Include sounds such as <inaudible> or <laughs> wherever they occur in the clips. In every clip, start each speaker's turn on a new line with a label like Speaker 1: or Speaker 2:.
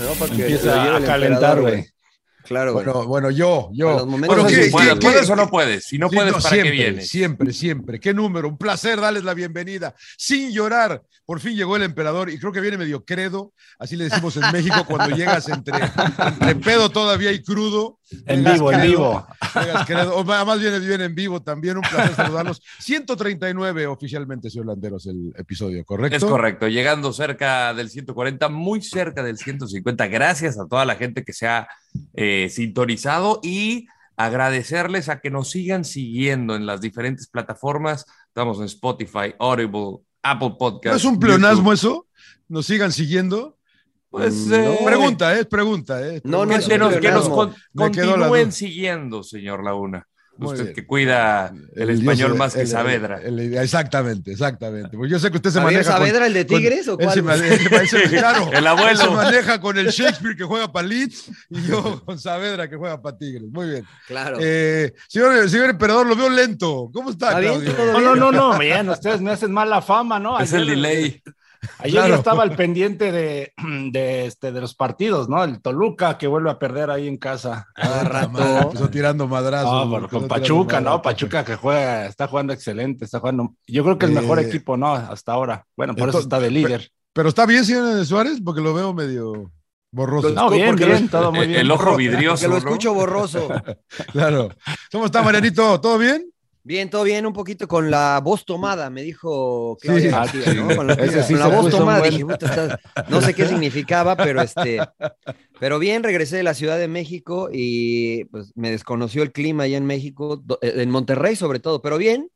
Speaker 1: ¿no? Porque empieza a calentar, güey.
Speaker 2: Claro,
Speaker 1: bueno, güey. bueno, yo, yo.
Speaker 2: Bueno,
Speaker 1: ¿qué,
Speaker 2: qué,
Speaker 1: puedes,
Speaker 2: qué,
Speaker 1: ¿Puedes o no puedes? Si no Sí,
Speaker 2: puedes,
Speaker 1: no,
Speaker 2: ¿para
Speaker 1: siempre,
Speaker 2: qué vienes?
Speaker 1: Siempre, siempre. Qué número. Un placer darles la bienvenida. Sin llorar. Por fin llegó el emperador y creo que viene medio credo. Así le decimos en México
Speaker 2: <laughs>
Speaker 1: cuando llegas entre, entre pedo todavía y crudo.
Speaker 3: En
Speaker 1: Llegas
Speaker 3: vivo, en
Speaker 1: credo,
Speaker 3: vivo.
Speaker 1: llegas credo. O ma- más bien, bien en vivo también. Un
Speaker 2: <laughs>
Speaker 1: placer saludarlos. 139 oficialmente, señor Landeros, el episodio, ¿correcto?
Speaker 2: Es correcto, llegando cerca del 140, muy cerca del 150. Gracias a toda la gente que se ha eh, sintonizado y agradecerles a que nos sigan siguiendo en las diferentes plataformas. Estamos en Spotify, Audible, Apple Podcast.
Speaker 1: ¿No es un pleonasmo eso? ¿Nos sigan siguiendo?
Speaker 2: Pues,
Speaker 1: Mm,
Speaker 2: eh,
Speaker 1: pregunta, es pregunta. eh,
Speaker 2: No,
Speaker 1: pregunta.
Speaker 2: no, que nos, que nos con-
Speaker 1: Me quedó la
Speaker 2: continúen
Speaker 1: duda.
Speaker 2: siguiendo, señor Laguna.
Speaker 1: Muy
Speaker 2: Usted
Speaker 1: bien.
Speaker 2: que cuida el,
Speaker 1: El
Speaker 2: español
Speaker 1: dios-
Speaker 2: más que
Speaker 1: el-
Speaker 2: Saavedra.
Speaker 1: el- el- exactamente, exactamente. Porque yo sé que usted se
Speaker 2: ¿Javier
Speaker 1: maneja. con-
Speaker 2: Saavedra, el de
Speaker 1: con-
Speaker 2: Tigres, o
Speaker 1: él se
Speaker 2: cuál?
Speaker 1: mane- él
Speaker 3: <laughs>
Speaker 1: parece- claro,
Speaker 2: El
Speaker 1: <laughs>
Speaker 2: abuelo.
Speaker 1: él se maneja con el Shakespeare que juega para Leeds y yo con Saavedra que juega para Tigres. Muy bien.
Speaker 4: Claro.
Speaker 1: Eh, señor, señor emperador, lo veo lento. ¿Cómo está,
Speaker 4: ¿Está bien?
Speaker 1: Claudio?
Speaker 4: ¿Todo
Speaker 3: No, no, no, no, bien, ustedes me hacen mala fama, ¿no?
Speaker 2: Es el
Speaker 3: Ayer-
Speaker 2: delay.
Speaker 3: Ayer
Speaker 1: Claro.
Speaker 3: yo estaba al pendiente de, <clears throat> de, este, de los partidos, ¿no? El Toluca que vuelve a perder ahí en casa.
Speaker 1: <laughs> Ah, madre, empezó tirando madrazos.
Speaker 3: Ah,
Speaker 1: empezó
Speaker 3: bueno, con
Speaker 1: tirando
Speaker 3: Pachuca, ¿no?
Speaker 1: madrazos.
Speaker 3: Pachuca que juega, está jugando excelente, está jugando. Yo creo que el mejor
Speaker 1: Eh,
Speaker 3: equipo, ¿no? Hasta ahora. Bueno, por eso
Speaker 1: entonces,
Speaker 3: está de líder.
Speaker 1: Pero está bien, señor Suárez, porque lo veo medio borroso.
Speaker 3: No, bien,
Speaker 2: porque
Speaker 3: bien,
Speaker 2: los-
Speaker 3: todo muy <laughs>
Speaker 2: el-
Speaker 3: bien.
Speaker 2: el ojo vidrioso,
Speaker 4: Que lo
Speaker 2: ¿no?
Speaker 4: escucho borroso.
Speaker 1: Claro. ¿Cómo está, Marianito? ¿Todo bien?
Speaker 4: Bien, todo bien, un poquito con la voz tomada, me dijo
Speaker 1: Sí.
Speaker 4: Claudia
Speaker 3: Ah,
Speaker 4: García, ¿no?
Speaker 3: sí.
Speaker 4: Con la,
Speaker 3: Ese sí
Speaker 4: con la
Speaker 3: se
Speaker 4: voz
Speaker 3: puso
Speaker 4: tomada,
Speaker 3: buen.
Speaker 4: dije, "Puta, está-". no sé qué significaba, pero este, pero bien, regresé de la Ciudad de México y pues me desconoció el clima allá en México, do- eh, en Monterrey sobre todo, pero bien,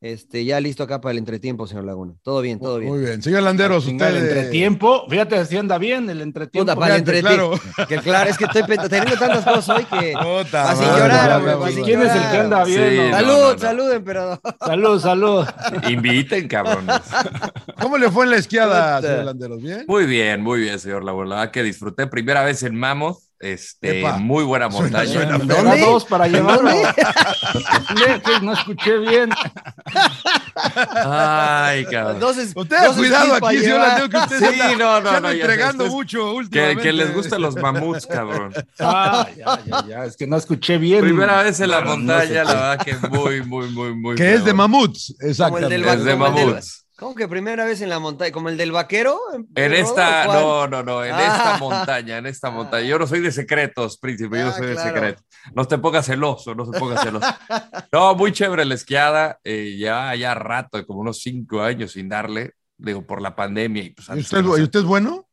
Speaker 4: este, ya listo acá para el entretiempo, señor Laguna. Todo bien, todo bien.
Speaker 1: Muy bien. Señor Landeros,
Speaker 3: Al final,
Speaker 1: usted. eh,
Speaker 3: el entretiempo, fíjate si anda bien el entretiempo.
Speaker 4: Puta, para el
Speaker 1: Fíjate,
Speaker 4: entretiempo. Que claro, es que estoy pe- teniendo tantas cosas hoy que
Speaker 1: Puta
Speaker 4: Va sin
Speaker 1: madre,
Speaker 4: llorar,
Speaker 1: ya
Speaker 4: güey,
Speaker 1: me
Speaker 4: va
Speaker 1: voy.
Speaker 4: sin
Speaker 3: ¿Quién es el que anda bien?
Speaker 2: Sí,
Speaker 3: no?
Speaker 2: no.
Speaker 4: salud, salud, emperador.
Speaker 3: Salud, salud.
Speaker 2: Inviten, cabrones.
Speaker 1: ¿Cómo le fue en la esquiada,
Speaker 4: Puta.
Speaker 1: señor Landeros? ¿Bien?
Speaker 2: <laughs> Muy bien, muy bien, señor La verdad que disfruté primera vez en Mammoth. Este,
Speaker 1: Epa.
Speaker 2: muy buena
Speaker 1: Suena,
Speaker 2: montaña.
Speaker 1: suena.
Speaker 3: Me
Speaker 4: ¿Dónde?
Speaker 3: da dos para llevarlo. <laughs>
Speaker 4: ¿Dónde?
Speaker 3: Lejos, no escuché bien.
Speaker 2: Ay, cabrón.
Speaker 4: Entonces,
Speaker 1: Usted ha cuidado aquí, señor Landeros, que usted se
Speaker 2: Sí,
Speaker 1: anda-
Speaker 2: no, no,
Speaker 1: se
Speaker 2: no,
Speaker 1: anda
Speaker 2: ya sé,
Speaker 1: entregando
Speaker 2: ustedes-
Speaker 1: mucho
Speaker 2: Que,
Speaker 1: últimamente.
Speaker 2: que les gustan los mamuts,
Speaker 1: <laughs>
Speaker 2: cabrón.
Speaker 3: Ah, <laughs> ya, ya, ya, es que no escuché bien.
Speaker 2: Primera vez en la
Speaker 3: No, no
Speaker 2: montaña,
Speaker 3: sé.
Speaker 2: la verdad que muy, muy, muy, muy.
Speaker 1: Que es de
Speaker 2: mamut.
Speaker 1: mamuts,
Speaker 4: Como el
Speaker 1: exactamente.
Speaker 4: del
Speaker 2: Es de
Speaker 4: vaquero. como el del-
Speaker 2: mamuts.
Speaker 4: ¿Cómo que primera vez en la montaña? ¿Como el del vaquero?
Speaker 2: En esta,
Speaker 4: Rodolfo?
Speaker 2: no, no, no, en
Speaker 4: Ah.
Speaker 2: esta montaña,
Speaker 4: <laughs>
Speaker 2: en esta montaña. Yo no soy de secretos, príncipe,
Speaker 4: Ah,
Speaker 2: yo no soy
Speaker 4: claro.
Speaker 2: de secretos. No te pongas celoso, no se pongas
Speaker 4: <laughs>
Speaker 2: celoso. No, muy chévere la esquiada, eh, ya, ya rato, como unos cinco años sin darle, digo, por la pandemia. Y, pues,
Speaker 1: ¿Y
Speaker 2: antes
Speaker 1: usted,
Speaker 2: que no
Speaker 1: y
Speaker 2: se-
Speaker 1: usted es bueno?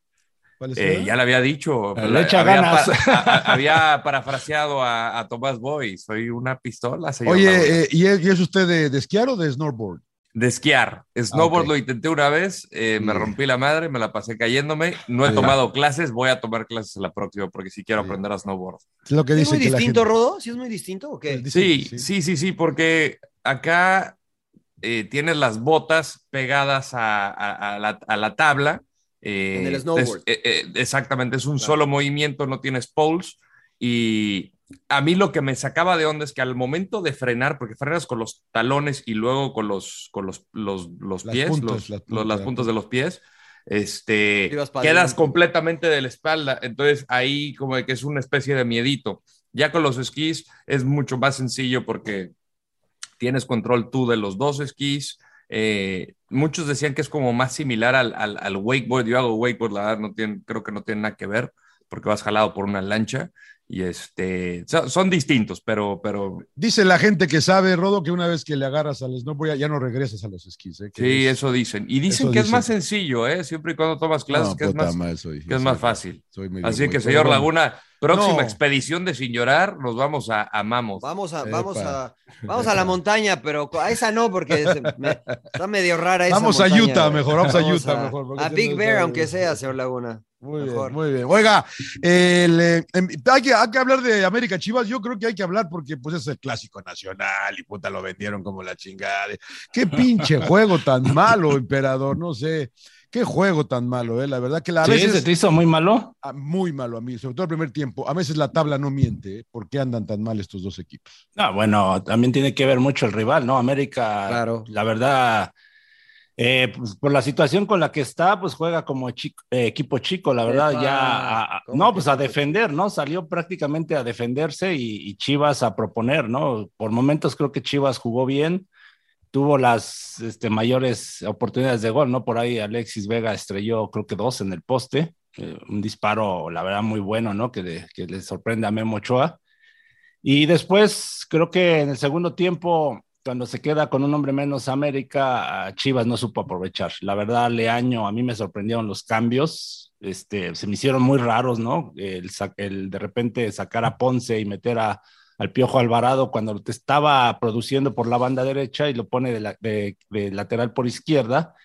Speaker 1: ¿Cuál es
Speaker 2: eh,
Speaker 1: el-
Speaker 2: ya le había dicho, pues,
Speaker 3: Le
Speaker 2: la-
Speaker 3: echa
Speaker 2: había,
Speaker 3: ganas.
Speaker 2: pa- a- a- había parafraseado a, a Tomás Boy, soy una pistola, señor. Laguna.
Speaker 1: Oye, eh, ¿y, es, y es usted de, de esquiar o de snowboard?
Speaker 2: De esquiar. Snowboard
Speaker 1: ok.
Speaker 2: lo intenté una vez, eh, me
Speaker 1: Sí.
Speaker 2: rompí la madre, me la pasé cayéndome. No he
Speaker 1: Sí.
Speaker 2: tomado clases, voy a tomar clases la próxima porque sí quiero
Speaker 1: Sí.
Speaker 2: aprender a snowboard.
Speaker 1: Es lo que
Speaker 4: ¿Es
Speaker 1: dice
Speaker 4: muy
Speaker 1: que la
Speaker 4: distinto,
Speaker 1: gente-
Speaker 4: Rodo? ¿Sí es muy distinto o qué?
Speaker 1: Dicen que
Speaker 2: Sí, sí, sí, sí, porque acá eh, tienes las botas pegadas a, a- a la, a la tabla. eh,
Speaker 4: En el snowboard.
Speaker 2: es- eh, eh, exactamente, es un
Speaker 1: Claro.
Speaker 2: solo movimiento, no tienes poles. Y a mí lo que me sacaba de onda es que al momento de frenar, porque frenas con los talones y luego con los, con los, los, los
Speaker 1: Las
Speaker 2: pies,
Speaker 1: puntas,
Speaker 2: los-
Speaker 1: las
Speaker 2: los-
Speaker 1: puntas.
Speaker 2: las puntas de los pies, este,
Speaker 4: Ibas
Speaker 2: quedas
Speaker 4: pa' adelante.
Speaker 2: completamente de la espalda. Entonces ahí como que es una especie de miedito. Ya con los esquís es mucho más sencillo porque tienes control tú de los dos esquís, eh, muchos decían que es como más similar al, al, al wakeboard. Yo hago wakeboard, la verdad, no tiene, creo que no tiene nada que ver porque vas jalado por una lancha y este, so- son distintos, pero, pero
Speaker 1: Dice la gente que sabe, Rodo, que una vez que le agarras al snowboard ya, ya no regresas a los esquís. ¿eh? Que
Speaker 2: sí,
Speaker 1: es-
Speaker 2: eso dicen. Y dicen
Speaker 1: eso
Speaker 2: que es
Speaker 1: dicen.
Speaker 2: más sencillo, ¿eh? siempre y cuando tomas clases,
Speaker 1: No,
Speaker 2: que, es
Speaker 1: puta
Speaker 2: más,
Speaker 1: madre, soy-
Speaker 2: que
Speaker 1: yo
Speaker 2: es más
Speaker 1: soy-
Speaker 2: fácil.
Speaker 1: soy medio
Speaker 2: Así que,
Speaker 1: güey,
Speaker 2: señor
Speaker 1: perdón.
Speaker 2: Laguna, próxima
Speaker 1: No.
Speaker 2: expedición de Sin Llorar, nos vamos a, a Mamos.
Speaker 5: Vamos a, vamos
Speaker 2: Epa.
Speaker 5: a, vamos a la montaña, pero a esa no, porque es- me- está medio rara esa
Speaker 1: Vamos a
Speaker 5: montaña,
Speaker 1: Utah
Speaker 5: güey.
Speaker 1: mejor, vamos a Utah mejor, porque
Speaker 5: A
Speaker 1: si
Speaker 5: Big
Speaker 1: no
Speaker 5: Bear,
Speaker 1: está-
Speaker 5: aunque sea, señor Laguna.
Speaker 1: Muy bien,
Speaker 5: Mejor.
Speaker 1: muy bien. Oiga, el, eh, em, hay, que, hay que hablar de América Chivas. Yo creo que hay que hablar porque pues, es el clásico nacional y puta lo vendieron como la chingada.
Speaker 2: <laughs>
Speaker 1: Qué pinche juego tan malo, emperador. No sé. Qué juego tan malo, ¿eh? La verdad que la a
Speaker 3: Sí,
Speaker 1: veces-
Speaker 3: se te hizo muy malo.
Speaker 1: Ah, Muy malo a mí, sobre todo el primer tiempo. A veces la tabla no miente. ¿eh? ¿Por qué andan tan mal estos dos equipos?
Speaker 3: No, Ah, bueno, también tiene que ver mucho el rival, ¿no? América,
Speaker 5: Claro.
Speaker 3: la verdad, eh, pues, por la situación con la que está, pues juega como chico- eh, equipo chico, la verdad,
Speaker 5: Epa,
Speaker 3: ya, a- a-
Speaker 5: ¿cómo
Speaker 3: no, pues a defender, ¿no? Salió prácticamente a defenderse y, y Chivas a proponer, ¿no? Por momentos creo que Chivas jugó bien, tuvo las este, mayores oportunidades de gol, ¿no? Por ahí Alexis Vega estrelló creo que dos en el poste, eh, un disparo, la verdad, muy bueno, ¿no? Que le, que le sorprende a Memo Ochoa. Y después, creo que en el segundo tiempo, cuando se queda con un hombre menos América, a Chivas no supo aprovechar. La verdad, Leaño, a mí me sorprendieron los cambios. Este, se me hicieron muy raros, ¿no? El, sa- el de repente sacar a Ponce y meter a, al Piojo Alvarado cuando te estaba produciendo por la banda derecha y lo pone de, la- de- de lateral por izquierda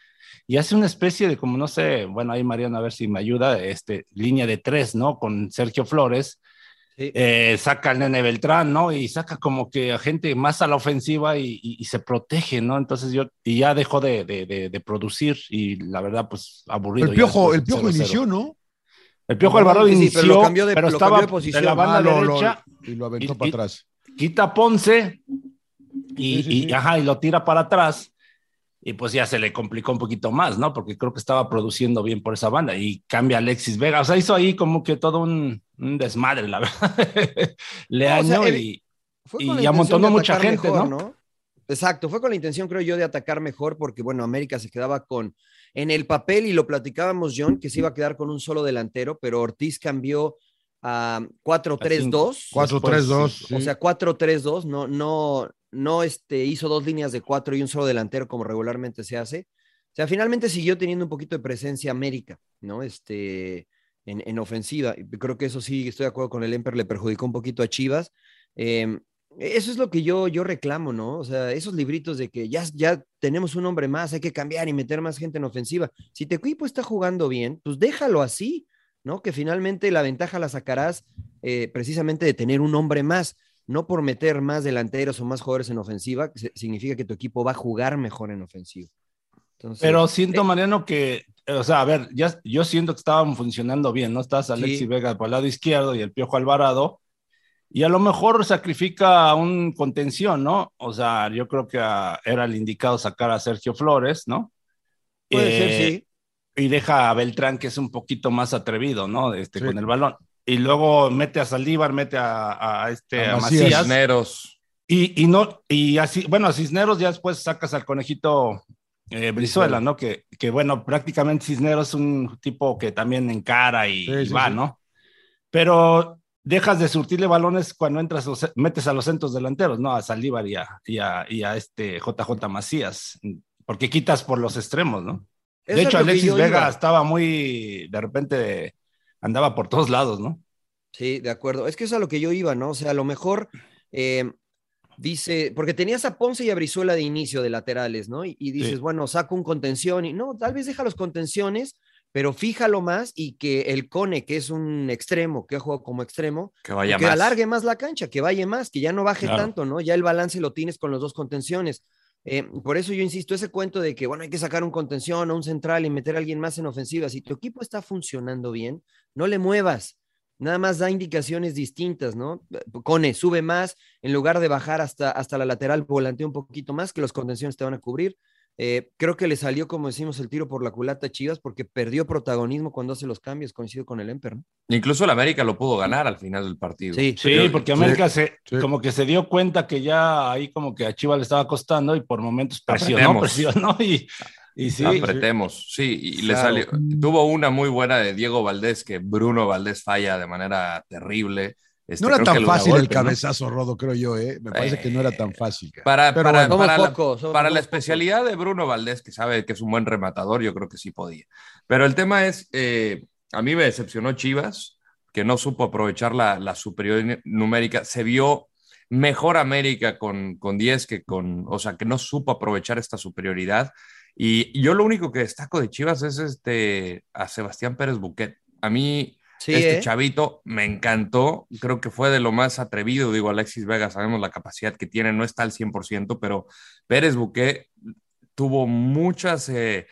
Speaker 3: y hace una especie de como no sé, bueno, ahí Mariano a ver si me ayuda, este, línea de tres, ¿no? Con Sergio Flores. Eh, saca al nene Beltrán, ¿no? Y saca como que a gente más a la ofensiva y, y- y se protege, ¿no? Entonces yo, y ya dejó de, de- de- de producir y la verdad, pues aburrido.
Speaker 1: el
Speaker 3: ya
Speaker 1: piojo,
Speaker 3: después
Speaker 1: el
Speaker 3: del
Speaker 1: piojo
Speaker 3: 0-0.
Speaker 1: inició, ¿no?
Speaker 3: El Piojo Alvarado
Speaker 5: Sí, sí,
Speaker 3: inició,
Speaker 5: pero
Speaker 3: pero,
Speaker 5: lo cambió de- lo
Speaker 3: estaba
Speaker 5: cambió de posición.
Speaker 3: de la banda
Speaker 1: Ah, lo- lo-
Speaker 3: derecha
Speaker 1: y lo aventó para atrás.
Speaker 3: quita a Ponce
Speaker 1: Sí,
Speaker 3: y,
Speaker 1: sí,
Speaker 3: y-
Speaker 1: sí.
Speaker 3: ajá, y lo tira para atrás. Y pues ya se le complicó un poquito más, ¿no? Porque creo que estaba produciendo bien por esa banda y cambia a Alexis Vega. O sea, hizo ahí como que todo un, un desmadre, la <laughs> verdad. le
Speaker 5: No, o sea, el-
Speaker 3: y,
Speaker 5: Fue
Speaker 3: y
Speaker 5: con la intención
Speaker 3: amontonó
Speaker 5: de
Speaker 3: mucha
Speaker 5: atacar
Speaker 3: gente,
Speaker 5: mejor,
Speaker 3: ¿no?
Speaker 5: Exacto, fue con la intención, creo yo, de atacar mejor, porque bueno, América se quedaba con en el papel y lo platicábamos, John, que se iba a quedar con un solo delantero, pero Ortiz cambió a 4-3-2.
Speaker 1: 4-3-2,
Speaker 5: Después,
Speaker 1: sí.
Speaker 5: O sea, 4-3-2, no, no, no este, hizo dos líneas de cuatro y un solo delantero como regularmente se hace. O sea, finalmente siguió teniendo un poquito de presencia América, ¿no? Este, en, en ofensiva. Y Creo que eso sí, estoy de acuerdo con el Emper, le perjudicó un poquito a Chivas. Eh, eso es lo que yo, yo reclamo, ¿no? O sea, esos libritos de que ya, ya tenemos un hombre más, hay que cambiar y meter más gente en ofensiva. Si tu equipo está jugando bien, pues déjalo así, ¿no? Que finalmente la ventaja la sacarás eh, precisamente de tener un hombre más, no por meter más delanteros o más jugadores en ofensiva, que se- significa que tu equipo va a jugar mejor en ofensiva. Entonces,
Speaker 3: Pero siento,
Speaker 5: eh,
Speaker 3: Mariano, que, eh, o sea, a ver, ya, yo siento que estaban funcionando bien, ¿no? Estás Alexis
Speaker 5: Sí.
Speaker 3: Vega por el lado izquierdo y el Piojo Alvarado, y a lo mejor sacrifica un contención, ¿no? O sea, yo creo que ah, era el indicado sacar a Sergio Flores, ¿no? Eh,
Speaker 5: Puede ser,
Speaker 2: Eh,
Speaker 5: sí.
Speaker 3: Y deja a Beltrán, que es un poquito más atrevido, ¿no? Este,
Speaker 1: Sí.
Speaker 3: Con el balón. Y luego mete a Saldívar, mete a, a este,
Speaker 2: A
Speaker 3: a
Speaker 2: Macías.
Speaker 3: Macías.
Speaker 2: Cisneros.
Speaker 3: Y, y no, y así, bueno, a Cisneros ya después sacas al conejito eh, Brizuela, ¿no? Que, que bueno, prácticamente Cisneros es un tipo que también encara y,
Speaker 1: Sí,
Speaker 3: y
Speaker 1: sí,
Speaker 3: va,
Speaker 1: sí.
Speaker 3: ¿no? Pero dejas de surtirle balones cuando entras, los- metes a los centros delanteros, ¿no? A Saldívar y a, y a, y a este JJ Macías, porque quitas por los extremos, ¿no?
Speaker 5: Eso
Speaker 3: de
Speaker 5: es
Speaker 3: hecho,
Speaker 5: lo que
Speaker 3: Alexis
Speaker 5: yo
Speaker 3: Vega
Speaker 5: iba.
Speaker 3: estaba muy, de repente, andaba por todos lados, ¿no?
Speaker 5: Sí, de acuerdo. Es que eso es a lo que yo iba, ¿no? O sea, a lo mejor eh, dice, porque tenías a Ponce y a Brizuela de inicio de laterales, ¿no? Y, y dices,
Speaker 3: Sí.
Speaker 5: bueno, saco un contención y no, tal vez deja los contenciones, pero fíjalo más y que el Cone, que es un extremo, que ha jugado como extremo,
Speaker 2: Que vaya
Speaker 5: que
Speaker 2: más.
Speaker 5: alargue más la cancha, que vaya más, que ya no baje
Speaker 2: Claro.
Speaker 5: tanto, ¿no? Ya el balance lo tienes con los dos contenciones. Eh, por eso yo insisto, ese cuento de que, bueno, hay que sacar un contención o un central y meter a alguien más en ofensiva, si tu equipo está funcionando bien, no le muevas, nada más da indicaciones distintas, ¿no? Cone, sube más, en lugar de bajar hasta, hasta la lateral, volantea un poquito más, que los contenciones te van a cubrir.
Speaker 4: Eh, creo que le salió, como decimos, el tiro por la culata a Chivas porque perdió protagonismo cuando hace los cambios, coincido con el Emper, ¿no?
Speaker 2: Incluso el América lo pudo ganar al final del partido.
Speaker 4: Sí,
Speaker 3: Sí, porque América se, como que se dio cuenta que ya ahí como que a Chivas le estaba costando y por momentos presionó,
Speaker 2: Apretemos.
Speaker 3: presionó y, y sí.
Speaker 2: Apretemos, sí, y le
Speaker 3: Claro.
Speaker 2: salió. Tuvo una muy buena de Diego Valdés que Bruno Valdés falla de manera terrible. Este,
Speaker 1: no era
Speaker 2: creo que
Speaker 1: tan
Speaker 2: le da
Speaker 1: fácil el
Speaker 2: golpe, ¿no?
Speaker 1: cabezazo, Rodo, creo yo, ¿eh? Me parece que no era tan fácil. cara.
Speaker 2: Para,
Speaker 1: Pero
Speaker 2: para,
Speaker 1: bueno.
Speaker 2: para la,
Speaker 1: pocos, somos
Speaker 2: para la
Speaker 1: pocos.
Speaker 2: especialidad de Bruno Valdés, que sabe que es un buen rematador, yo creo que sí podía. Pero el tema es, eh, a mí me decepcionó Chivas, que no supo aprovechar la, la superioridad numérica. Se vio mejor América con, con 10 que con, o sea, que no supo aprovechar esta superioridad. Y yo lo único que destaco de Chivas es este, a Sebastián Pérez Buquet. A mí,
Speaker 4: Sí,
Speaker 2: este
Speaker 4: ¿eh?
Speaker 2: chavito me encantó, creo que fue de lo más atrevido, digo, Alexis Vega, sabemos la capacidad que tiene, no está al 100%, pero Pérez Buqué tuvo muchas eh,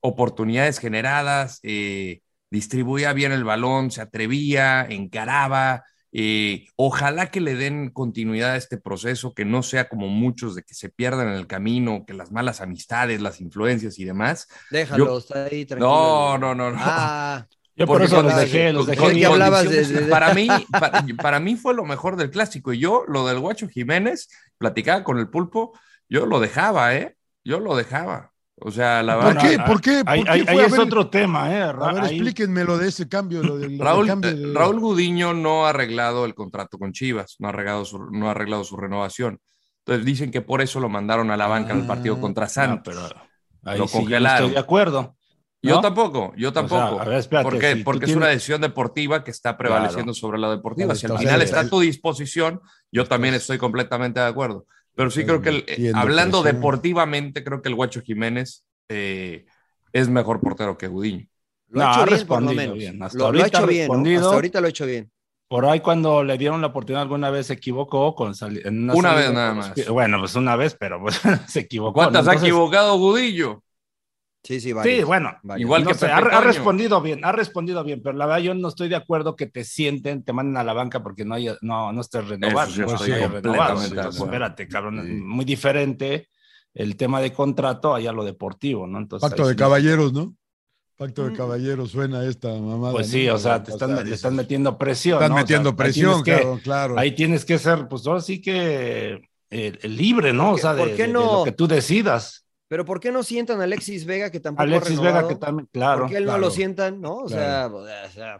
Speaker 2: oportunidades generadas, eh, distribuía bien el balón, se atrevía, encaraba. eh, ojalá que le den continuidad a este proceso, que no sea como muchos de que se pierdan en el camino, que las malas amistades, las influencias y demás.
Speaker 4: Déjalo,
Speaker 2: Yo-
Speaker 4: está ahí tranquilo.
Speaker 2: No, no, no, no.
Speaker 4: Ah.
Speaker 3: Yo por eso los dejé, los dejé.
Speaker 2: Con-
Speaker 4: que hablabas
Speaker 2: condiciones-
Speaker 4: de- de- de-
Speaker 2: Para mí, para, para mí fue lo mejor del clásico. Y yo, lo del Guacho Jiménez, platicaba con el pulpo, yo lo dejaba, ¿eh? Yo lo dejaba. O sea, la
Speaker 1: ¿Por
Speaker 2: verdad.
Speaker 1: qué? ¿Por qué?
Speaker 3: Ahí,
Speaker 1: ¿Por qué
Speaker 3: ahí-
Speaker 1: fue?
Speaker 3: ahí
Speaker 1: A
Speaker 3: es
Speaker 1: ver,
Speaker 3: otro tema, ¿eh?
Speaker 1: A ver,
Speaker 3: Ahí-
Speaker 1: explíquenmelo de ese cambio, lo del
Speaker 2: Raúl,
Speaker 1: cambio
Speaker 2: eh,
Speaker 1: de-
Speaker 2: Raúl Gudiño no ha arreglado el contrato con Chivas, no ha arreglado su, no ha arreglado su renovación. Entonces dicen que por eso lo mandaron a la banca en el partido contra
Speaker 3: Ah, No,
Speaker 2: Santos.
Speaker 3: pero ahí
Speaker 2: lo
Speaker 3: sí yo no
Speaker 2: congelaron.
Speaker 3: estoy de acuerdo. ¿no?
Speaker 2: Yo tampoco, yo
Speaker 3: O sea,
Speaker 2: tampoco.
Speaker 3: a ver, espérate,
Speaker 2: ¿Por qué?
Speaker 3: si tú
Speaker 2: Porque es
Speaker 3: tienes-
Speaker 2: una decisión deportiva que está prevaleciendo
Speaker 3: Claro.
Speaker 2: sobre la deportiva. Si al
Speaker 3: Entonces,
Speaker 2: final
Speaker 3: el-
Speaker 2: está a tu disposición, yo también estoy completamente de acuerdo. Pero sí creo que, el- eh,
Speaker 1: Entiendo,
Speaker 2: hablando
Speaker 1: presión.
Speaker 2: deportivamente, creo que el Guacho Jiménez eh, es mejor portero que Gudiño.
Speaker 4: Lo
Speaker 3: No,
Speaker 4: ha
Speaker 3: ha
Speaker 4: hecho bien, por lo
Speaker 3: respondido
Speaker 4: menos.
Speaker 3: bien.
Speaker 4: Lo,
Speaker 3: Hasta
Speaker 4: lo ha
Speaker 3: ahorita ha
Speaker 4: hecho bien, ¿no?
Speaker 3: respondido.
Speaker 4: Hasta ahorita lo ha hecho bien.
Speaker 3: Por ahí cuando le dieron la oportunidad alguna vez se equivocó con sali- en
Speaker 2: Una
Speaker 3: salida
Speaker 2: vez nada
Speaker 3: con los
Speaker 2: más.
Speaker 3: pies. Bueno, pues una vez, pero <laughs> pues, se equivocó.
Speaker 2: ¿Cuántas
Speaker 3: ¿no?
Speaker 2: ha
Speaker 3: Entonces,
Speaker 2: equivocado Gudiño?
Speaker 4: Sí, sí,
Speaker 3: Sí,
Speaker 4: varios,
Speaker 3: bueno,
Speaker 4: varios.
Speaker 2: Igual
Speaker 3: no
Speaker 2: que
Speaker 3: sé,
Speaker 2: Pepe
Speaker 3: ha, ha
Speaker 2: Toño.
Speaker 3: respondido bien, ha respondido bien, pero la verdad yo no estoy de acuerdo que te sienten, te manden a la banca porque no haya, no, no estés renovado.
Speaker 2: Eso sí
Speaker 3: no
Speaker 2: estoy
Speaker 3: se haya
Speaker 2: completamente
Speaker 3: renovado.
Speaker 2: de
Speaker 3: Entonces,
Speaker 2: acuerdo.
Speaker 3: espérate, cabrón, es muy diferente el tema de contrato allá lo deportivo, ¿no? Entonces,
Speaker 1: Pacto
Speaker 3: ahí
Speaker 1: de
Speaker 3: sí-
Speaker 1: caballeros, ¿no? Pacto de caballeros suena esta mamada.
Speaker 3: Pues
Speaker 1: ¿no?
Speaker 3: sí, o sea, te están, le
Speaker 1: dices,
Speaker 3: están metiendo presión.
Speaker 1: están
Speaker 3: ¿no? O sea,
Speaker 1: metiendo
Speaker 3: ahí
Speaker 1: presión,
Speaker 3: tienes que-
Speaker 1: claro, claro.
Speaker 3: Ahí tienes que ser, pues ahora sí que eh, libre, ¿no? O sea, de,
Speaker 4: ¿Por qué
Speaker 3: de- de
Speaker 4: no?
Speaker 3: lo que tú decidas.
Speaker 4: Pero ¿por qué no sientan a Alexis Vega que tampoco ha
Speaker 3: Alexis Vega,
Speaker 4: renovado?
Speaker 3: que también, claro.
Speaker 4: ¿Por qué él no
Speaker 1: claro.
Speaker 4: lo sientan, no? O sea, o sea,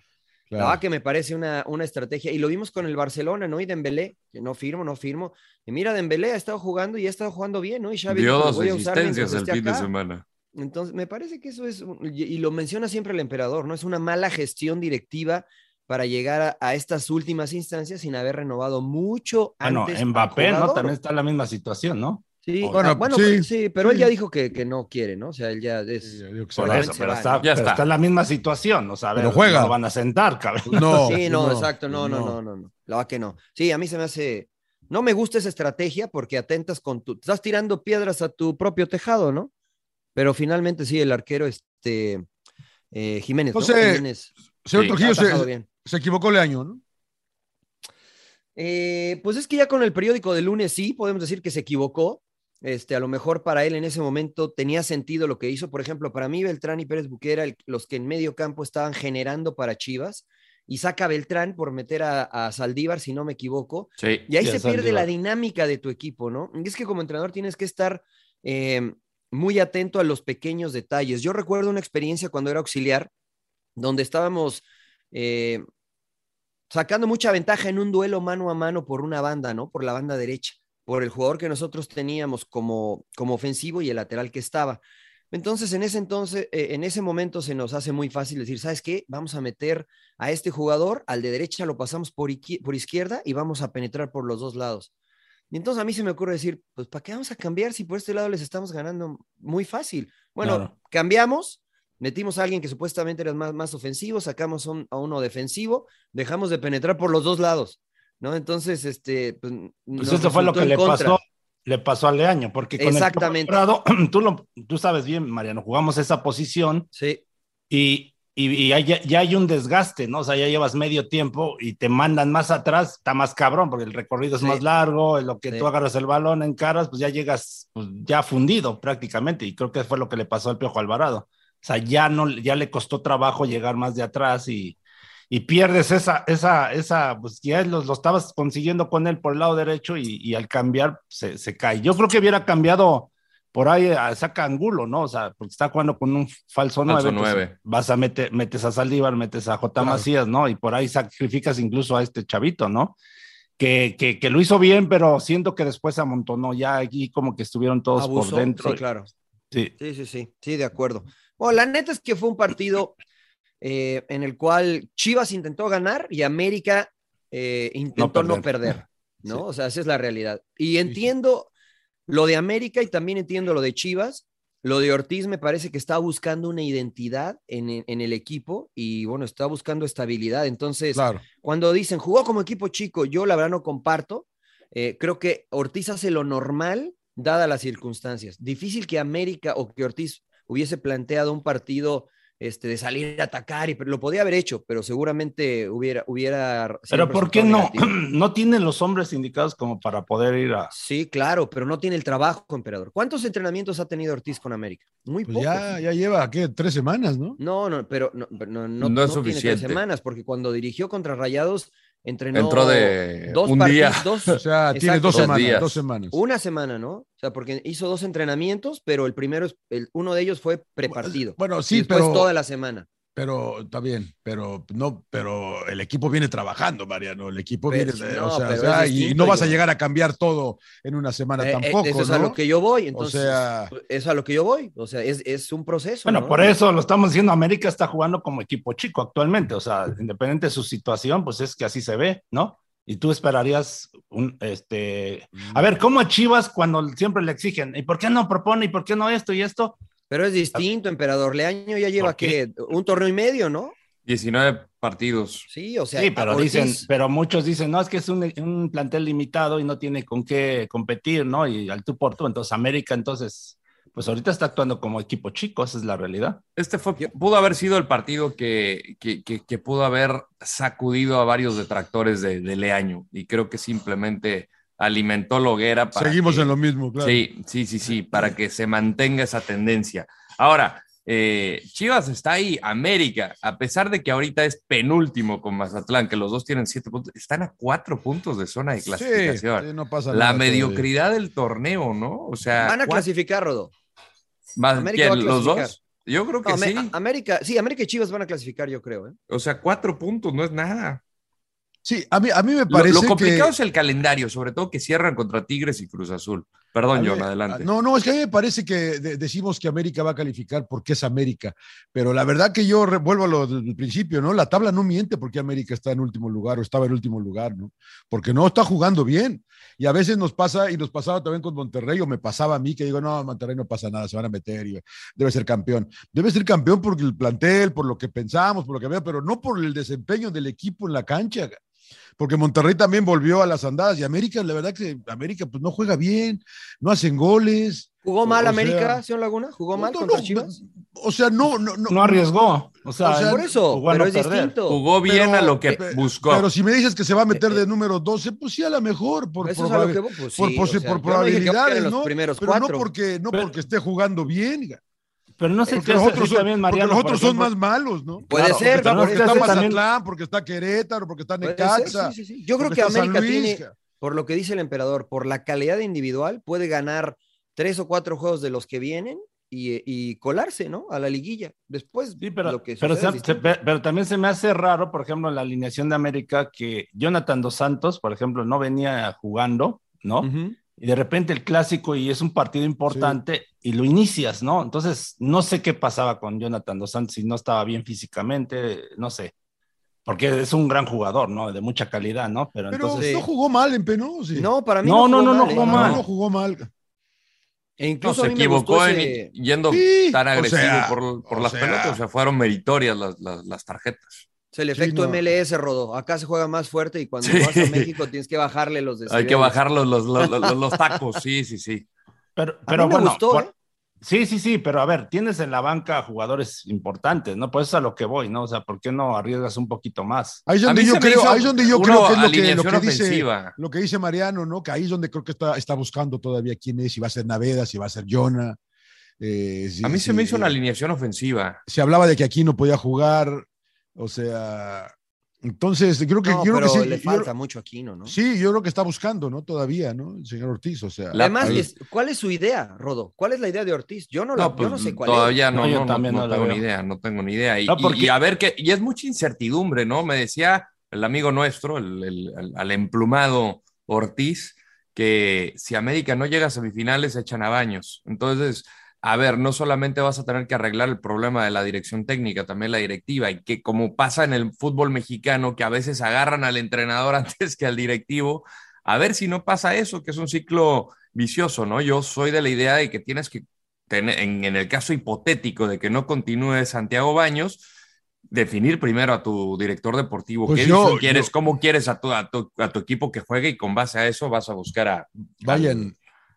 Speaker 1: Claro.
Speaker 4: La verdad que me parece una, una estrategia. Y lo vimos con el Barcelona, ¿no? Y Dembélé, que no firmo, no firmo. Y mira, Dembélé ha estado jugando y ha estado jugando bien, ¿no? Y Xavi
Speaker 2: Dio
Speaker 4: dijo,
Speaker 2: dos
Speaker 4: "Voy a usar
Speaker 2: asistencias el
Speaker 4: mientras esté
Speaker 2: fin de
Speaker 4: acá".
Speaker 2: semana.
Speaker 4: Entonces, me parece que eso es, un- y, y lo menciona siempre el emperador, ¿no? Es una mala gestión directiva para llegar a, a estas últimas instancias sin haber renovado mucho
Speaker 3: Bueno,
Speaker 4: antes. al
Speaker 3: Mbappé, Ah, ¿no?
Speaker 4: jugador.
Speaker 3: También está en la misma situación, ¿no?
Speaker 4: Sí,
Speaker 3: Bueno,
Speaker 4: ah, bueno,
Speaker 1: sí,
Speaker 4: pero- sí, pero él
Speaker 1: sí.
Speaker 4: ya dijo que, que no quiere, ¿no? O sea, él ya es...
Speaker 1: Yo digo que se
Speaker 3: Por
Speaker 1: va.
Speaker 3: eso,
Speaker 4: se
Speaker 3: pero
Speaker 4: va,
Speaker 3: está,
Speaker 4: ¿no?
Speaker 2: Ya
Speaker 3: pero
Speaker 2: está.
Speaker 3: está en la misma situación, o sea, a ver,
Speaker 1: Pero juega.
Speaker 3: no lo van a sentar, cabrón.
Speaker 1: No,
Speaker 4: sí, no,
Speaker 1: no,
Speaker 4: exacto, no, no,
Speaker 1: no.
Speaker 4: no, no, no. La verdad que no. Sí, a mí se me hace. No me gusta esa estrategia porque atentas con tu. Estás tirando piedras a tu propio tejado, ¿no? Pero finalmente sí, el arquero, este. eh, Jiménez.
Speaker 1: No sé,
Speaker 4: Jiménez
Speaker 1: Señor
Speaker 2: Sí.
Speaker 1: Trujillo
Speaker 4: ha atajado
Speaker 1: se,
Speaker 4: bien.
Speaker 1: se equivocó Leaño, ¿no?
Speaker 4: Eh, pues es que ya con el periódico de lunes sí, podemos decir que se equivocó. Este, a lo mejor para él en ese momento tenía sentido lo que hizo. Por ejemplo, para mí Beltrán y Pérez Buquera, el- los que en medio campo estaban generando para Chivas, y saca a Beltrán por meter a, a Saldívar, si no me equivoco,
Speaker 2: Sí.
Speaker 4: y ahí
Speaker 3: Ya
Speaker 4: se
Speaker 3: salió.
Speaker 4: pierde la dinámica de tu equipo, ¿no? Y es que como entrenador tienes que estar eh, muy atento a los pequeños detalles. Yo recuerdo una experiencia cuando era auxiliar, donde estábamos eh, sacando mucha ventaja en un duelo mano a mano por una banda, ¿no? Por la banda derecha, por el jugador que nosotros teníamos como, como ofensivo y el lateral que estaba. Entonces, en ese entonces, eh, en ese momento se nos hace muy fácil decir, ¿sabes qué? Vamos a meter a este jugador, al de derecha lo pasamos por, iqui- por izquierda y vamos a penetrar por los dos lados. Y entonces a mí se me ocurre decir, pues ¿para qué vamos a cambiar si por este lado les estamos ganando muy fácil? Bueno,
Speaker 3: Claro.
Speaker 4: cambiamos, metimos a alguien que supuestamente era más, más ofensivo, sacamos un- a uno defensivo, dejamos de penetrar por los dos lados, ¿no? Entonces, este... Pues,
Speaker 3: Pues
Speaker 4: nos
Speaker 3: esto fue
Speaker 4: resultó
Speaker 3: lo que
Speaker 4: en
Speaker 3: le
Speaker 4: contra.
Speaker 3: pasó, le pasó a Leaño, porque con el Piojo <clears throat>
Speaker 4: Exactamente.
Speaker 3: Alvarado, tú, lo, tú sabes bien, Mariano, jugamos esa posición
Speaker 4: Sí,
Speaker 3: y y, y hay- ya, hay un desgaste, ¿no? O sea, ya llevas medio tiempo y te mandan más atrás, está más cabrón, porque el recorrido es
Speaker 4: Sí.
Speaker 3: más largo, en lo que
Speaker 4: Sí.
Speaker 3: tú agarras el balón en caras, pues ya llegas pues, ya fundido prácticamente, y creo que fue lo que le pasó al Piojo Alvarado. O sea, ya, no, ya le costó trabajo llegar más de atrás y, y pierdes esa, esa, esa, pues ya lo, lo estabas consiguiendo con él por el lado derecho y, y al cambiar se, se cae. Yo creo que hubiera cambiado por ahí, a- saca Angulo, ¿no? O sea, porque está jugando con un falso 9.
Speaker 2: Falso nueve.
Speaker 3: Vas a meter, metes a Saldívar, metes a J. Macías, ¿no? Y por ahí sacrificas incluso a este chavito, ¿no? Que, que, que lo hizo bien, pero siento que después se amontonó ya aquí como que estuvieron todos
Speaker 4: Abusó,
Speaker 3: por dentro.
Speaker 4: Sí, claro.
Speaker 3: Sí.
Speaker 4: Sí, sí, sí, sí, de acuerdo. Bueno, la neta es que fue un partido eh, en el cual Chivas intentó ganar y América eh, intentó no perder,
Speaker 3: perder.
Speaker 4: ¿no? O sea, esa es la realidad. Y entiendo lo de América y también entiendo lo de Chivas. Lo de Ortiz me parece que está buscando una identidad en, en el equipo y bueno, está buscando estabilidad. Entonces,
Speaker 1: Claro.
Speaker 4: cuando dicen jugó como equipo chico, yo la verdad no comparto. Eh, creo que Ortiz hace lo normal dadas las circunstancias. Difícil que América o que Ortiz hubiese planteado un partido este, de salir a atacar, y, pero lo podía haber hecho, pero seguramente hubiera... hubiera sido
Speaker 3: Pero
Speaker 4: un
Speaker 3: ¿por qué
Speaker 4: resultado
Speaker 3: no?
Speaker 4: negativo.
Speaker 3: <clears throat> no tienen los hombres indicados como para poder ir a...
Speaker 4: Sí, claro, pero no tiene el trabajo, emperador. ¿Cuántos entrenamientos ha tenido Ortiz con América? Muy
Speaker 1: Pues
Speaker 4: pocos.
Speaker 1: ya, ya lleva, ¿qué? Tres semanas, ¿no?
Speaker 4: No, no, pero no, pero no, no, no
Speaker 2: No es
Speaker 4: tiene tres
Speaker 2: suficiente.
Speaker 4: semanas, porque cuando dirigió contra Rayados, entrenó
Speaker 2: Entró de
Speaker 4: dos
Speaker 2: un
Speaker 4: partid-
Speaker 2: día.
Speaker 4: dos-
Speaker 1: O sea, tiene
Speaker 4: exacto,
Speaker 1: dos
Speaker 2: dos
Speaker 1: semanas,
Speaker 2: días.
Speaker 1: dos semanas.
Speaker 4: Una semana, ¿no? O sea, porque hizo dos entrenamientos, pero el primero, es- el, uno de ellos fue prepartido.
Speaker 1: Bueno,
Speaker 4: Y
Speaker 1: sí,
Speaker 4: después
Speaker 1: pero,
Speaker 4: toda la semana.
Speaker 1: pero está bien, pero no, pero el equipo viene trabajando, Mariano. El equipo
Speaker 4: Pero-
Speaker 1: viene, eh,
Speaker 4: no,
Speaker 1: o sea,
Speaker 4: pero
Speaker 1: o sea,
Speaker 4: es
Speaker 1: y,
Speaker 4: distinto,
Speaker 1: no vas a
Speaker 4: yo-
Speaker 1: llegar a cambiar todo en una semana
Speaker 4: Eh, eh,
Speaker 1: tampoco.
Speaker 4: eso es
Speaker 1: ¿no?
Speaker 4: a lo que yo voy, entonces, pues,
Speaker 1: sea-
Speaker 4: es a lo que yo voy, o sea, es, es un proceso.
Speaker 3: Bueno,
Speaker 4: ¿no?
Speaker 3: por eso lo estamos diciendo, América está jugando como equipo chico actualmente, o sea, independiente de su situación, pues es que así se ve, ¿no? Y tú esperarías un, este, a ver, ¿cómo a Chivas cuando siempre le exigen? ¿Y por qué no propone? ¿Y por qué no esto y esto?
Speaker 4: Pero es distinto, emperador. Leaño ya lleva
Speaker 3: ¿Por qué?
Speaker 4: que un torneo y medio, ¿no?
Speaker 2: 19 partidos.
Speaker 4: Sí, o sea,
Speaker 3: sí, pero
Speaker 4: a Ortiz-
Speaker 3: dicen, pero muchos dicen, no, es que es un, un plantel limitado y no tiene con qué competir, ¿no? Y al tú por tú, entonces América, entonces, pues ahorita está actuando como equipo chico, esa es la realidad.
Speaker 2: Este fue, pudo haber sido el partido que, que, que- que pudo haber sacudido a varios detractores de, de Leaño y creo que simplemente alimentó la hoguera para
Speaker 1: Seguimos
Speaker 2: que-
Speaker 1: en lo mismo, claro.
Speaker 2: Sí, sí, sí, sí, para que se mantenga esa tendencia. Ahora, eh, Chivas está ahí, América, a pesar de que ahorita es penúltimo con Mazatlán, que los dos tienen siete puntos, están a cuatro puntos de zona de
Speaker 1: Sí,
Speaker 2: clasificación.
Speaker 1: sí, no pasa
Speaker 2: La
Speaker 1: nada todavía.
Speaker 2: mediocridad del torneo, ¿no? O sea,
Speaker 4: van a
Speaker 2: Ah, ¿cuál-
Speaker 4: clasificar, Rodo.
Speaker 2: más-
Speaker 4: América va a
Speaker 2: quién, los dos?
Speaker 4: clasificar.
Speaker 2: Yo creo que
Speaker 4: No, Amé-
Speaker 2: sí.
Speaker 4: a- América, sí, América y Chivas van a clasificar, yo creo. ¿eh?
Speaker 2: O sea, cuatro puntos no es nada.
Speaker 1: Sí, a mí, a mí me
Speaker 2: Lo,
Speaker 1: parece
Speaker 2: lo complicado
Speaker 1: que-
Speaker 2: es el calendario, sobre todo que cierran contra Tigres y Cruz Azul. Perdón,
Speaker 1: A
Speaker 2: John,
Speaker 1: mí-
Speaker 2: adelante.
Speaker 1: ah, No, no, es que a mí me parece que de- decimos que América va a calificar porque es América, pero la verdad que yo re- vuelvo a lo del principio, ¿no? La tabla no miente porque América está en último lugar o estaba en último lugar, ¿no? Porque no está jugando bien. Y a veces nos pasa, y nos pasaba también con Monterrey, o me pasaba a mí que digo, no, Monterrey no pasa nada, se van a meter y debe ser campeón. Debe ser campeón por el plantel, por lo que pensamos, por lo que veo, pero no por el desempeño del equipo en la cancha porque Monterrey también volvió a las andadas y América, la verdad que América pues no juega bien, no hacen goles.
Speaker 4: ¿Jugó mal
Speaker 1: O
Speaker 4: América,
Speaker 1: sea,
Speaker 4: señor Laguna? ¿Jugó mal
Speaker 1: no,
Speaker 4: contra
Speaker 1: no,
Speaker 4: Chivas?
Speaker 1: O sea, no, no, no.
Speaker 3: No arriesgó, o sea,
Speaker 1: O sea,
Speaker 4: Por eso,
Speaker 3: jugó a no
Speaker 4: pero es
Speaker 3: perder.
Speaker 4: distinto.
Speaker 2: Jugó bien
Speaker 1: pero-
Speaker 2: a lo que
Speaker 1: pe-
Speaker 2: buscó.
Speaker 1: Pero si me dices que se va a meter de número 12, pues sí, a lo mejor, por,
Speaker 4: Eh, Eso es a lo
Speaker 1: probabil-
Speaker 4: que voy, pues
Speaker 1: por
Speaker 4: sí,
Speaker 1: posi-
Speaker 4: o sea, yo
Speaker 1: por
Speaker 4: no dije que
Speaker 1: probabilidades,
Speaker 4: opten
Speaker 1: ¿no?
Speaker 4: los primeros
Speaker 1: pero
Speaker 4: cuatro.
Speaker 1: no porque, no
Speaker 3: Pero-
Speaker 1: porque esté jugando bien,
Speaker 3: Pero no sé
Speaker 1: porque
Speaker 3: qué
Speaker 1: los
Speaker 3: hace-
Speaker 1: otros
Speaker 3: sí,
Speaker 1: son,
Speaker 3: también,
Speaker 1: porque
Speaker 3: Mariano,
Speaker 1: los
Speaker 3: por
Speaker 1: otros son
Speaker 3: ejemplo,
Speaker 1: más malos, ¿no?
Speaker 4: Puede
Speaker 3: Claro,
Speaker 4: ser,
Speaker 1: Está-
Speaker 3: pero
Speaker 1: porque
Speaker 3: es que
Speaker 1: está
Speaker 3: hace también-
Speaker 1: Mazatlán, porque está Querétaro, porque está
Speaker 4: Puede
Speaker 1: Necaxa.
Speaker 4: ser, sí, sí, sí. Yo creo
Speaker 1: porque
Speaker 4: que
Speaker 1: está San
Speaker 4: América
Speaker 1: Luis,
Speaker 4: tiene,
Speaker 1: ca-
Speaker 4: por lo que dice el emperador, por la calidad individual, puede ganar tres o cuatro juegos de los que vienen y, y colarse, ¿no? A la liguilla. Después,
Speaker 3: Sí, pero,
Speaker 4: lo que
Speaker 3: pero,
Speaker 4: suceda es
Speaker 3: se- se-
Speaker 4: distinto.
Speaker 3: pe- pero también se me hace raro, por ejemplo, en la alineación de América, que Jonathan Dos Santos, por ejemplo, no venía jugando, ¿no?
Speaker 4: Ujú.
Speaker 3: Y de repente el clásico y es un partido importante y lo inicias, ¿no? Entonces, no sé qué pasaba con Jonathan Dos Santos, si no estaba bien físicamente, no sé. Porque es un gran jugador, ¿no? De mucha calidad, ¿no? Pero,
Speaker 1: Pero
Speaker 3: entonces...
Speaker 1: no jugó mal en Penó, sí.
Speaker 4: No, para mí
Speaker 3: No, no, no, no
Speaker 4: ¿eh?
Speaker 3: jugó
Speaker 1: No,
Speaker 3: mal.
Speaker 1: no jugó mal.
Speaker 4: E
Speaker 2: No,
Speaker 4: incluso
Speaker 2: se
Speaker 4: a mí me gustó
Speaker 2: equivocó
Speaker 4: ese-
Speaker 2: en yendo
Speaker 1: Sí,
Speaker 2: tan
Speaker 1: o
Speaker 2: agresivo
Speaker 1: sea,
Speaker 2: por, por
Speaker 1: o
Speaker 2: las
Speaker 1: sea.
Speaker 2: pelotas, o sea, fueron meritorias las, las- las tarjetas.
Speaker 4: O sea, el
Speaker 1: Sí,
Speaker 4: efecto
Speaker 1: no.
Speaker 4: MLS, Rodo. Acá se juega más fuerte y cuando
Speaker 2: Sí.
Speaker 4: vas a México tienes que bajarle los
Speaker 2: Hay
Speaker 4: decibeles.
Speaker 1: <laughs>
Speaker 2: que bajar los, los, los- los- los tacos, sí, sí, sí.
Speaker 3: Pero,
Speaker 4: A mí
Speaker 3: pero
Speaker 4: me
Speaker 3: bueno,
Speaker 4: gustó,
Speaker 3: por-
Speaker 4: ¿eh?
Speaker 3: Sí, sí, sí, pero a ver, tienes en la banca jugadores importantes, ¿no? Pues eso es a lo que voy, ¿no? O sea, ¿por qué no arriesgas un poquito más?
Speaker 1: Ahí es donde yo creo, ahí es donde yo creo que es lo que, lo que dice, lo que dice Mariano, ¿no? Que ahí es donde creo que está, está buscando todavía quién es, si va a ser Naveda, si va a ser Jonah. eh, si-
Speaker 2: a mí se
Speaker 1: si-
Speaker 2: me hizo una alineación ofensiva.
Speaker 1: Se hablaba de que aquí no podía jugar, o sea, entonces creo que,
Speaker 4: No,
Speaker 1: yo creo que
Speaker 4: pero
Speaker 1: sí,
Speaker 4: le
Speaker 1: yo-
Speaker 4: falta mucho a Aquino, ¿no?
Speaker 1: sí, yo creo que está buscando, ¿no? Todavía, ¿no? El señor Ortiz, o sea.
Speaker 4: Además,
Speaker 1: ahí-
Speaker 4: es- ¿cuál es su idea, Rodo? ¿Cuál es la idea de Ortiz? Yo no, la,
Speaker 2: No, pues,
Speaker 4: yo no sé cuál
Speaker 2: todavía
Speaker 4: es.
Speaker 2: no,
Speaker 3: No, yo
Speaker 2: no, no,
Speaker 3: también
Speaker 2: no
Speaker 3: no la
Speaker 2: tengo ni
Speaker 3: veo.
Speaker 2: idea, no tengo ni idea. Y,
Speaker 3: No,
Speaker 2: y-
Speaker 3: porque-
Speaker 2: y a ver que, y es mucha incertidumbre, ¿no? Me decía el amigo nuestro, el, el- al- al emplumado Ortiz, que si América no llega a semifinales, echan a baños. Entonces, a ver, no solamente vas a tener que arreglar el problema de la dirección técnica, también la directiva, y que como pasa en el fútbol mexicano, que a veces agarran al entrenador <laughs> antes que al directivo, a ver si no pasa eso, que es un ciclo vicioso, ¿no? Yo soy de la idea de que tienes que tener, en, en el caso hipotético de que no continúe Santiago Baños, definir primero a tu director deportivo,
Speaker 1: Pues
Speaker 2: qué
Speaker 1: yo-
Speaker 2: visión quieres,
Speaker 1: yo-
Speaker 2: cómo quieres a tu, a, tu, a tu equipo que juegue y con base a eso vas a buscar a...
Speaker 1: Vayan.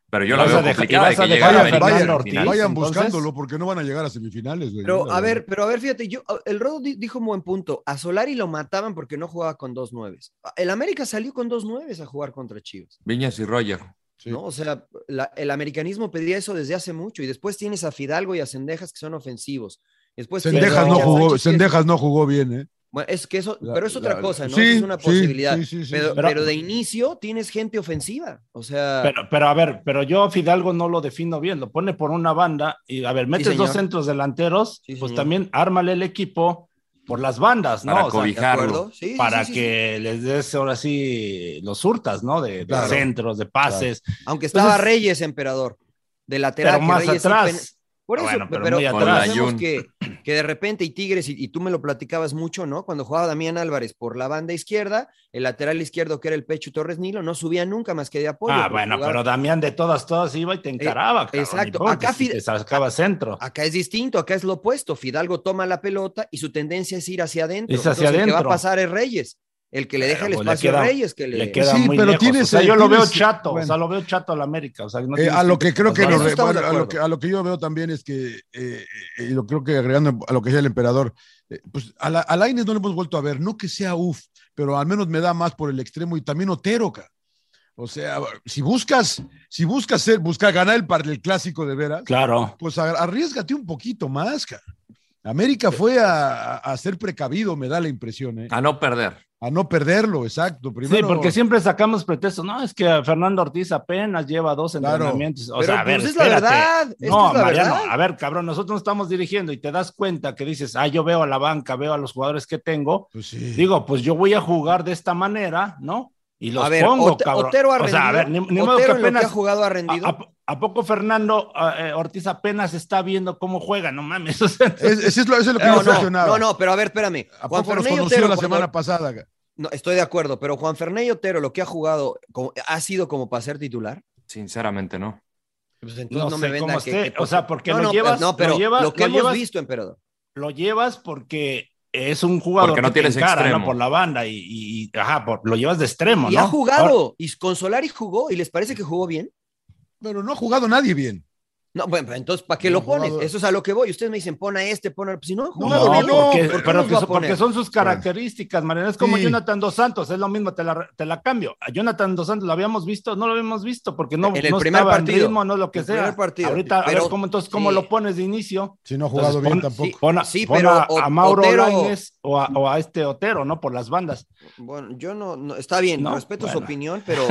Speaker 2: Pero yo la
Speaker 3: Vas
Speaker 2: veo
Speaker 3: a dejar-
Speaker 2: complicada
Speaker 3: y
Speaker 2: de
Speaker 3: vas
Speaker 2: que
Speaker 3: a
Speaker 2: llegue
Speaker 3: dejar
Speaker 2: a
Speaker 3: a
Speaker 2: América
Speaker 3: Fernando
Speaker 2: en la
Speaker 3: Ortiz.
Speaker 2: final.
Speaker 1: Vayan
Speaker 3: entonces-
Speaker 1: buscándolo porque no van a llegar a semifinales, güey.
Speaker 4: Pero,
Speaker 1: La
Speaker 4: a
Speaker 1: verdad.
Speaker 4: ver, pero a ver, fíjate, yo, el Rodo di- dijo un buen punto. A Solari lo mataban porque no jugaba con dos nueves. El América salió con dos nueves a jugar contra Chivas.
Speaker 2: Viñas y Roger.
Speaker 1: Sí.
Speaker 4: ¿no? O sea, la- el americanismo pedía eso desde hace mucho y después tienes a Fidalgo y a Cendejas que son ofensivos. Después tienes a
Speaker 1: Sendejas no
Speaker 4: Richard
Speaker 1: jugó,
Speaker 4: Sánchez, que es-
Speaker 1: Sendejas no jugó bien, ¿eh?
Speaker 4: Bueno, es que eso,
Speaker 1: La-
Speaker 4: pero es otra
Speaker 1: la-
Speaker 4: cosa, ¿no?
Speaker 1: sí,
Speaker 4: es una
Speaker 1: sí,
Speaker 4: posibilidad.
Speaker 1: sí, sí, sí.
Speaker 4: pero,
Speaker 3: Pero-
Speaker 4: pero de inicio tienes gente ofensiva. O sea,
Speaker 3: Pero, pero a ver, pero yo a Fidalgo no lo defino bien, lo pone por una banda y a ver, metes
Speaker 4: señor.
Speaker 3: dos centros delanteros,
Speaker 4: Sí,
Speaker 3: pues
Speaker 4: señor.
Speaker 3: también ármale el equipo por las bandas, ¿no?
Speaker 2: Para
Speaker 3: O sea,
Speaker 2: cobijar.
Speaker 4: ¿de acuerdo? Sí, sí,
Speaker 3: para
Speaker 4: sí, sí,
Speaker 3: que les des ahora sí los hurtas, ¿no? De, de
Speaker 1: Claro.
Speaker 3: centros, de pases,
Speaker 4: sí. Aunque estaba
Speaker 3: Entonces-
Speaker 4: Reyes, emperador, de lateral.
Speaker 3: pero
Speaker 4: que
Speaker 3: más
Speaker 4: Reyes sí pen-
Speaker 3: atrás.
Speaker 4: Por eso,
Speaker 3: Ah, Bueno, pero
Speaker 4: pero,
Speaker 3: muy
Speaker 4: pero
Speaker 3: atrás.
Speaker 4: sabemos
Speaker 2: Ayun.
Speaker 4: que, que de repente y Tigres, y, y tú me lo platicabas mucho, ¿no? Cuando jugaba Damián Álvarez por la banda izquierda, el lateral izquierdo que era el Pecho Torres Nilo, no subía nunca más que de apoyo.
Speaker 3: Ah,
Speaker 4: porque
Speaker 3: bueno,
Speaker 4: jugaba-
Speaker 3: pero Damián de todas, todas iba y te encaraba. cabrón,
Speaker 4: Eh, exacto.
Speaker 3: y pum,
Speaker 4: Acá
Speaker 3: te-
Speaker 4: Fide-
Speaker 3: te sacaba centro.
Speaker 4: Acá es distinto, acá es lo opuesto. Fidalgo toma la pelota y su tendencia es ir hacia adentro.
Speaker 3: Es hacia
Speaker 4: El que va a
Speaker 3: adentro.
Speaker 4: pasar es Reyes. El que le deja el
Speaker 3: Pero, pues, le
Speaker 4: espacio a
Speaker 3: queda-
Speaker 4: Reyes, que le,
Speaker 3: Le queda
Speaker 1: Sí,
Speaker 3: muy
Speaker 1: pero
Speaker 3: lejos.
Speaker 1: tienes,
Speaker 3: o sea,
Speaker 1: eh,
Speaker 3: yo lo veo
Speaker 1: tienes-
Speaker 3: chato,
Speaker 1: bueno.
Speaker 3: o sea, lo veo chato al América. O sea, no
Speaker 1: Eh,
Speaker 3: tienes
Speaker 1: a lo que creo que,
Speaker 4: Eso
Speaker 1: nos-
Speaker 4: estamos de
Speaker 1: bueno, a, lo
Speaker 4: acuerdo.
Speaker 1: que, a lo que yo veo también es que, eh, eh, yo creo que agregando a lo que decía el emperador, eh, pues a, la, a Lainez no le hemos vuelto a ver, no que sea uff, pero al menos me da más por el extremo y también Otero, ca. O sea, si buscas, si buscas ser, buscar ganar el, par- el clásico de veras,
Speaker 3: Claro.
Speaker 1: pues a- arriesgate un poquito más, ca. América fue a, a- a ser precavido, me da la impresión, ¿eh?
Speaker 2: A no perder.
Speaker 1: a no perderlo, exacto. Primero,
Speaker 3: sí, porque siempre sacamos pretextos. No, es que Fernando Ortiz apenas lleva dos
Speaker 1: Claro.
Speaker 3: entrenamientos. O
Speaker 4: Pero,
Speaker 3: sea, a ver,
Speaker 4: pues, es la
Speaker 3: espérate.
Speaker 4: verdad, es que
Speaker 3: No,
Speaker 4: es la
Speaker 3: Mariano,
Speaker 4: verdad.
Speaker 3: a ver, cabrón, nosotros nos estamos dirigiendo y te das cuenta que dices, ah, yo veo a la banca, veo a los jugadores que tengo.
Speaker 1: pues sí.
Speaker 3: Digo, pues yo voy a jugar de esta manera, ¿no? Y los
Speaker 4: a ver,
Speaker 3: pongo,
Speaker 4: Ot-
Speaker 3: cabrón.
Speaker 4: Otero ha rendido.
Speaker 3: O sea, a ver, ni, ni modo
Speaker 4: Otero
Speaker 3: que
Speaker 4: en lo que
Speaker 3: apenas
Speaker 4: ha jugado ha
Speaker 3: ¿A,
Speaker 4: rendido.
Speaker 3: a- a poco Fernando eh, eh, Ortiz apenas está viendo cómo juega? No mames. <laughs> o sea,
Speaker 1: Es, es- es lo, eso es lo que
Speaker 4: no,
Speaker 1: yo
Speaker 4: no,
Speaker 1: cuestionaba.
Speaker 4: no, no, pero a ver, espérame.
Speaker 1: ¿A
Speaker 4: Juan
Speaker 1: poco nos
Speaker 4: Ferney
Speaker 1: conoció
Speaker 4: Otero,
Speaker 1: la
Speaker 4: cuando-
Speaker 1: semana pasada? ca?
Speaker 4: no, estoy de acuerdo, pero Juan Ferney Otero, lo que ha jugado, como- ha sido como para ser titular.
Speaker 2: Sinceramente, no.
Speaker 4: Pues
Speaker 3: no,
Speaker 4: entonces
Speaker 3: sé cómo
Speaker 4: que-
Speaker 3: esté.
Speaker 4: que-
Speaker 3: o sea, porque
Speaker 4: no,
Speaker 3: lo,
Speaker 4: no,
Speaker 3: llevas,
Speaker 4: no, pero
Speaker 3: lo llevas,
Speaker 4: lo que
Speaker 3: lo
Speaker 4: hemos
Speaker 3: llevas-
Speaker 4: visto, emperador.
Speaker 3: lo llevas porque es un jugador
Speaker 2: Porque no
Speaker 3: que te
Speaker 2: tienes
Speaker 3: encara, ¿no?
Speaker 2: extremo.
Speaker 3: por la banda y, y- y- ajá, por- lo llevas de extremo,
Speaker 4: Y
Speaker 3: ¿no?
Speaker 4: ha jugado,
Speaker 3: Ahora-
Speaker 4: y con Solari jugó, y les parece que jugó bien.
Speaker 1: Pero no ha jugado nadie bien.
Speaker 4: No, bueno, pero entonces, ¿para qué
Speaker 1: No,
Speaker 4: lo pones?
Speaker 1: jugador.
Speaker 4: Eso es a lo que voy. Ustedes me dicen, pon a este, pon a... Pues si no,
Speaker 1: No,
Speaker 3: No,
Speaker 4: jugado bien.
Speaker 1: no,
Speaker 3: porque,
Speaker 1: pero-
Speaker 3: pero
Speaker 4: ¿cómo
Speaker 3: que
Speaker 4: lo va a
Speaker 3: son, porque
Speaker 4: poner?
Speaker 3: son sus características, Mariano. Es como
Speaker 1: Sí.
Speaker 3: Jonathan Dos Santos, es lo mismo, te la, te la cambio. A Jonathan Dos Santos lo habíamos visto, no lo habíamos visto porque no,
Speaker 4: En el
Speaker 3: no
Speaker 4: primer
Speaker 3: estaba
Speaker 4: partido.
Speaker 3: en ritmo, no lo que
Speaker 4: El primer
Speaker 3: sea.
Speaker 4: partido.
Speaker 3: Ahorita, a ver,
Speaker 4: Pero-
Speaker 3: ¿cómo, entonces, ¿cómo
Speaker 4: sí.
Speaker 3: lo pones de inicio?
Speaker 1: Si no ha jugado
Speaker 3: Entonces,
Speaker 1: bien
Speaker 3: pon-
Speaker 1: tampoco.
Speaker 3: Pon a,
Speaker 4: Sí,
Speaker 3: pon
Speaker 4: pero
Speaker 3: a-
Speaker 4: O-
Speaker 3: a Mauro
Speaker 4: Otero-
Speaker 3: Lainez o a, o a este Otero, ¿no? Por las bandas. <laughs>
Speaker 4: Bueno, yo no, no- está bien,
Speaker 3: No,
Speaker 4: respeto su
Speaker 3: bueno.
Speaker 4: opinión,
Speaker 3: <laughs>
Speaker 4: pero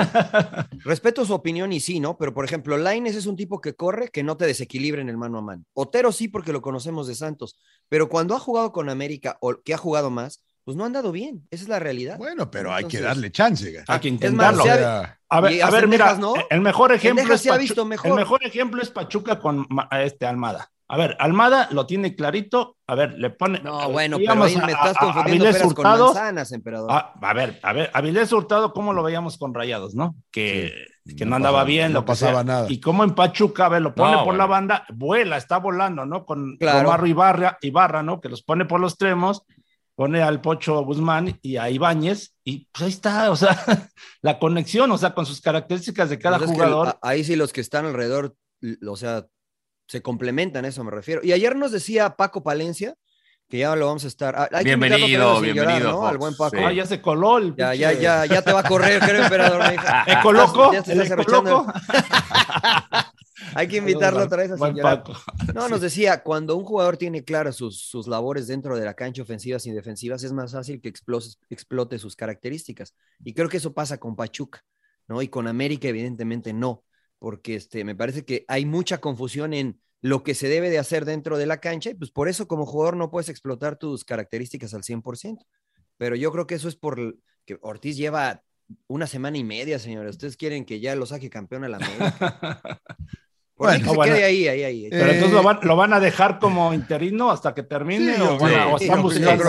Speaker 4: respeto su opinión y sí, ¿no? Pero por ejemplo, Laines es un tipo que corre que no te desequilibra en el mano a mano. Otero sí, porque lo conocemos de Santos, pero cuando ha jugado con América o que ha jugado más, pues no han dado bien. Esa es la realidad.
Speaker 1: Bueno, pero hay que
Speaker 4: Entonces-
Speaker 1: darle chance. ca.
Speaker 3: Hay que
Speaker 4: es más,
Speaker 3: intentarlo.
Speaker 4: se ha-
Speaker 1: Ya.
Speaker 3: a
Speaker 4: y
Speaker 3: ver,
Speaker 4: a
Speaker 3: a ver, mira,
Speaker 4: Cendejas, ¿no?
Speaker 3: el mejor ejemplo
Speaker 4: Cendejas
Speaker 3: es
Speaker 4: se ha
Speaker 3: Pachu-
Speaker 4: visto mejor.
Speaker 3: el mejor ejemplo es Pachuca con Ma- este Almada. A ver, Almada lo tiene clarito. A ver, le pone. eh,
Speaker 4: No, bueno, pero
Speaker 3: digamos,
Speaker 4: ahí
Speaker 3: a-
Speaker 4: me estás
Speaker 3: a- a
Speaker 4: confundiendo
Speaker 3: Avilés
Speaker 4: peras
Speaker 3: Hurtado.
Speaker 4: con manzanas, emperador.
Speaker 3: Ah, A, ver, a ver, Avilés Hurtado, ¿cómo lo veíamos con Rayados, no? Que, que no,
Speaker 1: no
Speaker 3: andaba
Speaker 1: pasaba-
Speaker 3: bien,
Speaker 1: no
Speaker 3: lo que
Speaker 1: pasaba
Speaker 3: sea.
Speaker 1: nada.
Speaker 3: Y como en Pachuca, a ver, lo pone
Speaker 2: No,
Speaker 3: por
Speaker 2: bueno.
Speaker 3: la banda, vuela, está volando, ¿no? Con
Speaker 4: Claro.
Speaker 3: Romarro y Barra, y Barra, ¿no? Que los pone por los extremos, pone al Pocho Guzmán y a Ibáñez, y pues ahí está, o sea, <laughs> la conexión, o sea, con sus características de cada
Speaker 4: Pues es que
Speaker 3: jugador.
Speaker 4: a- ahí sí los que están alrededor, l- o sea, se complementan, a eso me refiero. Y ayer nos decía Paco Palencia, que ya lo vamos a estar. ah, hay que
Speaker 2: Bienvenido,
Speaker 4: invitarlo, pero sin llorar,
Speaker 2: bienvenido,
Speaker 4: ¿no?
Speaker 2: Fox,
Speaker 4: Al buen Paco.
Speaker 2: sí. Ah,
Speaker 3: ya se coló el
Speaker 4: Ya,
Speaker 3: pinche-
Speaker 4: ya, ya, ya te va a correr, creo, <laughs> emperador. me dijo.
Speaker 3: ¿El coloco?
Speaker 4: Ya se
Speaker 3: ¿El
Speaker 4: estás arrechando.
Speaker 3: coloco?
Speaker 4: Hay que invitarlo
Speaker 3: Buen-
Speaker 4: otra vez a
Speaker 3: buen
Speaker 4: sin llorar.
Speaker 3: Paco. <laughs>
Speaker 4: No, nos decía, cuando un jugador tiene claras sus, sus labores dentro de la cancha ofensivas y defensivas, es más fácil que explose, explote sus características. Y creo que eso pasa con Pachuca, ¿no? Y con América, evidentemente, no, porque este, me parece que hay mucha confusión en lo que se debe de hacer dentro de la cancha, y pues por eso como jugador no puedes explotar tus características al 100%. Pero yo creo que eso es por l- que Ortiz lleva una semana y media, señores. Ustedes quieren que ya lo saque campeón a la América.
Speaker 3: <laughs>
Speaker 4: Por mí que
Speaker 3: Bueno,
Speaker 4: se
Speaker 3: bueno.
Speaker 4: quede ahí, ahí, ahí.
Speaker 3: Pero entonces lo van, lo van a dejar como interino hasta que termine o, van a- o
Speaker 4: Sí,
Speaker 3: están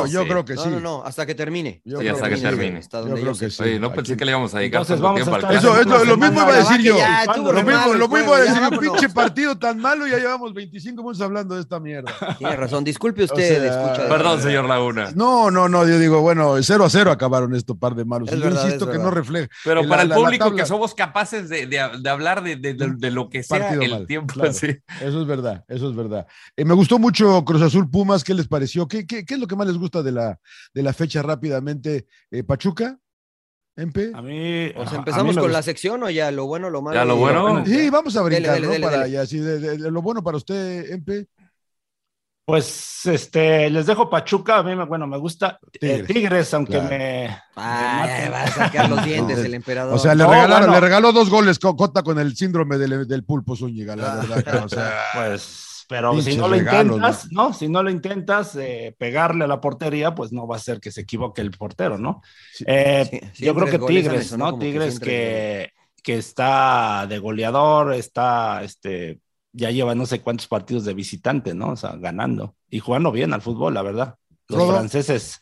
Speaker 4: yo creo-
Speaker 3: buscando.
Speaker 4: sí. No, no, no, hasta que termine.
Speaker 2: Yo Sí, creo hasta que que sí. termine.
Speaker 4: Hasta
Speaker 2: Yo
Speaker 4: donde
Speaker 2: creo
Speaker 4: sé.
Speaker 2: que sí. Oye, no pensé que le íbamos a dedicar
Speaker 3: Entonces
Speaker 2: tanto
Speaker 3: vamos a
Speaker 2: tiempo al
Speaker 3: estar-
Speaker 2: clásico.
Speaker 1: Eso es lo, lo mismo iba a decir yo.
Speaker 4: Ya, estuvo
Speaker 1: Lo mismo,
Speaker 4: remado el
Speaker 2: pues,
Speaker 1: lo mismo
Speaker 4: juego,
Speaker 1: iba a decir
Speaker 4: ya,
Speaker 1: yo.
Speaker 4: vámonos.
Speaker 1: Pinche partido tan malo y ya llevamos 25 minutos hablando de esta mierda.
Speaker 4: Tiene razón, disculpe
Speaker 1: O
Speaker 4: usted,
Speaker 1: sea,
Speaker 4: escucha.
Speaker 2: Perdón, señor Laguna.
Speaker 1: No, no, no, yo digo, bueno, 0 a 0 acabaron estos par de malos.
Speaker 4: Es
Speaker 1: Y yo
Speaker 4: verdad,
Speaker 1: insisto
Speaker 4: es
Speaker 1: que
Speaker 4: verdad.
Speaker 1: no refleja.
Speaker 2: Pero
Speaker 1: La-
Speaker 2: para el
Speaker 1: la- la
Speaker 2: público
Speaker 1: tabla-
Speaker 2: que somos capaces de, de- de hablar de, de- de- de lo que sea
Speaker 1: partido
Speaker 2: el
Speaker 1: mal,
Speaker 2: tiempo.
Speaker 1: claro.
Speaker 2: sí.
Speaker 1: Eso es verdad, eso es verdad. Eh, me gustó mucho Cruz Azul Pumas, ¿qué les pareció? ¿Qué, qué, qué es lo que más les gusta de la, de la fecha rápidamente? Eh, ¿Pachuca? ¿Empe?
Speaker 3: A mí,
Speaker 4: Pues
Speaker 3: a- a mí
Speaker 4: empezamos
Speaker 3: me
Speaker 4: con
Speaker 3: gusta.
Speaker 4: la sección o ya lo bueno, lo malo.
Speaker 2: Ya, lo
Speaker 4: y-
Speaker 2: bueno.
Speaker 1: Sí, vamos a
Speaker 4: Dele,
Speaker 1: brincar,
Speaker 4: dele,
Speaker 1: ¿no?
Speaker 4: dele,
Speaker 1: para
Speaker 4: dele.
Speaker 1: y así, de- de- de lo bueno para usted, Empe.
Speaker 3: Pues este, les dejo Pachuca, a mí me, bueno, me gusta eh,
Speaker 1: Tigres.
Speaker 3: Tigres, aunque
Speaker 1: Claro.
Speaker 3: me
Speaker 4: Ah, ya va a sacar los dientes el emperador.
Speaker 1: O sea, le,
Speaker 3: No,
Speaker 1: regalaron-
Speaker 3: bueno.
Speaker 1: le regaló dos goles co- Cota con el síndrome del, del pulpo Zúñiga,
Speaker 3: Ah.
Speaker 1: la verdad. que, o
Speaker 3: <laughs>
Speaker 1: sea,
Speaker 3: pues, pero
Speaker 1: pinches
Speaker 3: si no lo
Speaker 1: regalos,
Speaker 3: intentas, ¿no? Si no lo intentas eh, pegarle a la portería, pues no va a ser que se equivoque el portero, ¿no? Eh,
Speaker 4: sí, sí,
Speaker 3: yo creo
Speaker 4: tres
Speaker 3: que
Speaker 4: goles, me
Speaker 3: Tigres,
Speaker 4: sonó
Speaker 3: ¿no?
Speaker 4: como que
Speaker 3: Tigres
Speaker 4: sí,
Speaker 3: que,
Speaker 4: tres
Speaker 3: que está de goleador, está, este, ya lleva no sé cuántos partidos de visitante, ¿no? O sea, ganando y jugando bien al fútbol, la verdad. Los
Speaker 1: Rodo.
Speaker 3: franceses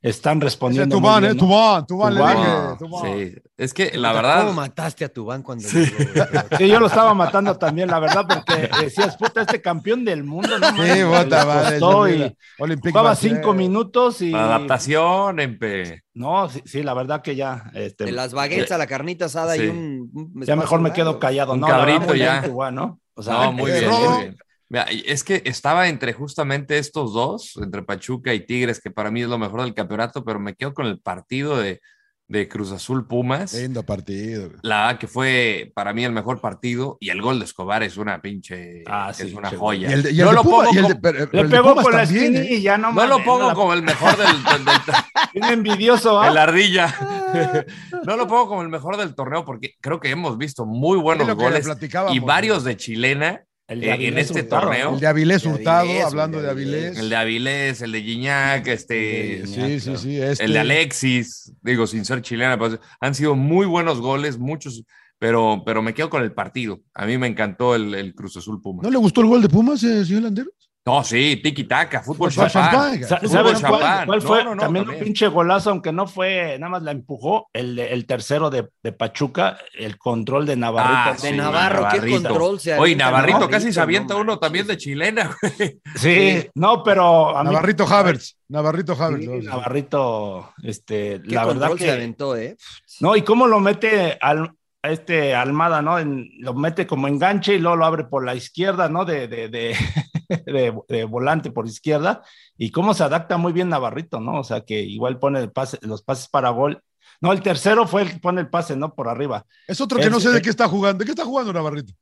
Speaker 3: están
Speaker 1: ese
Speaker 3: respondiendo. muy
Speaker 1: Tubán,
Speaker 3: bien,
Speaker 1: ¿eh?
Speaker 3: ¿no?
Speaker 1: Tubán, Tubán, le
Speaker 3: Tubán. Ah,
Speaker 1: dije.
Speaker 2: No,
Speaker 1: Tubán.
Speaker 2: sí. Es que la
Speaker 4: Puta,
Speaker 2: verdad.
Speaker 4: ¿Cómo mataste a Tubán cuando llegó, güey?
Speaker 3: Sí, yo lo estaba matando también, la verdad,
Speaker 1: <laughs>
Speaker 3: porque decías, puta, este campeón del mundo, <laughs> no mames,
Speaker 1: Sí, bota,
Speaker 3: les
Speaker 1: va,
Speaker 3: costó
Speaker 1: de-
Speaker 3: y
Speaker 1: de- Olympique
Speaker 3: jugaba
Speaker 1: Marseille.
Speaker 3: cinco minutos y...
Speaker 2: Adaptación, empe.
Speaker 3: No, sí, sí, la verdad que ya... Este,
Speaker 4: De las baguettes
Speaker 2: Eh,
Speaker 4: a la carnita asada
Speaker 2: sí.
Speaker 4: y un. un
Speaker 3: ya mejor me
Speaker 4: espacio
Speaker 3: quedo
Speaker 4: raro.
Speaker 3: callado,
Speaker 2: Un
Speaker 3: ¿no? La verdad,
Speaker 2: cabrito
Speaker 3: muy bien
Speaker 2: ya.
Speaker 3: Tubán, ¿no? O sea,
Speaker 2: No, muy
Speaker 1: eh,
Speaker 2: bien,
Speaker 1: Rodo.
Speaker 2: muy bien. Mira, es que estaba entre justamente estos dos, entre Pachuca y Tigres, que para mí es lo mejor del campeonato, pero me quedo con el partido de, de Cruz Azul Pumas.
Speaker 1: Lindo partido.
Speaker 2: La verdad que fue para mí el mejor partido y el gol de Escobar es una pinche,
Speaker 3: Ah,
Speaker 2: es
Speaker 3: sí,
Speaker 2: una
Speaker 3: sí.
Speaker 1: Y
Speaker 2: joya.
Speaker 1: el de, y el
Speaker 2: no
Speaker 1: de
Speaker 2: lo
Speaker 1: Pumas-
Speaker 2: pongo
Speaker 1: y el de-
Speaker 2: como-
Speaker 1: pero- pero
Speaker 3: Le
Speaker 1: el de
Speaker 3: pegó
Speaker 1: Pumas
Speaker 3: por la
Speaker 1: también,
Speaker 3: esquina
Speaker 1: ¿eh?
Speaker 3: y ya no
Speaker 2: no lo
Speaker 3: mames,
Speaker 2: pongo
Speaker 3: la-
Speaker 2: como el mejor del, del- del-
Speaker 3: bien envidioso, ¿ah?
Speaker 2: El ardilla. <laughs> No lo pongo como el mejor del torneo porque creo que hemos visto muy buenos
Speaker 1: Es lo que
Speaker 2: goles
Speaker 1: platicábamos,
Speaker 2: y
Speaker 1: ¿no?
Speaker 2: varios de chilena
Speaker 3: El
Speaker 2: eh,
Speaker 3: de
Speaker 2: en
Speaker 3: Avilés
Speaker 2: este
Speaker 3: Hurtado.
Speaker 2: torneo.
Speaker 1: El de Avilés
Speaker 4: De
Speaker 1: Hurtado,
Speaker 4: Avilés,
Speaker 1: hablando de
Speaker 4: de Avilés.
Speaker 1: Avilés.
Speaker 2: El de Avilés, el de Gignac, este,
Speaker 3: El
Speaker 1: Sí,
Speaker 3: de
Speaker 1: sí, sí. este-
Speaker 2: el de Alexis, digo, sin ser chilena, pues, han sido muy buenos goles, muchos, pero, pero me quedo con el partido. A mí me encantó el, el Cruz Azul Puma.
Speaker 1: ¿No le gustó el gol de Pumas, eh, señor Landero?
Speaker 2: No, sí, tiki taka, fútbol
Speaker 1: Fútbol
Speaker 2: champán.
Speaker 1: champán.
Speaker 3: Sa-
Speaker 2: Fútbol
Speaker 3: ¿Sabes cuál,
Speaker 2: champán.
Speaker 3: cuál
Speaker 2: No,
Speaker 3: fue?
Speaker 2: no, no,
Speaker 3: también,
Speaker 2: también.
Speaker 3: un pinche golazo, aunque no fue, nada más la empujó, el, de- el tercero de, de Pachuca, el control de Navarrito.
Speaker 2: Ah,
Speaker 4: De
Speaker 2: sí,
Speaker 4: Navarro, qué
Speaker 2: Navarrito.
Speaker 4: control se
Speaker 2: Oye,
Speaker 4: avienta,
Speaker 2: Navarrito casi se
Speaker 4: no
Speaker 2: avienta uno
Speaker 4: manches.
Speaker 2: también de chilena, güey.
Speaker 3: sí, no, pero a mí-
Speaker 1: Navarrito Havertz. Navarrito Havertz.
Speaker 3: Sí,
Speaker 1: ¿no?
Speaker 3: Navarrito, este,
Speaker 4: Qué
Speaker 3: la verdad
Speaker 4: control se
Speaker 3: que
Speaker 4: aventó, ¿eh?
Speaker 3: no y cómo lo mete al a este Almada, ¿no? En- lo mete como enganche y luego lo abre por la izquierda, ¿no? De, de, de, <laughs> de- de volante por izquierda y cómo se adapta muy bien Navarrito, ¿no? O sea que igual pone el pase, los pases para gol. No, el tercero fue el que pone el pase, ¿no? Por arriba.
Speaker 1: Es otro que no
Speaker 3: Es-
Speaker 1: sé de
Speaker 3: es-
Speaker 1: qué está jugando. ¿De qué está jugando Navarrito?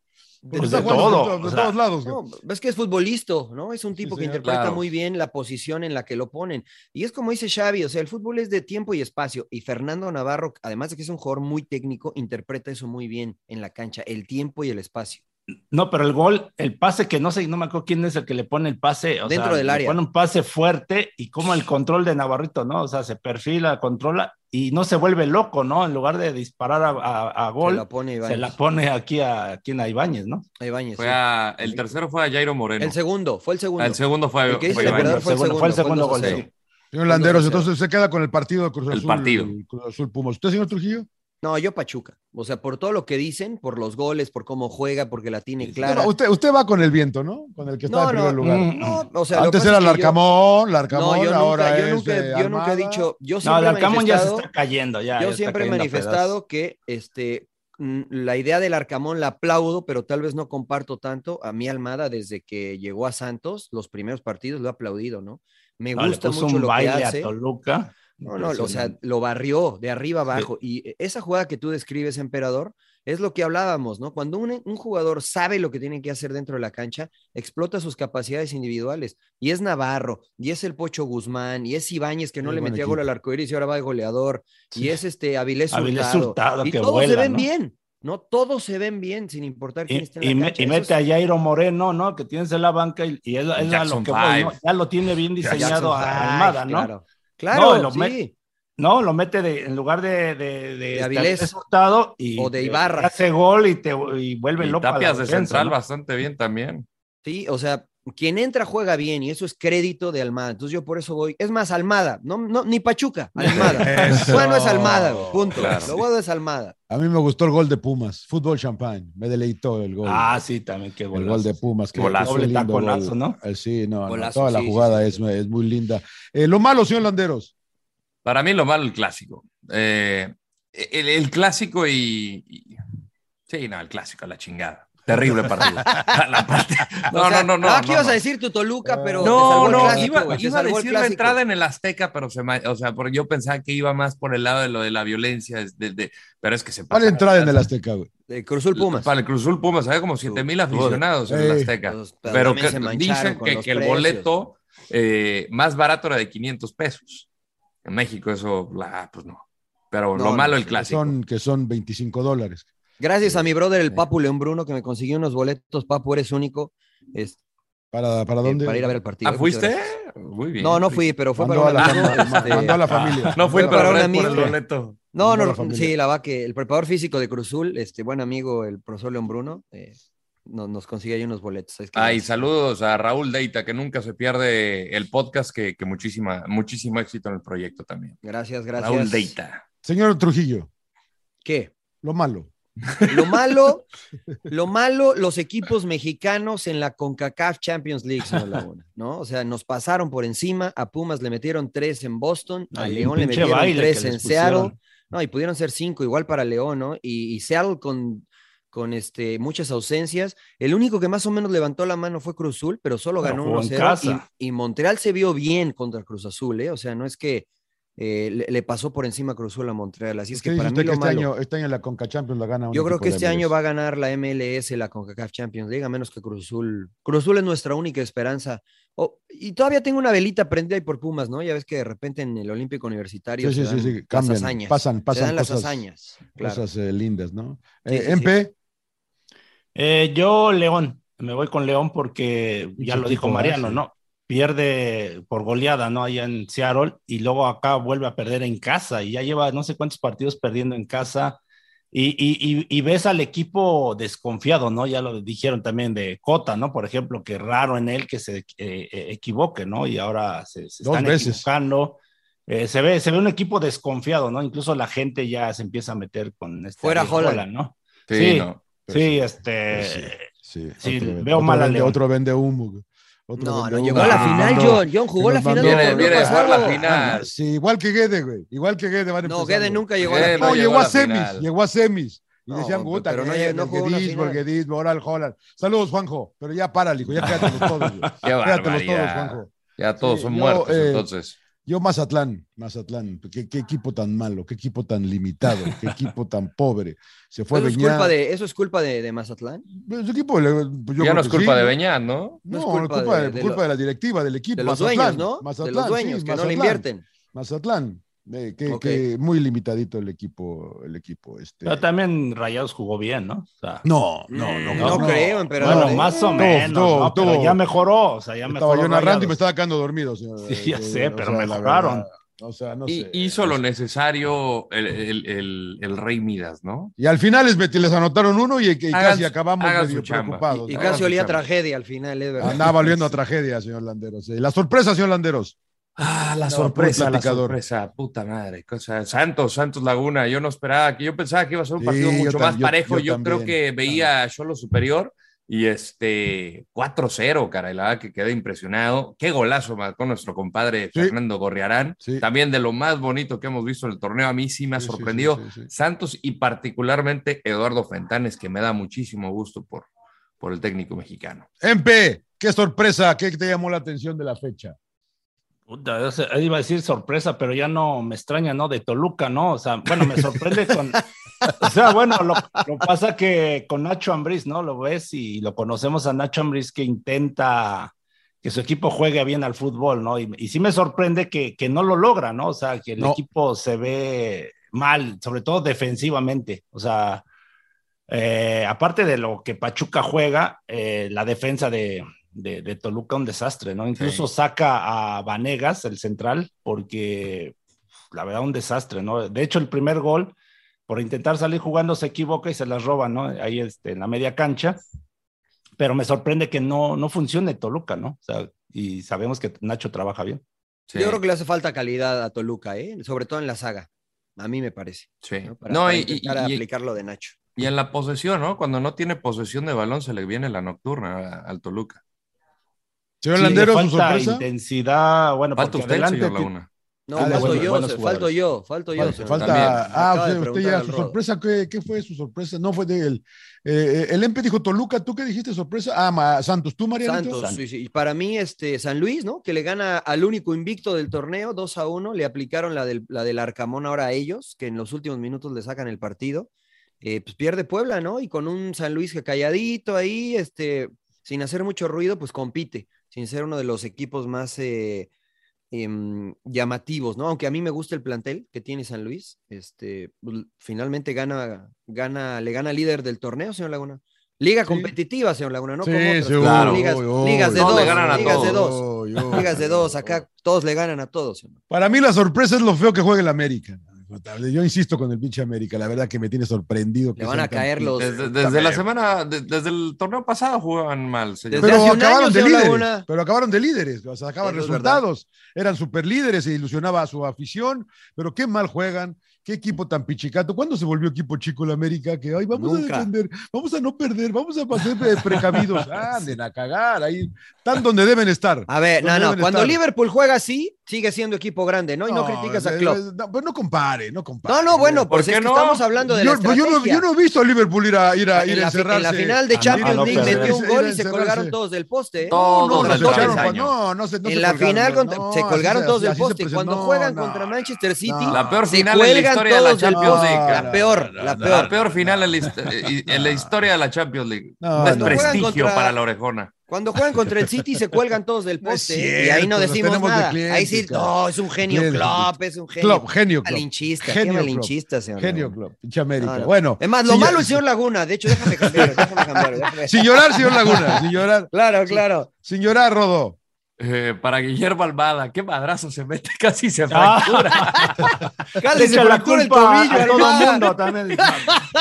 Speaker 1: Porque
Speaker 3: Pues
Speaker 1: está
Speaker 3: de
Speaker 1: jugando
Speaker 3: todo,
Speaker 1: por to- De,
Speaker 3: o sea,
Speaker 1: todos lados. güey.
Speaker 4: No, ves que es futbolista, ¿no? Es un tipo que
Speaker 1: señor.
Speaker 4: interpreta
Speaker 2: Claro.
Speaker 4: muy bien la posición en la que lo ponen. Y es como dice Xavi, o sea, el fútbol es de tiempo y espacio. Y Fernando Navarro, además de que es un jugador muy técnico, interpreta eso muy bien en la cancha, el tiempo y el espacio.
Speaker 3: No, pero el gol, el pase que no sé, no me acuerdo quién es el que le pone el pase. o
Speaker 4: Dentro
Speaker 3: sea,
Speaker 4: del
Speaker 3: le
Speaker 4: área.
Speaker 3: Pone un pase fuerte y como el control de Navarrito, ¿no? O sea, se perfila, controla y no se vuelve loco, ¿no? En lugar de disparar a, a- a
Speaker 4: Se
Speaker 3: gol,
Speaker 4: la pone
Speaker 3: se
Speaker 4: Ibáñez.
Speaker 3: la pone aquí a, aquí en a Ibáñez, ¿no?
Speaker 4: a Ibáñez,
Speaker 2: Fue
Speaker 4: sí.
Speaker 2: a- el tercero fue a Jairo Moreno.
Speaker 4: El segundo, fue el segundo.
Speaker 2: Ah, el segundo fue,
Speaker 4: El que hizo
Speaker 2: fue
Speaker 4: el
Speaker 2: Ibáñez.
Speaker 4: emperador fue el segundo.
Speaker 3: fue el segundo
Speaker 4: fue
Speaker 3: gol.
Speaker 4: el
Speaker 3: sí.
Speaker 1: Señor Landeros,
Speaker 4: Entonces,
Speaker 1: entonces se queda con el partido de Cruz
Speaker 2: El
Speaker 1: Azul.
Speaker 2: partido.
Speaker 1: Cruz Azul Pumas. ¿Usted, señor Trujillo?
Speaker 4: No, yo Pachuca. O sea, por todo lo que dicen, por los goles, por cómo juega, porque la titiene clara.
Speaker 1: Usted, va- usted- usted va con el viento, ¿no? Con el que está
Speaker 4: No,
Speaker 1: en primer
Speaker 4: no,
Speaker 1: lugar.
Speaker 3: mm,
Speaker 4: No, o sea, lo
Speaker 1: Antes
Speaker 4: que pasa es que
Speaker 1: era
Speaker 4: yo-
Speaker 1: Larcamón, Larcamón,
Speaker 4: No, yo
Speaker 1: ahora
Speaker 4: nunca, yo
Speaker 1: es,
Speaker 4: nunca,
Speaker 1: eh,
Speaker 4: yo nunca he
Speaker 1: Almada.
Speaker 4: dicho, yo
Speaker 3: No,
Speaker 4: siempre
Speaker 3: el
Speaker 4: he
Speaker 3: Alcamón ya se
Speaker 4: manifestado,
Speaker 3: está cayendo, ya. ya
Speaker 4: yo
Speaker 3: está
Speaker 4: siempre he
Speaker 3: cayendo a
Speaker 4: manifestado
Speaker 3: pedazos.
Speaker 4: que este mm, la idea del Arcamón la aplaudo, pero tal vez no comparto tanto. A mi Almada, desde que llegó a Santos, los primeros partidos lo he aplaudido, ¿no? Me
Speaker 3: No, le
Speaker 4: gusta
Speaker 3: puso
Speaker 4: mucho
Speaker 3: un
Speaker 4: lo
Speaker 3: baile
Speaker 4: que
Speaker 3: a
Speaker 4: hace.
Speaker 3: Toluca.
Speaker 4: No, no, o sea, lo barrió de arriba abajo. Y eh, esa jugada que tú describes, emperador, es lo que hablábamos, ¿no? Cuando un, un jugador sabe lo que tiene que hacer dentro de la cancha, explota sus capacidades individuales. Y es Navarro, y es el Pocho Guzmán, y es Ibáñez que no
Speaker 3: Muy
Speaker 4: le
Speaker 3: buen
Speaker 4: metía gol
Speaker 3: equipo.
Speaker 4: al arcoíris y ahora va de goleador, y
Speaker 3: Sí.
Speaker 4: es este Avilés Hurtado.
Speaker 3: Avilés Hurtado,
Speaker 4: y
Speaker 3: que
Speaker 4: todos se
Speaker 3: vuela,
Speaker 4: ven
Speaker 3: ¿no?
Speaker 4: bien, ¿no? Todos se ven bien, sin importar quién
Speaker 3: Y,
Speaker 4: está
Speaker 3: y
Speaker 4: en la
Speaker 3: me-
Speaker 4: cancha.
Speaker 3: y
Speaker 4: Eso
Speaker 3: mete
Speaker 4: es-
Speaker 3: a Jairo Moreno, ¿no? Que tienes en la banca y, y es, es a lo
Speaker 4: Jackson
Speaker 3: que voy, ¿no?
Speaker 4: Five.
Speaker 3: Ya lo tiene bien
Speaker 4: Jackson
Speaker 3: diseñado a
Speaker 4: Five,
Speaker 3: Almada, ¿no?
Speaker 4: claro. Claro,
Speaker 3: no, lo
Speaker 4: sí.
Speaker 3: mete- no, lo mete de- en lugar de, de, de,
Speaker 4: De Avilés.
Speaker 3: de Hurtado y
Speaker 4: O de
Speaker 3: te-
Speaker 4: Ibarra.
Speaker 3: te Hace gol y te y vuelve
Speaker 2: Y
Speaker 3: loco. a la
Speaker 2: Tapias de
Speaker 3: defensa,
Speaker 2: central
Speaker 3: ¿no?
Speaker 2: bastante bien también.
Speaker 4: Sí, o sea, quien entra juega bien y eso es crédito de Almada. Entonces yo por eso voy. Es más, Almada, no, no, ni
Speaker 2: <laughs>
Speaker 4: Pachuca, Almada.
Speaker 1: Eso.
Speaker 4: bueno, es Almada, güey, punto.
Speaker 1: Claro.
Speaker 4: Lo bueno es Almada.
Speaker 1: A mí me gustó el gol de Pumas, fútbol champán, me deleitó el gol.
Speaker 3: Ah, sí, también qué
Speaker 1: El
Speaker 3: golazo.
Speaker 1: gol de Pumas, que
Speaker 3: Golazo.
Speaker 1: que fue
Speaker 3: Doble
Speaker 1: lindo gol.
Speaker 3: taconazo, ¿no?
Speaker 1: Eh, Sí, no, no,
Speaker 2: Golazo,
Speaker 1: toda la
Speaker 2: sí, sí,
Speaker 1: jugada es, es muy linda. Eh, lo malo, señor Landeros.
Speaker 2: Para mí lo malo el clásico. Eh, el, el clásico y, y- Sí, no, el clásico, a la chingada.
Speaker 4: <laughs>
Speaker 2: Terrible partido. A la parte- No,
Speaker 4: O sea,
Speaker 2: no, no, no.
Speaker 4: ah, aquí
Speaker 2: no,
Speaker 4: ibas
Speaker 2: no.
Speaker 4: a decir tu Toluca, pero. te salvó
Speaker 2: No,
Speaker 4: el
Speaker 2: no,
Speaker 4: clásico,
Speaker 2: iba,
Speaker 4: güey, te
Speaker 2: iba a
Speaker 4: salvó el
Speaker 2: decir la
Speaker 4: clásico.
Speaker 2: entrada en el Azteca, pero se ma- o sea, porque yo pensaba que iba más por el lado de lo de la violencia, es de- de- pero es que se
Speaker 1: ¿Cuál
Speaker 2: pasaron.
Speaker 1: entrada en el Azteca, güey?
Speaker 4: De Cruzul Pumas.
Speaker 2: Para el Cruzul Pumas había como 7 mil aficionados en el
Speaker 1: Ey.
Speaker 2: Azteca.
Speaker 1: Los-
Speaker 2: pero
Speaker 1: pero
Speaker 4: también
Speaker 2: que,
Speaker 4: se mancharon
Speaker 2: dicen
Speaker 4: con
Speaker 2: que,
Speaker 4: los
Speaker 2: que el
Speaker 4: precios.
Speaker 2: boleto eh, más barato era de 500 pesos. En México eso, la, pues no. Pero lo
Speaker 4: No,
Speaker 2: malo
Speaker 4: no,
Speaker 2: el
Speaker 4: sí,
Speaker 2: clásico.
Speaker 1: Son, que son 25 dólares.
Speaker 4: Gracias a mi brother, el Papu León Bruno, que me consiguió unos boletos. Papu, eres único. es-
Speaker 1: ¿Para, para
Speaker 4: eh,
Speaker 1: dónde?
Speaker 4: para ir a ver el partido.
Speaker 2: ¿Ah,
Speaker 4: eh,
Speaker 2: fuiste?
Speaker 4: muchas gracias.
Speaker 2: Muy bien.
Speaker 4: No, no fui, pero fue
Speaker 1: Mandó
Speaker 4: para un
Speaker 1: a la
Speaker 4: amigo,
Speaker 1: fama-
Speaker 4: este-
Speaker 1: mandó a la familia.
Speaker 2: No fui,
Speaker 4: Fue
Speaker 2: pero
Speaker 4: para un
Speaker 2: gracias por el
Speaker 4: amigo.
Speaker 2: boleto.
Speaker 4: No,
Speaker 1: Mandó a
Speaker 4: no,
Speaker 1: la familia.
Speaker 4: sí, la va que el preparador físico de Cruzul, este buen amigo, el profesor León Bruno, eh, no- nos consigue ahí unos boletos. Es que-
Speaker 2: Ah, y saludos a Raúl Deita, que nunca se pierde el podcast, que, que muchísima, muchísimo éxito en el proyecto también.
Speaker 4: Gracias, gracias.
Speaker 2: Raúl Deita.
Speaker 1: Señor Trujillo,
Speaker 4: ¿Qué?
Speaker 1: lo malo.
Speaker 4: Lo malo, lo malo, los equipos mexicanos en la CONCACAF Champions League,
Speaker 3: <laughs>
Speaker 4: señor Laguna, ¿no? O sea, nos pasaron por encima, a Pumas le metieron tres en Boston, a
Speaker 3: Ay, un
Speaker 4: León le
Speaker 3: pinche
Speaker 4: metieron
Speaker 3: baile
Speaker 4: tres
Speaker 3: que les
Speaker 4: en Seattle,
Speaker 3: pusieron.
Speaker 4: no, y pudieron ser cinco, igual para León, ¿no? Y, y Seattle con, con este, muchas ausencias, el único que más o menos levantó la mano fue Cruz Azul, pero solo
Speaker 3: Pero
Speaker 4: ganó
Speaker 3: jugó en
Speaker 4: 1-0
Speaker 3: casa.
Speaker 4: y, y Montreal se vio bien contra Cruz Azul, ¿eh? O sea, no es que... eh, le, le pasó por encima Cruz Azul a Montreal, así es que
Speaker 1: ¿Qué dice
Speaker 4: para mí
Speaker 1: usted que
Speaker 4: lo
Speaker 1: este
Speaker 4: malo.
Speaker 1: año, este año la Conca Champions la gana un
Speaker 4: Yo creo
Speaker 1: equipo
Speaker 4: que
Speaker 1: de
Speaker 4: este año
Speaker 1: MLS?
Speaker 4: va a ganar la MLS, la CONCACAF Champions League, a menos que Cruz Azul. Cruz Azul es nuestra única esperanza. Oh, y todavía tengo una velita prendida ahí por Pumas, ¿no? Ya ves que de repente en el Olímpico Universitario
Speaker 1: Sí,
Speaker 4: se
Speaker 1: sí,
Speaker 4: dan
Speaker 1: sí, sí,
Speaker 4: las
Speaker 1: cambian,
Speaker 4: hazañas.
Speaker 1: pasan-
Speaker 4: Se
Speaker 1: pasan
Speaker 4: dan las
Speaker 1: cosas-
Speaker 4: hazañas. claro.
Speaker 1: Cosas eh, lindas, ¿no?
Speaker 4: Sí,
Speaker 1: Eh,
Speaker 4: sí, sí.
Speaker 1: MP,
Speaker 3: Eh, yo, León, me voy con León porque ya
Speaker 1: Pinche
Speaker 3: lo dijo
Speaker 1: equipo,
Speaker 3: Mariano,
Speaker 1: ¿eh?
Speaker 3: ¿no? Pierde por goleada, ¿no? Allá en Seattle y luego acá vuelve a perder en casa y ya lleva no sé cuántos partidos perdiendo en casa y, y- y- y ves al equipo desconfiado, ¿no? Ya lo dijeron también de Cota, ¿no? Por ejemplo, que raro en él que se eh, eh, equivoque, ¿no? Y ahora se, se
Speaker 1: Dos
Speaker 3: están
Speaker 1: veces.
Speaker 3: equivocando. Eh, se ve, se ve un equipo desconfiado, ¿no? Incluso la gente ya se empieza a meter con este
Speaker 4: Fuera
Speaker 3: Ariel
Speaker 4: Holland.
Speaker 3: ¿no?
Speaker 2: Sí,
Speaker 3: Sí,
Speaker 2: no.
Speaker 1: Pero
Speaker 3: sí,
Speaker 1: sí,
Speaker 3: este.
Speaker 1: sí,
Speaker 3: sí,
Speaker 1: otro,
Speaker 3: veo
Speaker 1: otro
Speaker 3: mal a
Speaker 1: vende,
Speaker 3: León.
Speaker 1: otro vende humo. güey. Otro
Speaker 4: No,
Speaker 1: vende
Speaker 4: no,
Speaker 1: humo.
Speaker 4: llegó a la
Speaker 1: Ah,
Speaker 4: final,
Speaker 1: mandó-
Speaker 4: John. John jugó
Speaker 1: que
Speaker 4: la
Speaker 1: nos
Speaker 4: final.
Speaker 1: mandó-
Speaker 4: del
Speaker 2: Viene- viene a
Speaker 4: torneo
Speaker 2: jugar la
Speaker 4: pasado.
Speaker 2: final. Ah,
Speaker 1: Sí, igual que Guede, güey. Igual que Guede van
Speaker 4: No,
Speaker 1: empezando.
Speaker 4: Guede nunca llegó a la
Speaker 2: Eh,
Speaker 1: No,
Speaker 4: final.
Speaker 2: no
Speaker 1: llegó,
Speaker 2: llegó
Speaker 1: a
Speaker 2: a la
Speaker 1: semis,
Speaker 2: final.
Speaker 1: llegó a semis. Y
Speaker 4: No,
Speaker 1: decían,
Speaker 4: güey,
Speaker 1: puta,
Speaker 4: pero
Speaker 1: que
Speaker 4: no
Speaker 1: Guede,
Speaker 4: llegó- no jugó una
Speaker 1: Borguedismo,
Speaker 4: final.
Speaker 1: Borguedismo, ahora el Holland. Saludos, Juanjo. Pero ya párale, hijo, ya quédatelos todos.
Speaker 4: <laughs>
Speaker 1: güey.
Speaker 4: Ah,
Speaker 2: Qué
Speaker 1: Quédatelos todos,
Speaker 2: barbaridad.
Speaker 1: Juanjo.
Speaker 2: Ya todos
Speaker 1: Sí,
Speaker 2: son
Speaker 1: yo,
Speaker 2: muertos,
Speaker 1: eh,
Speaker 2: entonces.
Speaker 1: Yo, Mazatlán, Mazatlán, qué, qué equipo tan malo, qué equipo tan limitado, qué equipo tan pobre. Se fue
Speaker 4: Eso Pues es
Speaker 1: Beñat.
Speaker 4: culpa de, eso es culpa de, de Mazatlán.
Speaker 1: Pues, su equipo, le- yo
Speaker 2: ya
Speaker 1: creo
Speaker 2: no es
Speaker 1: que
Speaker 2: culpa
Speaker 1: sí,
Speaker 2: de
Speaker 1: ¿no?
Speaker 2: Beñat, ¿no?
Speaker 1: No,
Speaker 4: No es
Speaker 1: culpa,
Speaker 4: culpa
Speaker 1: de,
Speaker 4: de- de
Speaker 1: culpa
Speaker 4: lo-
Speaker 1: de la directiva del equipo.
Speaker 4: De los
Speaker 1: Mazatlán,
Speaker 4: dueños, ¿no?
Speaker 1: Mazatlán,
Speaker 4: de los dueños,
Speaker 1: sí,
Speaker 4: que no le
Speaker 1: Mazatlán.
Speaker 4: invierten.
Speaker 1: Mazatlán, eh, que,
Speaker 4: Ok.
Speaker 1: que muy limitadito el equipo, el equipo este.
Speaker 3: Pero también Rayados jugó bien, ¿no? O sea,
Speaker 1: No, no, no.
Speaker 4: No, creo, emperador.
Speaker 3: bueno,
Speaker 4: ¿eh?
Speaker 3: más o
Speaker 1: No,
Speaker 3: menos,
Speaker 1: no,
Speaker 3: ¿no? Pero
Speaker 1: no.
Speaker 3: ya mejoró, o sea, ya mejoró.
Speaker 1: Estaba yo narrando y me
Speaker 3: Rayados.
Speaker 1: estaba quedando dormido. señor,
Speaker 3: Sí, ya
Speaker 1: eh,
Speaker 3: sé, pero
Speaker 1: la
Speaker 3: mejoraron.
Speaker 1: verdad, o sea, no
Speaker 2: Y
Speaker 1: sé.
Speaker 2: hizo lo necesario el, el- el- el Rey Midas, ¿no?
Speaker 1: Y al final les, metí- les anotaron uno y, y
Speaker 2: Hagan
Speaker 1: casi
Speaker 2: su-
Speaker 1: acabamos
Speaker 2: hagan
Speaker 1: medio
Speaker 2: su chamba.
Speaker 1: preocupados.
Speaker 4: Y
Speaker 1: ¿no?
Speaker 2: Hagan
Speaker 4: casi
Speaker 2: su
Speaker 4: olía a
Speaker 2: chamba.
Speaker 4: tragedia al final, es verdad.
Speaker 1: Andaba oliendo a tragedia, señor Landeros. Eh, La sorpresa, señor Landeros.
Speaker 2: Ah, la
Speaker 1: No,
Speaker 2: sorpresa,
Speaker 1: puro
Speaker 2: la
Speaker 1: platicador.
Speaker 2: sorpresa, puta madre. cosa- Santos, Santos Laguna, yo no esperaba que yo pensaba que iba a ser un
Speaker 1: Sí,
Speaker 2: partido
Speaker 1: yo
Speaker 2: mucho
Speaker 1: tam-
Speaker 2: más
Speaker 1: yo-
Speaker 2: parejo.
Speaker 1: yo
Speaker 2: Yo, creo
Speaker 1: también.
Speaker 2: que veía a Cholo superior, Y este 4-0, caray, la verdad que quedé impresionado. Qué golazo marcó nuestro compadre Fernando Gorriarán. También de lo más bonito que hemos visto en el torneo. A mí sí me ha sorprendido Santos y particularmente Eduardo Fentanes, que me da muchísimo gusto por, por el técnico mexicano.
Speaker 1: Empe, qué sorpresa, qué te llamó la atención de la fecha.
Speaker 3: Puta, yo sé- iba a decir sorpresa, pero ya no me extraña, ¿no? De Toluca, ¿no? O sea, bueno, me sorprende con. O sea, bueno, lo, lo pasa que con Nacho Ambriz, ¿no? Lo ves y lo conocemos a Nacho Ambriz que intenta que su equipo juegue bien al fútbol, ¿no? Y, y sí me sorprende que, que no lo logra, ¿no? O sea, que el
Speaker 1: No.
Speaker 3: equipo se ve mal, sobre todo defensivamente. O sea, eh, aparte de lo que Pachuca juega, eh, la defensa de, de, de Toluca un desastre, ¿no? Incluso saca a Vanegas, el central, porque la verdad un desastre, ¿no? De hecho, el primer gol, por intentar salir jugando, se equivoca y se las roba, ¿no? Ahí este, en la media cancha. Pero me sorprende que no, no funcione Toluca, ¿no? O sea, y sabemos que Nacho trabaja bien.
Speaker 4: Yo creo que le hace falta calidad a Toluca, ¿eh? sobre todo en la saga. A mí me parece.
Speaker 2: Sí.
Speaker 4: ¿no? Para,
Speaker 2: No,
Speaker 4: para
Speaker 2: y-
Speaker 4: intentar
Speaker 2: y- y-
Speaker 4: aplicar lo de Nacho.
Speaker 2: Y en la posesión, ¿no? Cuando no tiene posesión de balón, se le viene la nocturna a- al Toluca.
Speaker 1: Señor
Speaker 3: Sí,
Speaker 1: Landero,
Speaker 3: le
Speaker 1: su
Speaker 3: falta
Speaker 1: sorpresa.
Speaker 3: intensidad, bueno,
Speaker 2: Falta
Speaker 3: porque
Speaker 2: usted,
Speaker 3: adelante
Speaker 2: señor
Speaker 3: ti-
Speaker 2: Laguna.
Speaker 4: No,
Speaker 3: Ah, de
Speaker 4: falto,
Speaker 3: buenos-
Speaker 4: yo,
Speaker 3: buenos
Speaker 4: se-
Speaker 3: jugadores.
Speaker 4: falto yo, falta yo,
Speaker 2: Falta-
Speaker 4: señor.
Speaker 1: Falta.
Speaker 2: También.
Speaker 1: Ah,
Speaker 4: Acaba de
Speaker 1: usted
Speaker 4: preguntar
Speaker 1: ya,
Speaker 4: al
Speaker 1: su
Speaker 4: Rodo.
Speaker 1: sorpresa, ¿qué, qué fue su sorpresa? No fue del. eh, el Empe dijo Toluca, ¿tú qué dijiste sorpresa? Ah, Ma- Santos, ¿tú, Marianito?
Speaker 4: Santos, sí, sí. Y para mí, este, San Luis, ¿no? Que le gana al único invicto del torneo, 2 a 1. Le aplicaron la del, la del Arcamón ahora a ellos, que en los últimos minutos le sacan el partido. Eh, pues pierde Puebla, ¿no? Y con un San Luis que calladito ahí, este, sin hacer mucho ruido, pues compite, sin ser uno de los equipos más eh, em, llamativos, ¿no? Aunque a mí me gusta el plantel que tiene San Luis, este, pues, finalmente gana, gana, le gana al líder del torneo, señor Laguna. Liga competitiva, señor Laguna, ¿no?
Speaker 1: Sí,
Speaker 4: Como otras,
Speaker 1: seguro,
Speaker 4: claro, ligas,
Speaker 1: obvio,
Speaker 4: ligas de
Speaker 1: obvio.
Speaker 4: dos,
Speaker 1: No, le ganan a
Speaker 4: ligas de
Speaker 1: todos.
Speaker 4: dos,
Speaker 1: Obvio, obvio.
Speaker 4: ligas de dos, acá todos le ganan a todos. señor.
Speaker 1: Para mí la sorpresa es lo feo que juega el América. Yo insisto con el pinche América, la verdad que me tiene sorprendido. que
Speaker 4: Le van
Speaker 1: sean
Speaker 4: a
Speaker 1: tan-
Speaker 4: caer los...
Speaker 2: Desde, desde la semana, de- desde el torneo pasado jugaban mal, señor.
Speaker 4: Desde
Speaker 1: Pero
Speaker 4: hace un
Speaker 1: acabaron
Speaker 4: año,
Speaker 1: de
Speaker 4: señor
Speaker 1: líderes,
Speaker 4: Laguna.
Speaker 1: pero acabaron de líderes, o sea, sacaban
Speaker 4: Eso es
Speaker 1: resultados, eran superlíderes, se ilusionaba a su afición, pero qué mal juegan, qué equipo tan pichicato. ¿Cuándo se volvió equipo chico el América? Que hoy vamos
Speaker 4: Nunca.
Speaker 1: a defender, vamos a no perder, vamos a ser pre-
Speaker 4: <laughs>
Speaker 1: precavidos, anden a cagar, ahí están donde deben estar.
Speaker 4: A ver, no,
Speaker 1: Donde
Speaker 4: no,
Speaker 1: deben
Speaker 4: cuando
Speaker 1: estar.
Speaker 4: Liverpool juega así, sigue siendo equipo grande, ¿no? Y no, criticas a
Speaker 1: eh,
Speaker 4: Klopp.
Speaker 1: eh, No, pues no compare, no compare.
Speaker 4: No, no, bueno,
Speaker 2: ¿por
Speaker 4: pues
Speaker 2: qué
Speaker 4: es que
Speaker 2: no?
Speaker 4: estamos hablando de la
Speaker 1: Yo, yo no,
Speaker 4: estrategia.
Speaker 1: yo no he visto a Liverpool ir a, ir a,
Speaker 4: En
Speaker 1: ir
Speaker 4: la
Speaker 1: a
Speaker 4: fi- en la
Speaker 1: encerrarse.
Speaker 4: final de
Speaker 1: Ah,
Speaker 4: Champions
Speaker 1: no,
Speaker 4: League
Speaker 1: perder.
Speaker 4: metió un
Speaker 1: Ir a
Speaker 4: gol y se
Speaker 1: encerrarse.
Speaker 4: colgaron todos del poste. ¿eh?
Speaker 1: No, no,
Speaker 2: Todos
Speaker 1: se
Speaker 2: del
Speaker 1: echaron pa-
Speaker 2: travesaño.
Speaker 1: no, no se- no se
Speaker 4: en la
Speaker 1: colgaron,
Speaker 4: final contra-
Speaker 1: no,
Speaker 4: se
Speaker 1: así
Speaker 4: colgaron todos del
Speaker 1: así se
Speaker 4: poste.
Speaker 1: presentó,
Speaker 4: Cuando juegan
Speaker 1: no.
Speaker 4: contra Manchester City,
Speaker 2: La peor
Speaker 4: se
Speaker 2: final en la
Speaker 4: cuelgan
Speaker 2: historia de la
Speaker 4: todos del
Speaker 2: Champions
Speaker 4: poste.
Speaker 2: League,
Speaker 4: La
Speaker 2: cara.
Speaker 4: peor, la
Speaker 2: La
Speaker 4: peor.
Speaker 2: peor final en la, hist- eh, y- en la historia de la Champions League.
Speaker 1: No,
Speaker 2: No, es
Speaker 1: no.
Speaker 2: prestigio
Speaker 4: Juegan contra-
Speaker 2: para la orejona.
Speaker 4: Cuando juegan contra el City se cuelgan todos del
Speaker 1: No es
Speaker 4: poste ¿eh? y
Speaker 1: cierto,
Speaker 4: ahí no
Speaker 1: los
Speaker 4: decimos
Speaker 1: tenemos de
Speaker 4: nada.
Speaker 1: clientes,
Speaker 4: ahí sí,
Speaker 1: cara.
Speaker 4: no, es un genio
Speaker 1: Clientes.
Speaker 4: Klopp, es un genio.
Speaker 1: Klopp, genio Klopp.
Speaker 4: Malinchista,
Speaker 1: Genio
Speaker 4: qué
Speaker 1: Klopp.
Speaker 4: malinchista, señor.
Speaker 1: Genio
Speaker 4: Laguna.
Speaker 1: Club, pinche América.
Speaker 4: No, no.
Speaker 1: Bueno.
Speaker 4: Es más, lo
Speaker 1: sin-
Speaker 4: malo es señor Laguna. De hecho, déjame
Speaker 1: <laughs>
Speaker 4: cambiar, déjame cambiar. déjame- <laughs>
Speaker 1: Sin llorar, señor Laguna, sin llorar.
Speaker 4: Claro, claro.
Speaker 1: Sin
Speaker 2: <laughs>
Speaker 1: llorar, Rodo.
Speaker 2: Eh, para Guillermo Almada, qué madrazo se mete, <laughs> casi se
Speaker 3: <laughs> Ah. <laughs>
Speaker 2: fractura.
Speaker 4: Casi se
Speaker 3: Echa la
Speaker 4: fractura el
Speaker 3: culpa
Speaker 4: tobillo.
Speaker 3: a todo
Speaker 4: Almada.
Speaker 3: el mundo también.
Speaker 4: Ah,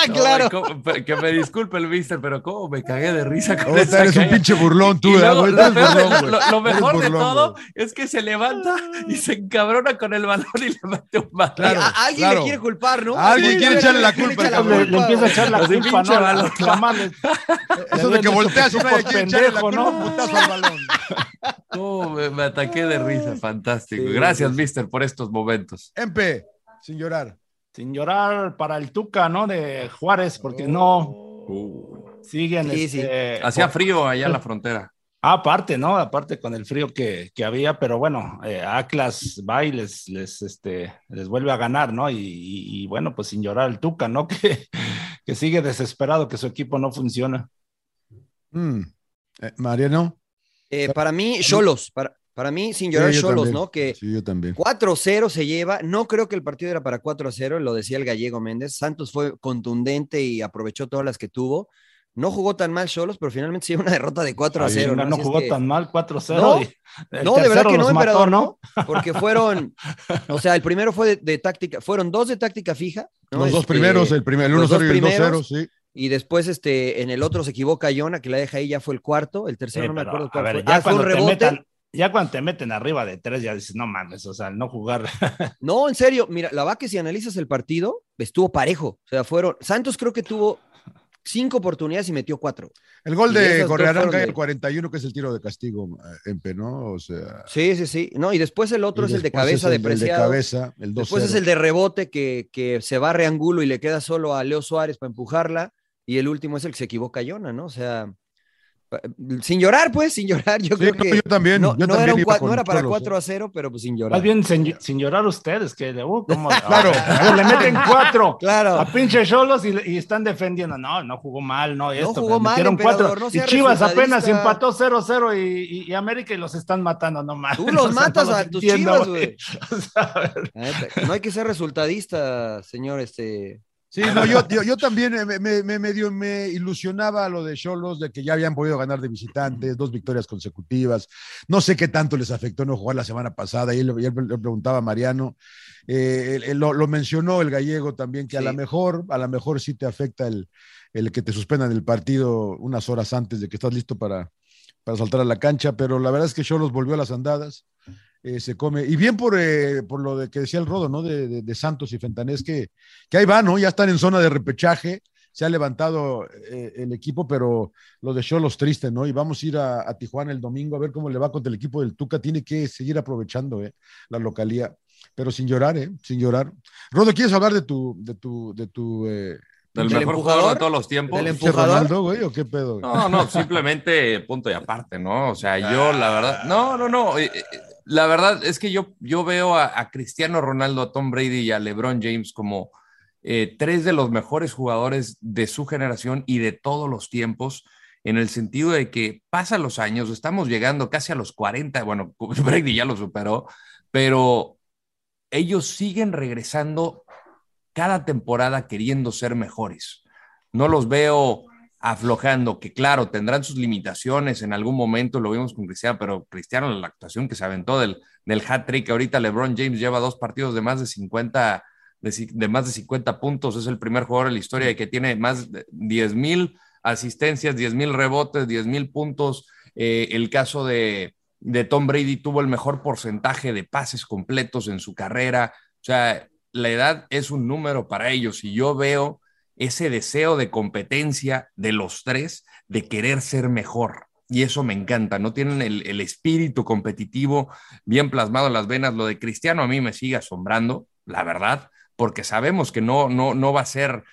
Speaker 2: No,
Speaker 4: claro.
Speaker 2: cómo- pe- que me disculpe el mister, pero cómo me cagué de risa con
Speaker 1: Ahorita
Speaker 2: esa
Speaker 1: eres un
Speaker 2: caída.
Speaker 1: pinche burlón, tú,
Speaker 2: Y
Speaker 1: eh,
Speaker 2: luego,
Speaker 1: güey,
Speaker 2: <laughs> lo,
Speaker 1: tú eres
Speaker 2: peor de-
Speaker 1: burlón, güey.
Speaker 2: lo- lo
Speaker 1: Eres
Speaker 2: mejor de
Speaker 1: burlón,
Speaker 2: todo
Speaker 1: güey.
Speaker 2: es que se levanta y se encabrona con el balón y le mete un balón.
Speaker 1: Claro,
Speaker 4: A- a alguien
Speaker 1: claro.
Speaker 4: le quiere culpar, ¿no?
Speaker 1: A alguien
Speaker 4: Sí,
Speaker 1: quiere
Speaker 4: a
Speaker 1: echarle la
Speaker 4: alguien
Speaker 1: culpa,
Speaker 4: echa la
Speaker 1: cabrón.
Speaker 3: Le, le empieza a echar la
Speaker 2: Así
Speaker 3: culpa,
Speaker 2: pinche
Speaker 3: ¿no? A
Speaker 2: balón.
Speaker 3: reclamarle.
Speaker 1: <laughs> Eso de que volteas y no hay a quién echarle la
Speaker 3: Pendejo,
Speaker 1: culpa,
Speaker 3: ¿no?
Speaker 1: putazo al balón.
Speaker 2: No, me, me ataqué de risa, fantástico.
Speaker 1: Sí,
Speaker 2: Gracias,
Speaker 1: sí.
Speaker 2: mister, por estos momentos.
Speaker 1: Empe, Em sin llorar.
Speaker 3: Sin llorar para el Tuca, ¿no? De Juárez, porque no
Speaker 1: Uh.
Speaker 3: siguen.
Speaker 4: Sí,
Speaker 3: este,
Speaker 2: Hacía frío allá en la frontera.
Speaker 3: Ah, Aparte, ¿no? Aparte con el frío que, que había, pero bueno, eh, Atlas va y les, les, este, les vuelve a ganar, ¿no? Y, y- y bueno, pues sin llorar el Tuca, ¿no? <laughs> Que, que sigue desesperado que su equipo no funciona.
Speaker 1: Mm. Eh, Mariano.
Speaker 4: Eh, para mí, Cholos. Para, para mí, sin llorar,
Speaker 1: Sí, yo
Speaker 4: Cholos,
Speaker 1: también.
Speaker 4: ¿no? Que
Speaker 1: Sí, yo también.
Speaker 4: 4-0 se lleva. No creo que el partido era para 4-0, lo decía el gallego Méndez. Santos fue contundente y aprovechó todas las que tuvo. No jugó tan mal Cholos, pero finalmente se lleva una derrota de 4 0.
Speaker 3: no,
Speaker 4: Así es
Speaker 3: jugó
Speaker 4: que-
Speaker 3: tan mal, 4-0.
Speaker 4: No,
Speaker 3: y el
Speaker 4: No, de verdad
Speaker 3: tercero
Speaker 4: que no,
Speaker 3: los mató,
Speaker 4: emperador,
Speaker 3: ¿no?
Speaker 4: ¿no? Porque fueron, <laughs> o sea, el primero fue de, de táctica, fueron dos de táctica fija. ¿no?
Speaker 1: Los dos
Speaker 4: Este,
Speaker 1: primeros, el primer, el
Speaker 4: los
Speaker 1: 1-0
Speaker 4: dos
Speaker 1: y el
Speaker 4: primeros.
Speaker 1: 2-0, sí.
Speaker 4: Y después, este, en el otro se equivoca Iona, que la deja ahí, ya fue el cuarto. El tercero
Speaker 3: Sí,
Speaker 4: no me
Speaker 3: pero,
Speaker 4: acuerdo
Speaker 3: a
Speaker 4: cuál
Speaker 3: ver,
Speaker 4: fue.
Speaker 3: ya
Speaker 4: Ah, fue un
Speaker 3: cuando te
Speaker 4: rebote.
Speaker 3: metan, ya cuando te meten arriba de tres, ya dices, no mames, o sea, no jugar.
Speaker 4: No, en serio, mira, la verdad que si analizas el partido, estuvo parejo. O sea, fueron. Santos creo que tuvo cinco oportunidades y metió cuatro.
Speaker 1: El gol
Speaker 4: Y
Speaker 1: de
Speaker 4: esas dos
Speaker 1: Correarán
Speaker 4: fueron
Speaker 1: cae
Speaker 4: de-
Speaker 1: el 41, que es el tiro de castigo eh, en ¿no? O sea.
Speaker 4: Sí, sí, sí. No, y después el otro
Speaker 1: Y
Speaker 4: es el de
Speaker 1: después
Speaker 4: cabeza
Speaker 1: es
Speaker 4: de
Speaker 1: el del de
Speaker 4: Preciado.
Speaker 1: cabeza, el
Speaker 4: después
Speaker 1: 2-0.
Speaker 4: es el de rebote que, que se va a reangulo y le queda solo a Leo Suárez para empujarla. Y el último es el que se equivoca Yona, ¿no? O sea, pa- sin llorar, pues, sin llorar. Yo creo
Speaker 1: no,
Speaker 4: que.
Speaker 1: yo también,
Speaker 4: No,
Speaker 1: yo
Speaker 4: no
Speaker 1: también
Speaker 4: era, un
Speaker 1: iba
Speaker 4: cua-
Speaker 1: con
Speaker 4: no era para
Speaker 1: Cholos,
Speaker 4: 4 a 0, pero pues sin llorar.
Speaker 3: Más bien sin, sin llorar ustedes, que de, uh,
Speaker 4: <laughs>
Speaker 3: ¿cómo?
Speaker 1: Claro.
Speaker 3: le meten cuatro
Speaker 4: claro. ah,
Speaker 3: a pinche Cholos y, y están defendiendo. No, no jugó mal, no, esto.
Speaker 4: jugó
Speaker 3: pero
Speaker 4: mal,
Speaker 3: metieron
Speaker 4: emperador,
Speaker 3: cuatro.
Speaker 4: no
Speaker 3: y
Speaker 4: sea
Speaker 3: Chivas apenas
Speaker 4: resultadista.
Speaker 3: empató 0-0 y, y- y América y los están matando, no mames.
Speaker 4: Tú los
Speaker 3: <laughs> O sea,
Speaker 4: matas
Speaker 3: no los
Speaker 4: a tus
Speaker 3: entiendo,
Speaker 4: chivas,
Speaker 3: <laughs>
Speaker 4: güey. La neta, No hay que ser resultadista, señor. Este.
Speaker 1: Sí, no, yo, yo, yo también eh, me, me- me medio me ilusionaba lo de Cholos, de que ya habían podido ganar de visitantes, dos victorias consecutivas. No sé qué tanto les afectó no jugar la semana pasada. Y él, y él le preguntaba a Mariano, eh, él- él lo, lo mencionó el gallego también, que a
Speaker 4: Sí.
Speaker 1: lo mejor, a lo mejor sí te afecta el, el que te suspendan el partido unas horas antes de que estás listo para, para saltar a la cancha, pero la verdad es que Cholos volvió a las andadas. eh, se come, y bien por, eh, por lo de que decía el Rodo, ¿no? De, de- de Santos y Fentanés, que, que ahí va, ¿no? Ya están en zona de repechaje, se ha levantado eh, el equipo, pero lo de Cholos triste, ¿no? Y vamos a ir a, a Tijuana el domingo a ver cómo le va contra el equipo del Tuca, tiene que seguir aprovechando eh, la localía, pero sin llorar, ¿eh? Sin llorar. Rodo, ¿quieres hablar de tu, de tu, de tu... eh,
Speaker 2: Del
Speaker 1: pinche-
Speaker 2: mejor jugador de todos los tiempos.
Speaker 1: pinche Ronaldo, güey, o qué pedo? güey?
Speaker 2: No, no, simplemente punto y aparte, ¿no? O sea, yo la verdad, no, no, no. eh, eh, La verdad es que yo, yo veo a, a Cristiano Ronaldo, a Tom Brady y a LeBron James como eh, tres de los mejores jugadores de su generación y de todos los tiempos, en el sentido de que pasan los años, estamos llegando casi a los 40, bueno, <laughs> Brady ya lo superó, pero ellos siguen regresando cada temporada queriendo ser mejores. No los veo aflojando, que claro, tendrán sus limitaciones, en algún momento lo vimos con Cristiano, pero Cristiano la actuación que se aventó del, del hat-trick, ahorita LeBron James lleva dos partidos de más de 50 de, ci- de más de 50 puntos, es el primer jugador en la historia que tiene más de 10 mil asistencias, 10 mil rebotes, 10 mil puntos. Eh, el caso de, de Tom Brady tuvo el mejor porcentaje de pases completos en su carrera. O sea, la edad es un número para ellos y yo veo ese deseo de competencia de los tres de querer ser mejor. Y eso me encanta, ¿no? Tienen el, el espíritu competitivo bien plasmado en las venas. Lo de Cristiano a mí me sigue asombrando, la verdad, porque sabemos que no, no, no va a ser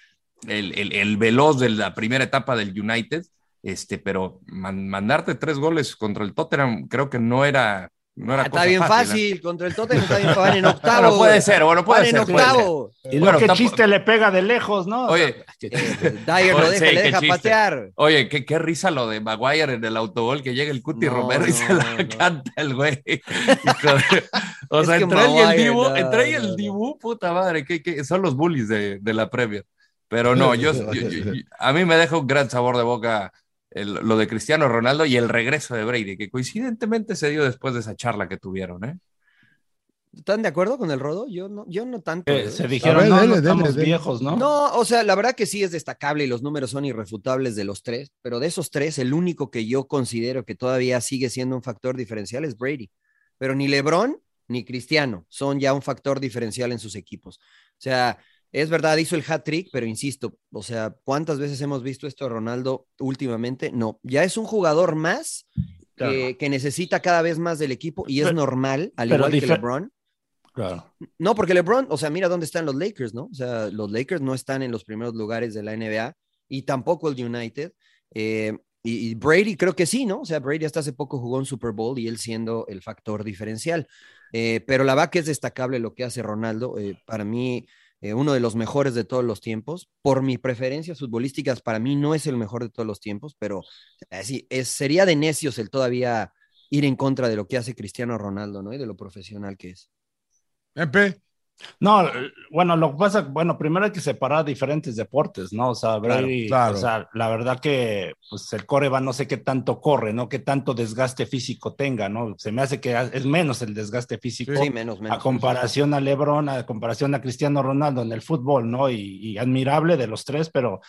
Speaker 2: el, el- el veloz de la primera etapa del United, este, pero man- mandarte tres goles contra el Tottenham creo que no era, no era
Speaker 4: Ah, Está
Speaker 2: cosa
Speaker 4: bien fácil,
Speaker 2: ¿eh?
Speaker 4: contra el Tottenham está bien van en octavo.
Speaker 2: Bueno, puede
Speaker 4: güey.
Speaker 2: ser, bueno, puede
Speaker 4: Van en
Speaker 2: ser, puede
Speaker 4: octavo.
Speaker 2: ser.
Speaker 3: Y
Speaker 2: Bueno,
Speaker 3: bueno, qué
Speaker 2: tampo-
Speaker 3: chiste le pega de
Speaker 4: <laughs>
Speaker 3: lejos, ¿no?
Speaker 2: Oye,
Speaker 4: Eh, Dyer lo deja,
Speaker 2: Oye, sí,
Speaker 4: le
Speaker 2: qué
Speaker 4: deja
Speaker 2: chiste.
Speaker 4: patear.
Speaker 2: Oye, qué, qué risa lo de Maguire en el autogol que llega el Cuti
Speaker 4: No,
Speaker 2: Romero y se la canta
Speaker 4: <laughs>
Speaker 2: el güey. o
Speaker 4: Es
Speaker 2: sea,
Speaker 4: que
Speaker 2: entre él y el
Speaker 4: Maguire,
Speaker 2: Dibu,
Speaker 4: no,
Speaker 2: entre él y
Speaker 4: no, no.
Speaker 2: el Dibu, puta madre, que, son los bullies de, de la Premier. Pero no, yo, yo- yo- yo- a mí me deja un gran sabor de boca el- lo de Cristiano Ronaldo y el regreso de Brady, que coincidentemente se dio después de esa charla que tuvieron, ¿eh?
Speaker 4: ¿Están de acuerdo con el rodo? Yo no, yo no tanto.
Speaker 3: Eh,
Speaker 4: ¿eh?
Speaker 3: se dijeron,
Speaker 1: ver,
Speaker 3: no,
Speaker 1: dele,
Speaker 3: no
Speaker 1: dele,
Speaker 3: estamos
Speaker 1: dele.
Speaker 3: viejos, ¿no?
Speaker 4: No, o sea, la verdad que sí es destacable y los números son irrefutables de los tres, pero de esos tres, el único que yo considero que todavía sigue siendo un factor diferencial es Brady. Pero ni LeBron ni Cristiano son ya un factor diferencial en sus equipos. O sea, es verdad, hizo el hat trick, pero insisto, o sea, ¿cuántas veces hemos visto esto de Ronaldo últimamente? No, ya es un jugador más
Speaker 3: Claro.
Speaker 4: eh, que necesita cada vez más del equipo y es
Speaker 3: Pero-
Speaker 4: normal, al
Speaker 3: pero
Speaker 4: igual que
Speaker 3: difer-
Speaker 4: LeBron.
Speaker 3: Claro.
Speaker 4: No, porque LeBron, o sea, mira dónde están los Lakers, ¿no? O sea, los Lakers no están en los primeros lugares de la NBA y tampoco el United. Eh, y, y Brady creo que sí, ¿no? O sea, Brady hasta hace poco jugó un Super Bowl y él siendo el factor diferencial. Eh, pero la verdad que es destacable lo que hace Ronaldo. Eh, para mí, eh, uno de los mejores de todos los tiempos. Por mis preferencias futbolísticas, para mí no es el mejor de todos los tiempos, pero así es, sería de necios el todavía ir en contra de lo que hace Cristiano Ronaldo, ¿no? Y de lo profesional que es.
Speaker 1: Pepe,
Speaker 3: No, eh, bueno, lo que pasa, bueno, primero hay que separar diferentes deportes, ¿no? O sea, Brady,
Speaker 1: Claro, claro.
Speaker 3: o sea, la verdad que pues el corre va no sé qué tanto corre, ¿no? Qué tanto desgaste físico tenga, ¿no? Se me hace que es menos el desgaste físico
Speaker 4: Sí, menos, menos.
Speaker 3: a comparación a LeBron, a comparación a Cristiano Ronaldo en el fútbol, ¿no? Y, y admirable de los tres, pero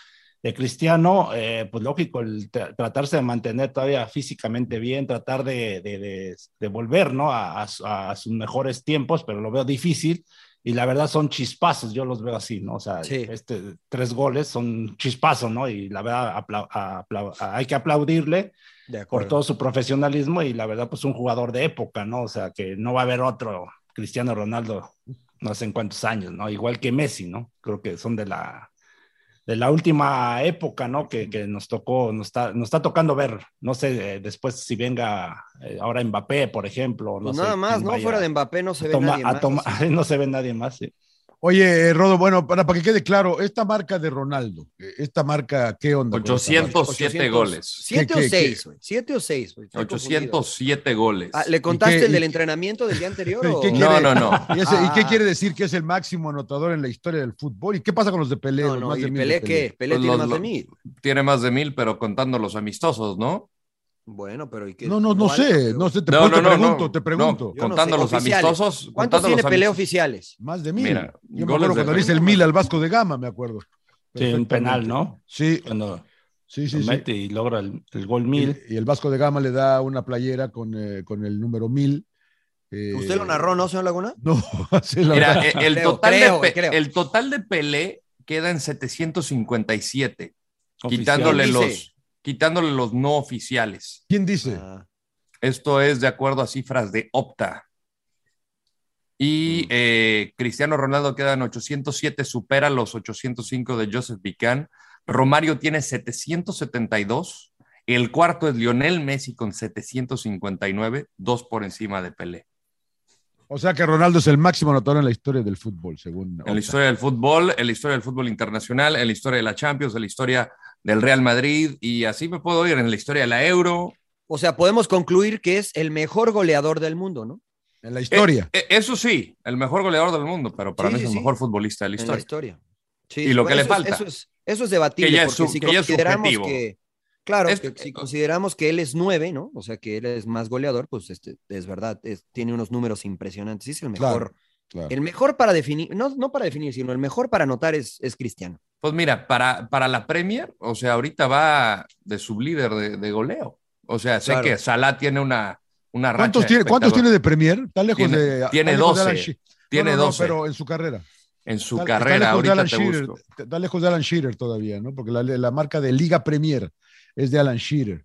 Speaker 3: de Cristiano, eh, pues lógico, el tra- tratarse de mantener todavía físicamente bien, tratar de, de, de- de volver, ¿no? A, a su- a sus mejores tiempos, pero lo veo difícil. y la verdad son chispazos, yo los veo así, ¿no? O sea, este, tres goles son chispazos, ¿no? Y la verdad apla- apla- hay que aplaudirle por todo su profesionalismo y la verdad pues un jugador de época, ¿no? O sea, que no va a haber otro Cristiano Ronaldo no sé en cuántos años, ¿no? Igual que Messi, ¿no? Creo que son de la de la última época, ¿no? Que, que nos tocó, nos está, nos está tocando ver, no sé, eh, después si venga eh, ahora Mbappé, por ejemplo. No
Speaker 4: Pues
Speaker 3: sé
Speaker 4: nada más,
Speaker 3: quién
Speaker 4: ¿no?
Speaker 3: vaya
Speaker 4: Fuera de Mbappé no se
Speaker 3: a
Speaker 4: ve
Speaker 3: toma-
Speaker 4: nadie
Speaker 3: a
Speaker 4: más.
Speaker 3: toma- <laughs> no se ve nadie más, sí.
Speaker 1: Oye, eh, Rodo, bueno, para, para que quede claro, esta marca de Ronaldo, eh, esta marca, ¿qué onda? con esta marca?
Speaker 2: 807 goles.
Speaker 4: ¿Siete o
Speaker 1: ¿Qué, qué,
Speaker 4: seis,
Speaker 1: qué?
Speaker 4: güey? ¿Siete o seis, güey? Estoy confundido.
Speaker 2: 807 goles.
Speaker 4: Ah, ¿Le contaste
Speaker 1: ¿Y qué-
Speaker 4: el del
Speaker 1: Eh, y-
Speaker 4: entrenamiento del día anterior?
Speaker 1: ¿Y
Speaker 4: o-
Speaker 1: <laughs> qué quiere,
Speaker 2: No, no, no.
Speaker 1: ¿Y, ese- y qué
Speaker 4: Ah.
Speaker 1: quiere decir que es el máximo anotador en la historia del fútbol? ¿Y qué pasa con los de Pelé?
Speaker 4: No,
Speaker 1: los
Speaker 4: no,
Speaker 1: más
Speaker 4: ¿y
Speaker 1: de mil
Speaker 4: Pelé qué? Pelé
Speaker 2: Pues
Speaker 4: tiene
Speaker 2: los-
Speaker 4: más de
Speaker 2: lo-
Speaker 4: mil.
Speaker 2: Tiene más de mil, pero contando los amistosos, ¿no?
Speaker 4: Bueno, pero ¿y qué?
Speaker 1: No, no, no
Speaker 4: vale?
Speaker 1: sé, no sé, te,
Speaker 2: No,
Speaker 1: te
Speaker 2: no, no,
Speaker 1: pregunto,
Speaker 2: no.
Speaker 1: te pregunto.
Speaker 2: No. Contando los
Speaker 4: Oficiales.
Speaker 2: amistosos,
Speaker 4: ¿Cuántos
Speaker 2: contando
Speaker 4: tiene
Speaker 2: los
Speaker 4: Pelé
Speaker 2: amistosos.
Speaker 4: oficiales?
Speaker 1: Más de mil.
Speaker 2: Mira,
Speaker 1: Yo me
Speaker 2: goles
Speaker 1: acuerdo
Speaker 2: de
Speaker 1: cuando le hice el mil al Vasco de Gama, me acuerdo.
Speaker 3: Sí, un
Speaker 1: Perfectamente.
Speaker 3: penal, ¿no?
Speaker 1: Sí,
Speaker 3: Cuando
Speaker 1: sí,
Speaker 3: lo
Speaker 1: sí. sí.
Speaker 3: mete y logra el, el gol mil.
Speaker 1: Y, y el Vasco de Gama le da una playera con, eh, con el número mil. eh,
Speaker 4: ¿Usted lo narró, no, señor Laguna?
Speaker 1: No, <laughs> sí, la
Speaker 2: Mira,
Speaker 4: <laughs>
Speaker 1: verdad.
Speaker 2: eh, el,
Speaker 4: Creo,
Speaker 2: total
Speaker 4: creo,
Speaker 2: de Pe-
Speaker 4: creo.
Speaker 2: el total de Pelé queda en 757,
Speaker 3: Oficial.
Speaker 2: quitándole
Speaker 4: ¿Quién dice?
Speaker 2: los, quitándole los no oficiales.
Speaker 1: ¿Quién dice?
Speaker 4: Ah,
Speaker 2: Esto es de acuerdo a cifras de Opta.
Speaker 1: Mm.
Speaker 2: Y eh, Cristiano Ronaldo queda en 807, supera los 805 de Joseph Vican. Romario tiene 772. El cuarto es Lionel Messi con 759, dos por encima de Pelé.
Speaker 1: O sea que Ronaldo es el máximo anotador en la historia del fútbol, según.
Speaker 2: En la historia del fútbol, en la historia del fútbol internacional, en la historia de la Champions, en la historia del Real Madrid, y así me puedo ir en la historia de la Euro. Eh,
Speaker 4: O sea, podemos concluir que es el mejor goleador del mundo, ¿no?
Speaker 1: En la historia.
Speaker 2: Eh, eh, eso sí, el mejor goleador del mundo, pero para
Speaker 4: Sí,
Speaker 2: mí
Speaker 4: sí,
Speaker 2: es el
Speaker 4: sí.
Speaker 2: mejor futbolista de la
Speaker 4: En la
Speaker 2: historia.
Speaker 4: historia. Sí,
Speaker 2: Y lo
Speaker 4: bueno,
Speaker 2: que
Speaker 4: eso
Speaker 2: le
Speaker 4: es-
Speaker 2: falta.
Speaker 4: Eso es, eso es debatible,
Speaker 2: Que ya es
Speaker 4: porque
Speaker 2: sub-
Speaker 4: si
Speaker 2: que ya es
Speaker 4: consideramos
Speaker 2: subjetivo.
Speaker 4: que. Claro,
Speaker 2: Es- eh,
Speaker 4: que si consideramos que él es nueve, ¿no? O sea, que él es más goleador, pues este, es verdad, es- tiene unos números impresionantes. Sí, es el
Speaker 1: Claro,
Speaker 4: mejor.
Speaker 1: claro.
Speaker 4: El mejor para definir, no, no para definir, sino el mejor para anotar es, es Cristiano.
Speaker 2: Pues mira, para, para la Premier, o sea, ahorita va de sublíder de, de goleo. O sea, sé
Speaker 4: Claro.
Speaker 2: que Salah tiene una, una racha.
Speaker 1: ¿Cuántos, tiene, ¿Cuántos tiene
Speaker 2: espectacular.
Speaker 1: de Premier? Está lejos
Speaker 2: Tiene-
Speaker 1: de.
Speaker 2: tiene
Speaker 1: está lejos
Speaker 2: 12,
Speaker 1: de Alan Shearer. No,
Speaker 2: Tiene
Speaker 1: no, no,
Speaker 2: 12
Speaker 1: pero en su carrera.
Speaker 2: en su
Speaker 1: Está- está
Speaker 2: carrera.
Speaker 1: lejos de
Speaker 2: Ahorita
Speaker 1: Alan
Speaker 2: te
Speaker 1: Shearer,
Speaker 2: busco.
Speaker 1: Está lejos de Alan Shearer todavía, ¿no? Porque la, la marca de Liga Premier es de Alan Shearer.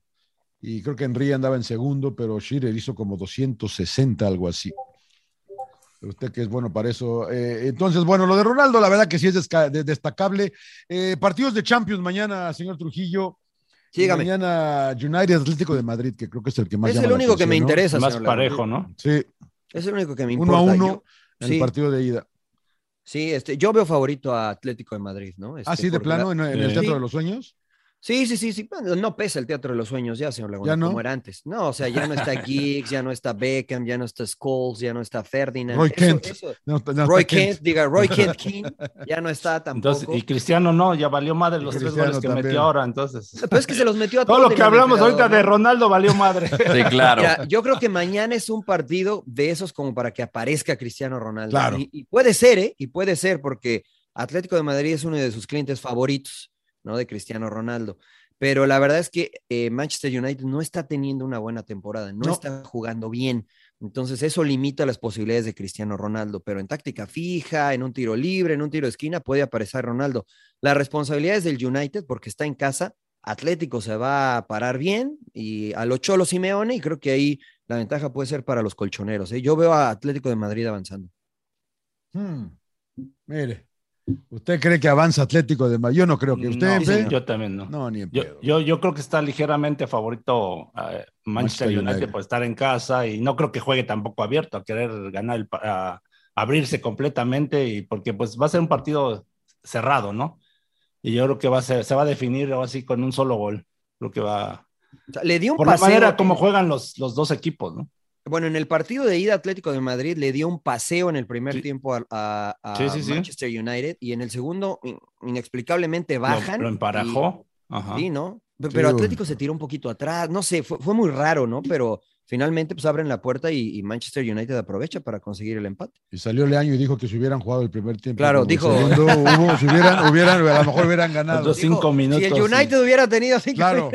Speaker 1: Y creo que Henry andaba en segundo, pero Shearer hizo como 260, algo así. Usted que es bueno para eso. Eh, entonces, bueno, lo de Ronaldo, la verdad que sí es desca- de- destacable. Eh, partidos de Champions mañana, señor Trujillo. Y
Speaker 4: Sígame.
Speaker 1: Mañana United Atlético de Madrid, que creo que es el que más
Speaker 4: es
Speaker 1: llama
Speaker 4: el
Speaker 1: la
Speaker 4: único que me
Speaker 1: atención, ¿no?
Speaker 4: interesa.
Speaker 3: Más
Speaker 4: señor Laguna.
Speaker 3: parejo, ¿no?
Speaker 1: Sí,
Speaker 4: Es el único que me
Speaker 1: uno
Speaker 4: importa.
Speaker 1: a
Speaker 4: Yo-
Speaker 1: uno en
Speaker 4: sí.
Speaker 1: el partido de ida.
Speaker 4: Sí, este, yo veo favorito a Atlético de Madrid, ¿no? Este,
Speaker 1: ¿Ah, sí, de
Speaker 4: porque
Speaker 1: plano,
Speaker 4: la-
Speaker 1: en, en el
Speaker 3: Sí.
Speaker 1: Teatro de los Sueños?
Speaker 4: Sí, sí, sí, sí. Bueno, No pesa el Teatro de los Sueños ya, señor Laguna,
Speaker 1: ¿Ya no?
Speaker 4: como era antes. No, o sea, ya no está Giggs, ya no está Beckham, ya no está Scholes, ya no está Ferdinand.
Speaker 1: Roy
Speaker 4: Eso-
Speaker 1: Kent.
Speaker 4: eso-
Speaker 1: No, no,
Speaker 4: Roy
Speaker 1: está
Speaker 4: Kent, diga, Roy Kent King, ya no está tampoco.
Speaker 3: Entonces, y Cristiano no, ya valió madre los tres
Speaker 1: Cristiano
Speaker 3: goles que
Speaker 1: también.
Speaker 3: metió ahora, entonces.
Speaker 4: Pero es que se los metió a
Speaker 3: Todo
Speaker 4: todos
Speaker 3: lo
Speaker 4: del
Speaker 3: que hablamos
Speaker 4: emperador,
Speaker 3: ahorita de
Speaker 4: ¿no?
Speaker 3: Ronaldo valió
Speaker 2: Sí,
Speaker 3: madre.
Speaker 4: <laughs>
Speaker 2: claro.
Speaker 4: Mira, yo creo que mañana es un partido de esos como para que aparezca Cristiano Ronaldo.
Speaker 1: Claro.
Speaker 4: Y, y puede ser, ¿eh? Y puede ser, porque Atlético de Madrid es uno de sus clientes favoritos, ¿no? De Cristiano Ronaldo. Pero la verdad es que eh, Manchester United no está teniendo una buena temporada, no,
Speaker 1: No.
Speaker 4: está jugando bien. Entonces eso limita las posibilidades de Cristiano Ronaldo, pero en táctica fija, en un tiro libre, en un tiro de esquina puede aparecer Ronaldo. La responsabilidad es del United porque está en casa, Atlético se va a parar bien y a los Cholo Simeone y creo que ahí la ventaja puede ser para los colchoneros. ¿eh? Yo veo a Atlético de Madrid avanzando.
Speaker 1: Hmm. Mire, ¿usted cree que avanza Atlético de Madrid? Yo no creo que usted.
Speaker 3: No,
Speaker 1: ve?
Speaker 3: yo también no.
Speaker 1: No, ni en
Speaker 3: Yo,
Speaker 1: pedo.
Speaker 3: yo, yo creo que está ligeramente favorito eh,
Speaker 1: Manchester
Speaker 3: Manchester United,
Speaker 1: United.
Speaker 3: por estar en casa y no creo que juegue tampoco abierto a querer ganar, el, pa- a abrirse completamente y porque pues va a ser un partido cerrado, ¿no? Y yo creo que va a ser, se va a definir ahora sí con un solo gol. Creo que va.
Speaker 4: O sea, le dio un
Speaker 3: Por la
Speaker 4: paseo
Speaker 3: manera
Speaker 4: en-
Speaker 3: como juegan los, los dos equipos, ¿no?
Speaker 4: Bueno, en el partido de ida Atlético de Madrid le dio un paseo en el primer
Speaker 3: Sí.
Speaker 4: tiempo a, a- a
Speaker 3: Sí, sí, sí.
Speaker 4: Manchester United y en el segundo in- inexplicablemente
Speaker 3: Lo-
Speaker 4: bajan.
Speaker 3: Lo, emparajó. Ajá.
Speaker 4: y- sí, ¿no? Pe-
Speaker 1: Sí,
Speaker 4: Pero
Speaker 1: güey.
Speaker 4: Atlético se tiró un poquito atrás, no sé, fue, fue muy raro, ¿no? Pero finalmente pues abren la puerta y, y Manchester United aprovecha para conseguir el empate.
Speaker 1: Y salió Leaño y dijo que si hubieran jugado el primer tiempo.
Speaker 4: Claro,
Speaker 1: como el
Speaker 4: dijo-
Speaker 1: segundo, hubo- si
Speaker 4: <laughs>
Speaker 1: hubieran, hubieran- a lo mejor hubieran ganado.
Speaker 3: Los cinco
Speaker 4: Dijo,
Speaker 3: minutos.
Speaker 4: <laughs> Si el United hubiera tenido cinco
Speaker 1: Claro.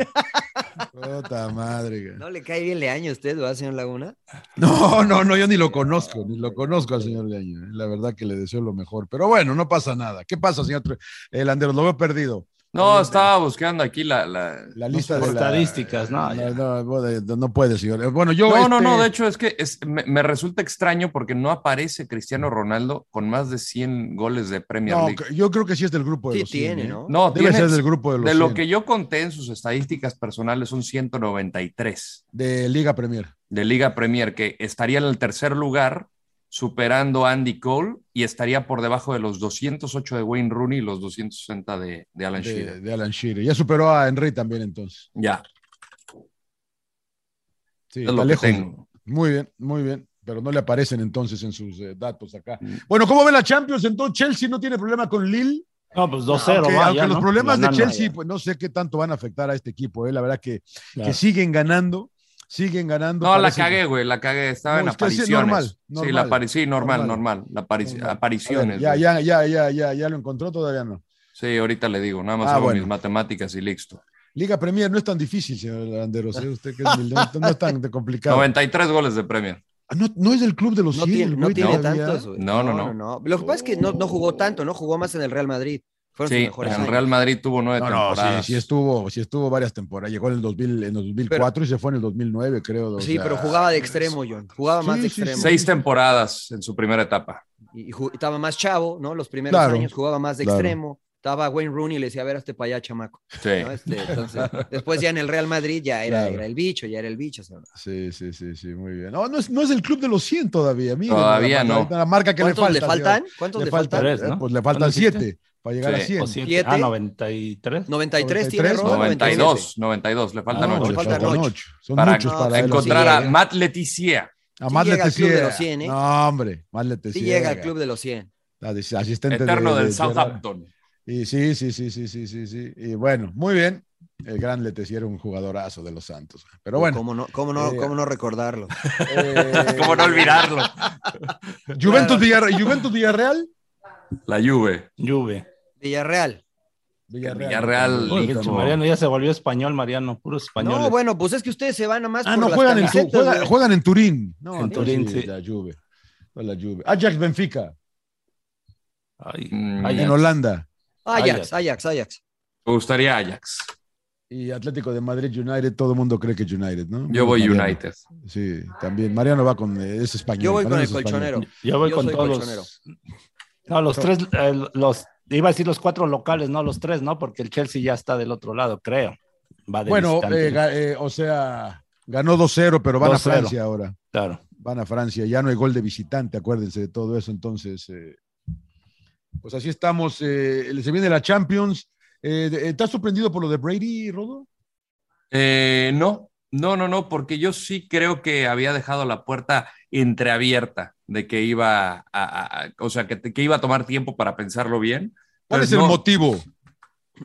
Speaker 1: Puta madre, güey.
Speaker 4: ¿No le cae bien Leaño a usted, va, señor Laguna?
Speaker 1: No, no, no, yo ni lo conozco, ni lo conozco al señor Leaño. eh. La verdad que le deseo lo mejor. Pero bueno, no pasa nada. ¿Qué pasa, señor Tre- eh, Landeros? Lo veo perdido.
Speaker 2: No, estaba buscando aquí la, la,
Speaker 1: La lista de la-
Speaker 3: estadísticas, no,
Speaker 1: No, no, no, no puede, señor. Eh, Bueno, yo.
Speaker 2: no, no,
Speaker 1: este,
Speaker 2: no, de hecho es que es- me, me resulta extraño porque no aparece Cristiano Ronaldo con más de 100 goles de Premier
Speaker 1: no,
Speaker 2: League.
Speaker 1: yo creo que sí es del grupo de
Speaker 4: Sí
Speaker 1: los 100,
Speaker 4: tiene,
Speaker 1: ¿eh?
Speaker 4: ¿no?
Speaker 2: No,
Speaker 1: Debe
Speaker 2: tiene-
Speaker 1: ser del grupo de los
Speaker 2: lo
Speaker 1: 100,
Speaker 2: que yo conté en sus estadísticas personales son 193
Speaker 1: de Liga Premier.
Speaker 2: de Liga Premier, que estaría en el tercer lugar, superando a Andy Cole y estaría por debajo de los 208 de Wayne Rooney y los 260 de, de Alan
Speaker 1: de,
Speaker 2: Shearer.
Speaker 1: de Alan Shearer. Ya superó a Henry también entonces.
Speaker 2: Ya,
Speaker 1: Sí,
Speaker 2: es lo
Speaker 1: está
Speaker 2: que
Speaker 1: lejos.
Speaker 2: tengo.
Speaker 1: Muy bien, muy bien. Pero no le aparecen entonces en sus eh, datos acá.
Speaker 2: Mm.
Speaker 1: Bueno, ¿cómo ven la Champions? Entonces, Chelsea no tiene problema con Lille.
Speaker 3: No, pues 2-0,
Speaker 1: aunque,
Speaker 3: vaya,
Speaker 1: aunque
Speaker 3: ¿no?
Speaker 1: los problemas
Speaker 3: La
Speaker 1: de
Speaker 3: nana,
Speaker 1: Chelsea,
Speaker 3: ya.
Speaker 1: pues no sé qué tanto van a afectar a este equipo. eh. La verdad que,
Speaker 3: Claro.
Speaker 1: que siguen ganando, siguen ganando.
Speaker 2: No, la
Speaker 1: Parece que-
Speaker 2: cagué, güey, la cagué. Estaba
Speaker 1: pues. No,
Speaker 2: en
Speaker 1: es que así es
Speaker 2: apariciones.
Speaker 1: normal,
Speaker 2: sí,
Speaker 1: normal,
Speaker 2: la apari- sí, normal, normal. La apari-
Speaker 1: Normal.
Speaker 2: apariciones.
Speaker 1: A ver,
Speaker 2: güey.
Speaker 1: ya, ya, ya, ya, ya, ya lo encontró, todavía no.
Speaker 2: Sí, ahorita le digo, nada más
Speaker 1: Ah,
Speaker 2: hago
Speaker 1: bueno.
Speaker 2: mis matemáticas y listo.
Speaker 1: Liga Premier no es tan difícil, señor Landeros. ¿eh? Usted que es humilde, no, no es tan de
Speaker 2: <laughs>
Speaker 1: complicado.
Speaker 2: 93 goles de Premier.
Speaker 1: Ah, No, no es del club de los
Speaker 4: No
Speaker 1: 100,
Speaker 4: tiene, no
Speaker 1: güey,
Speaker 4: tiene
Speaker 1: todavía.
Speaker 4: tantos, güey.
Speaker 2: No, no, no.
Speaker 4: Lo que pasa es que no, no jugó tanto, ¿no? Jugó más en el Real Madrid. Fueron sus
Speaker 2: Sí,
Speaker 4: mejores
Speaker 2: en
Speaker 4: años.
Speaker 2: Real Madrid tuvo nueve
Speaker 1: No, no, sí,
Speaker 2: temporadas.
Speaker 1: sí estuvo, sí estuvo varias temporadas. Llegó en el, 2000, en el 2004 y se fue en el 2009, creo. o
Speaker 4: Sí,
Speaker 1: sea,
Speaker 4: pero jugaba de extremo, John. Jugaba más
Speaker 1: Sí,
Speaker 4: de
Speaker 1: sí, sí.
Speaker 4: extremo.
Speaker 2: Seis temporadas en su primera etapa.
Speaker 4: Y, y ju- estaba más chavo, ¿no? Los primeros
Speaker 1: Claro,
Speaker 4: años jugaba más de
Speaker 1: claro.
Speaker 4: extremo. Estaba Wayne Rooney y le decía, a ver, hazte para allá, chamaco.
Speaker 2: Sí.
Speaker 4: ¿no? Este,
Speaker 1: <laughs>
Speaker 4: entonces, después ya en el Real Madrid ya era,
Speaker 1: Claro.
Speaker 4: era el bicho, ya era el bicho. señor.
Speaker 1: Sí, sí, sí, sí, muy bien. No, no es, no es el club de los 100 todavía, mira.
Speaker 2: Todavía
Speaker 1: nada más,
Speaker 2: no.
Speaker 1: ahorita La marca que le
Speaker 4: ¿Cuántos
Speaker 1: falta.
Speaker 4: le faltan?
Speaker 1: señor.
Speaker 4: ¿Cuántos
Speaker 1: Le
Speaker 4: le
Speaker 1: faltan,
Speaker 4: faltan?
Speaker 3: Tres,
Speaker 1: eh,
Speaker 3: ¿no?
Speaker 1: pues le faltan
Speaker 3: ¿Cuántos dijiste?
Speaker 1: 7 para llegar
Speaker 2: Sí,
Speaker 1: a
Speaker 3: O
Speaker 1: 100.
Speaker 3: siete.
Speaker 4: Siete.
Speaker 3: Ah, 93.
Speaker 4: 93 tiene
Speaker 1: 93,
Speaker 4: Roa,
Speaker 2: 92, 92, le faltan
Speaker 1: No,
Speaker 2: ocho.
Speaker 1: Ah, le
Speaker 4: faltan
Speaker 1: faltan
Speaker 4: ocho. Ah,
Speaker 1: ocho. Son
Speaker 2: para
Speaker 1: muchos para él.
Speaker 2: encontrar
Speaker 4: Sí
Speaker 2: a
Speaker 4: llega.
Speaker 2: Matt Leticia.
Speaker 1: A
Speaker 4: Sí
Speaker 1: más
Speaker 4: llega al club de
Speaker 1: Letizia.
Speaker 4: los 100, ¿eh?
Speaker 1: No, hombre, más Letizia.
Speaker 4: Sí llega al club de los 100.
Speaker 1: As- Asistente de-
Speaker 2: eterno
Speaker 1: de-
Speaker 2: del
Speaker 1: de-
Speaker 2: Southampton.
Speaker 1: Y sí, sí, sí, sí, sí, sí, sí. Y bueno, muy bien. El gran Letizia era un jugadorazo de los Santos. Pero bueno.
Speaker 4: ¿Cómo no, cómo no,
Speaker 1: Eh,
Speaker 4: cómo no recordarlo?
Speaker 2: <laughs>
Speaker 1: eh,
Speaker 2: ¿Cómo no olvidarlo?
Speaker 1: Juventus Villarreal. Juventus Villarreal.
Speaker 2: La Juve.
Speaker 3: Juve.
Speaker 4: Villarreal.
Speaker 2: Villarreal,
Speaker 3: Uy,
Speaker 2: hijo.
Speaker 3: Mariano ya se volvió español, Mariano, puro español.
Speaker 4: No, bueno, pues es que ustedes se van nomás
Speaker 1: Ah,
Speaker 4: por
Speaker 1: no,
Speaker 4: las
Speaker 1: juegan en, tu-
Speaker 4: camisetas,
Speaker 1: juega-
Speaker 4: güey.
Speaker 1: juegan en Turín. No,
Speaker 3: En
Speaker 1: no,
Speaker 3: Turín, sí.
Speaker 1: La Juve. No, la Juve. Ajax Benfica,
Speaker 3: Ay,
Speaker 4: Ah,
Speaker 2: Mm,
Speaker 3: ay,
Speaker 1: en Holanda.
Speaker 4: Ajax, Ajax, Ajax.
Speaker 2: Me gustaría Ajax.
Speaker 1: Y Atlético de Madrid, United, todo el mundo cree que United, ¿no?
Speaker 2: Yo voy
Speaker 1: Mariano.
Speaker 2: United.
Speaker 1: Sí, también. Mariano va con. eh, Es español.
Speaker 4: Yo voy con
Speaker 1: Mariano
Speaker 4: el
Speaker 1: es español.
Speaker 4: colchonero.
Speaker 3: yo voy
Speaker 4: Yo
Speaker 3: con
Speaker 4: soy
Speaker 3: todos
Speaker 4: colchonero.
Speaker 3: los. No, los tres, eh, los, iba a decir los cuatro locales, no los tres, ¿no? Porque el Chelsea ya está del otro lado, creo. Va de
Speaker 1: Bueno,
Speaker 3: visitante.
Speaker 1: eh, ga- eh, o sea, ganó 2-0, pero van a
Speaker 3: 2-0.
Speaker 1: Francia ahora.
Speaker 3: claro.
Speaker 1: Van a Francia. Ya no hay gol de visitante, acuérdense de todo eso. Entonces, eh, pues así estamos. eh, se viene la Champions. Eh, de- ¿Estás sorprendido por lo de Brady, Rodo?
Speaker 2: Eh, no, no, no, no, porque yo sí creo que había dejado la puerta entreabierta de que iba a, a- a- o sea, que, que iba a tomar tiempo para pensarlo bien.
Speaker 1: ¿Cuál
Speaker 2: Pues
Speaker 1: es el
Speaker 2: no.
Speaker 1: motivo?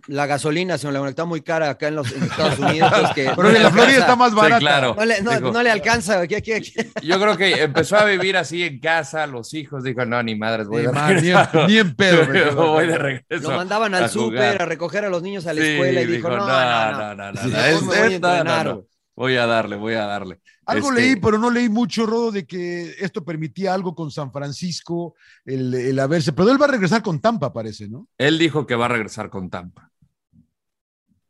Speaker 4: La gasolina, señor Laguna, está muy cara acá en, los, en Estados Unidos. es que
Speaker 1: <laughs> Pero en la Florida está "Ah, más
Speaker 2: Sí,
Speaker 1: barata.
Speaker 2: claro.
Speaker 4: No le, no,
Speaker 2: Dijo,
Speaker 4: no le alcanza. güey. ¿Qué- qué-
Speaker 1: <laughs>
Speaker 4: qué?
Speaker 2: Yo creo que empezó a vivir así en casa, los hijos, dijo, no, ni madres, voy
Speaker 1: Ni
Speaker 2: de
Speaker 1: más, ni, en,
Speaker 2: regreso.
Speaker 1: ni
Speaker 2: <laughs>
Speaker 1: en pedo. me quedo
Speaker 2: Voy
Speaker 1: acá.
Speaker 2: de regreso.
Speaker 4: Lo mandaban
Speaker 2: a
Speaker 4: al
Speaker 2: jugar.
Speaker 4: súper a recoger a los niños a la
Speaker 2: Sí,
Speaker 4: escuela y dijo, no, no, no.
Speaker 2: no, no, no,
Speaker 1: Sí.
Speaker 2: no,
Speaker 4: Mejor
Speaker 2: es
Speaker 4: me voy a
Speaker 2: neta,
Speaker 4: entrenar,
Speaker 2: no, no.
Speaker 4: güey.
Speaker 2: Voy a darle, voy a darle.
Speaker 1: Algo
Speaker 2: Este,
Speaker 1: leí, pues. pero no leí mucho, Rodo, de que esto permitía algo con San Francisco, el, el haberse. Pero él va a regresar con Tampa, parece, ¿no?
Speaker 2: Él dijo que va a regresar con Tampa.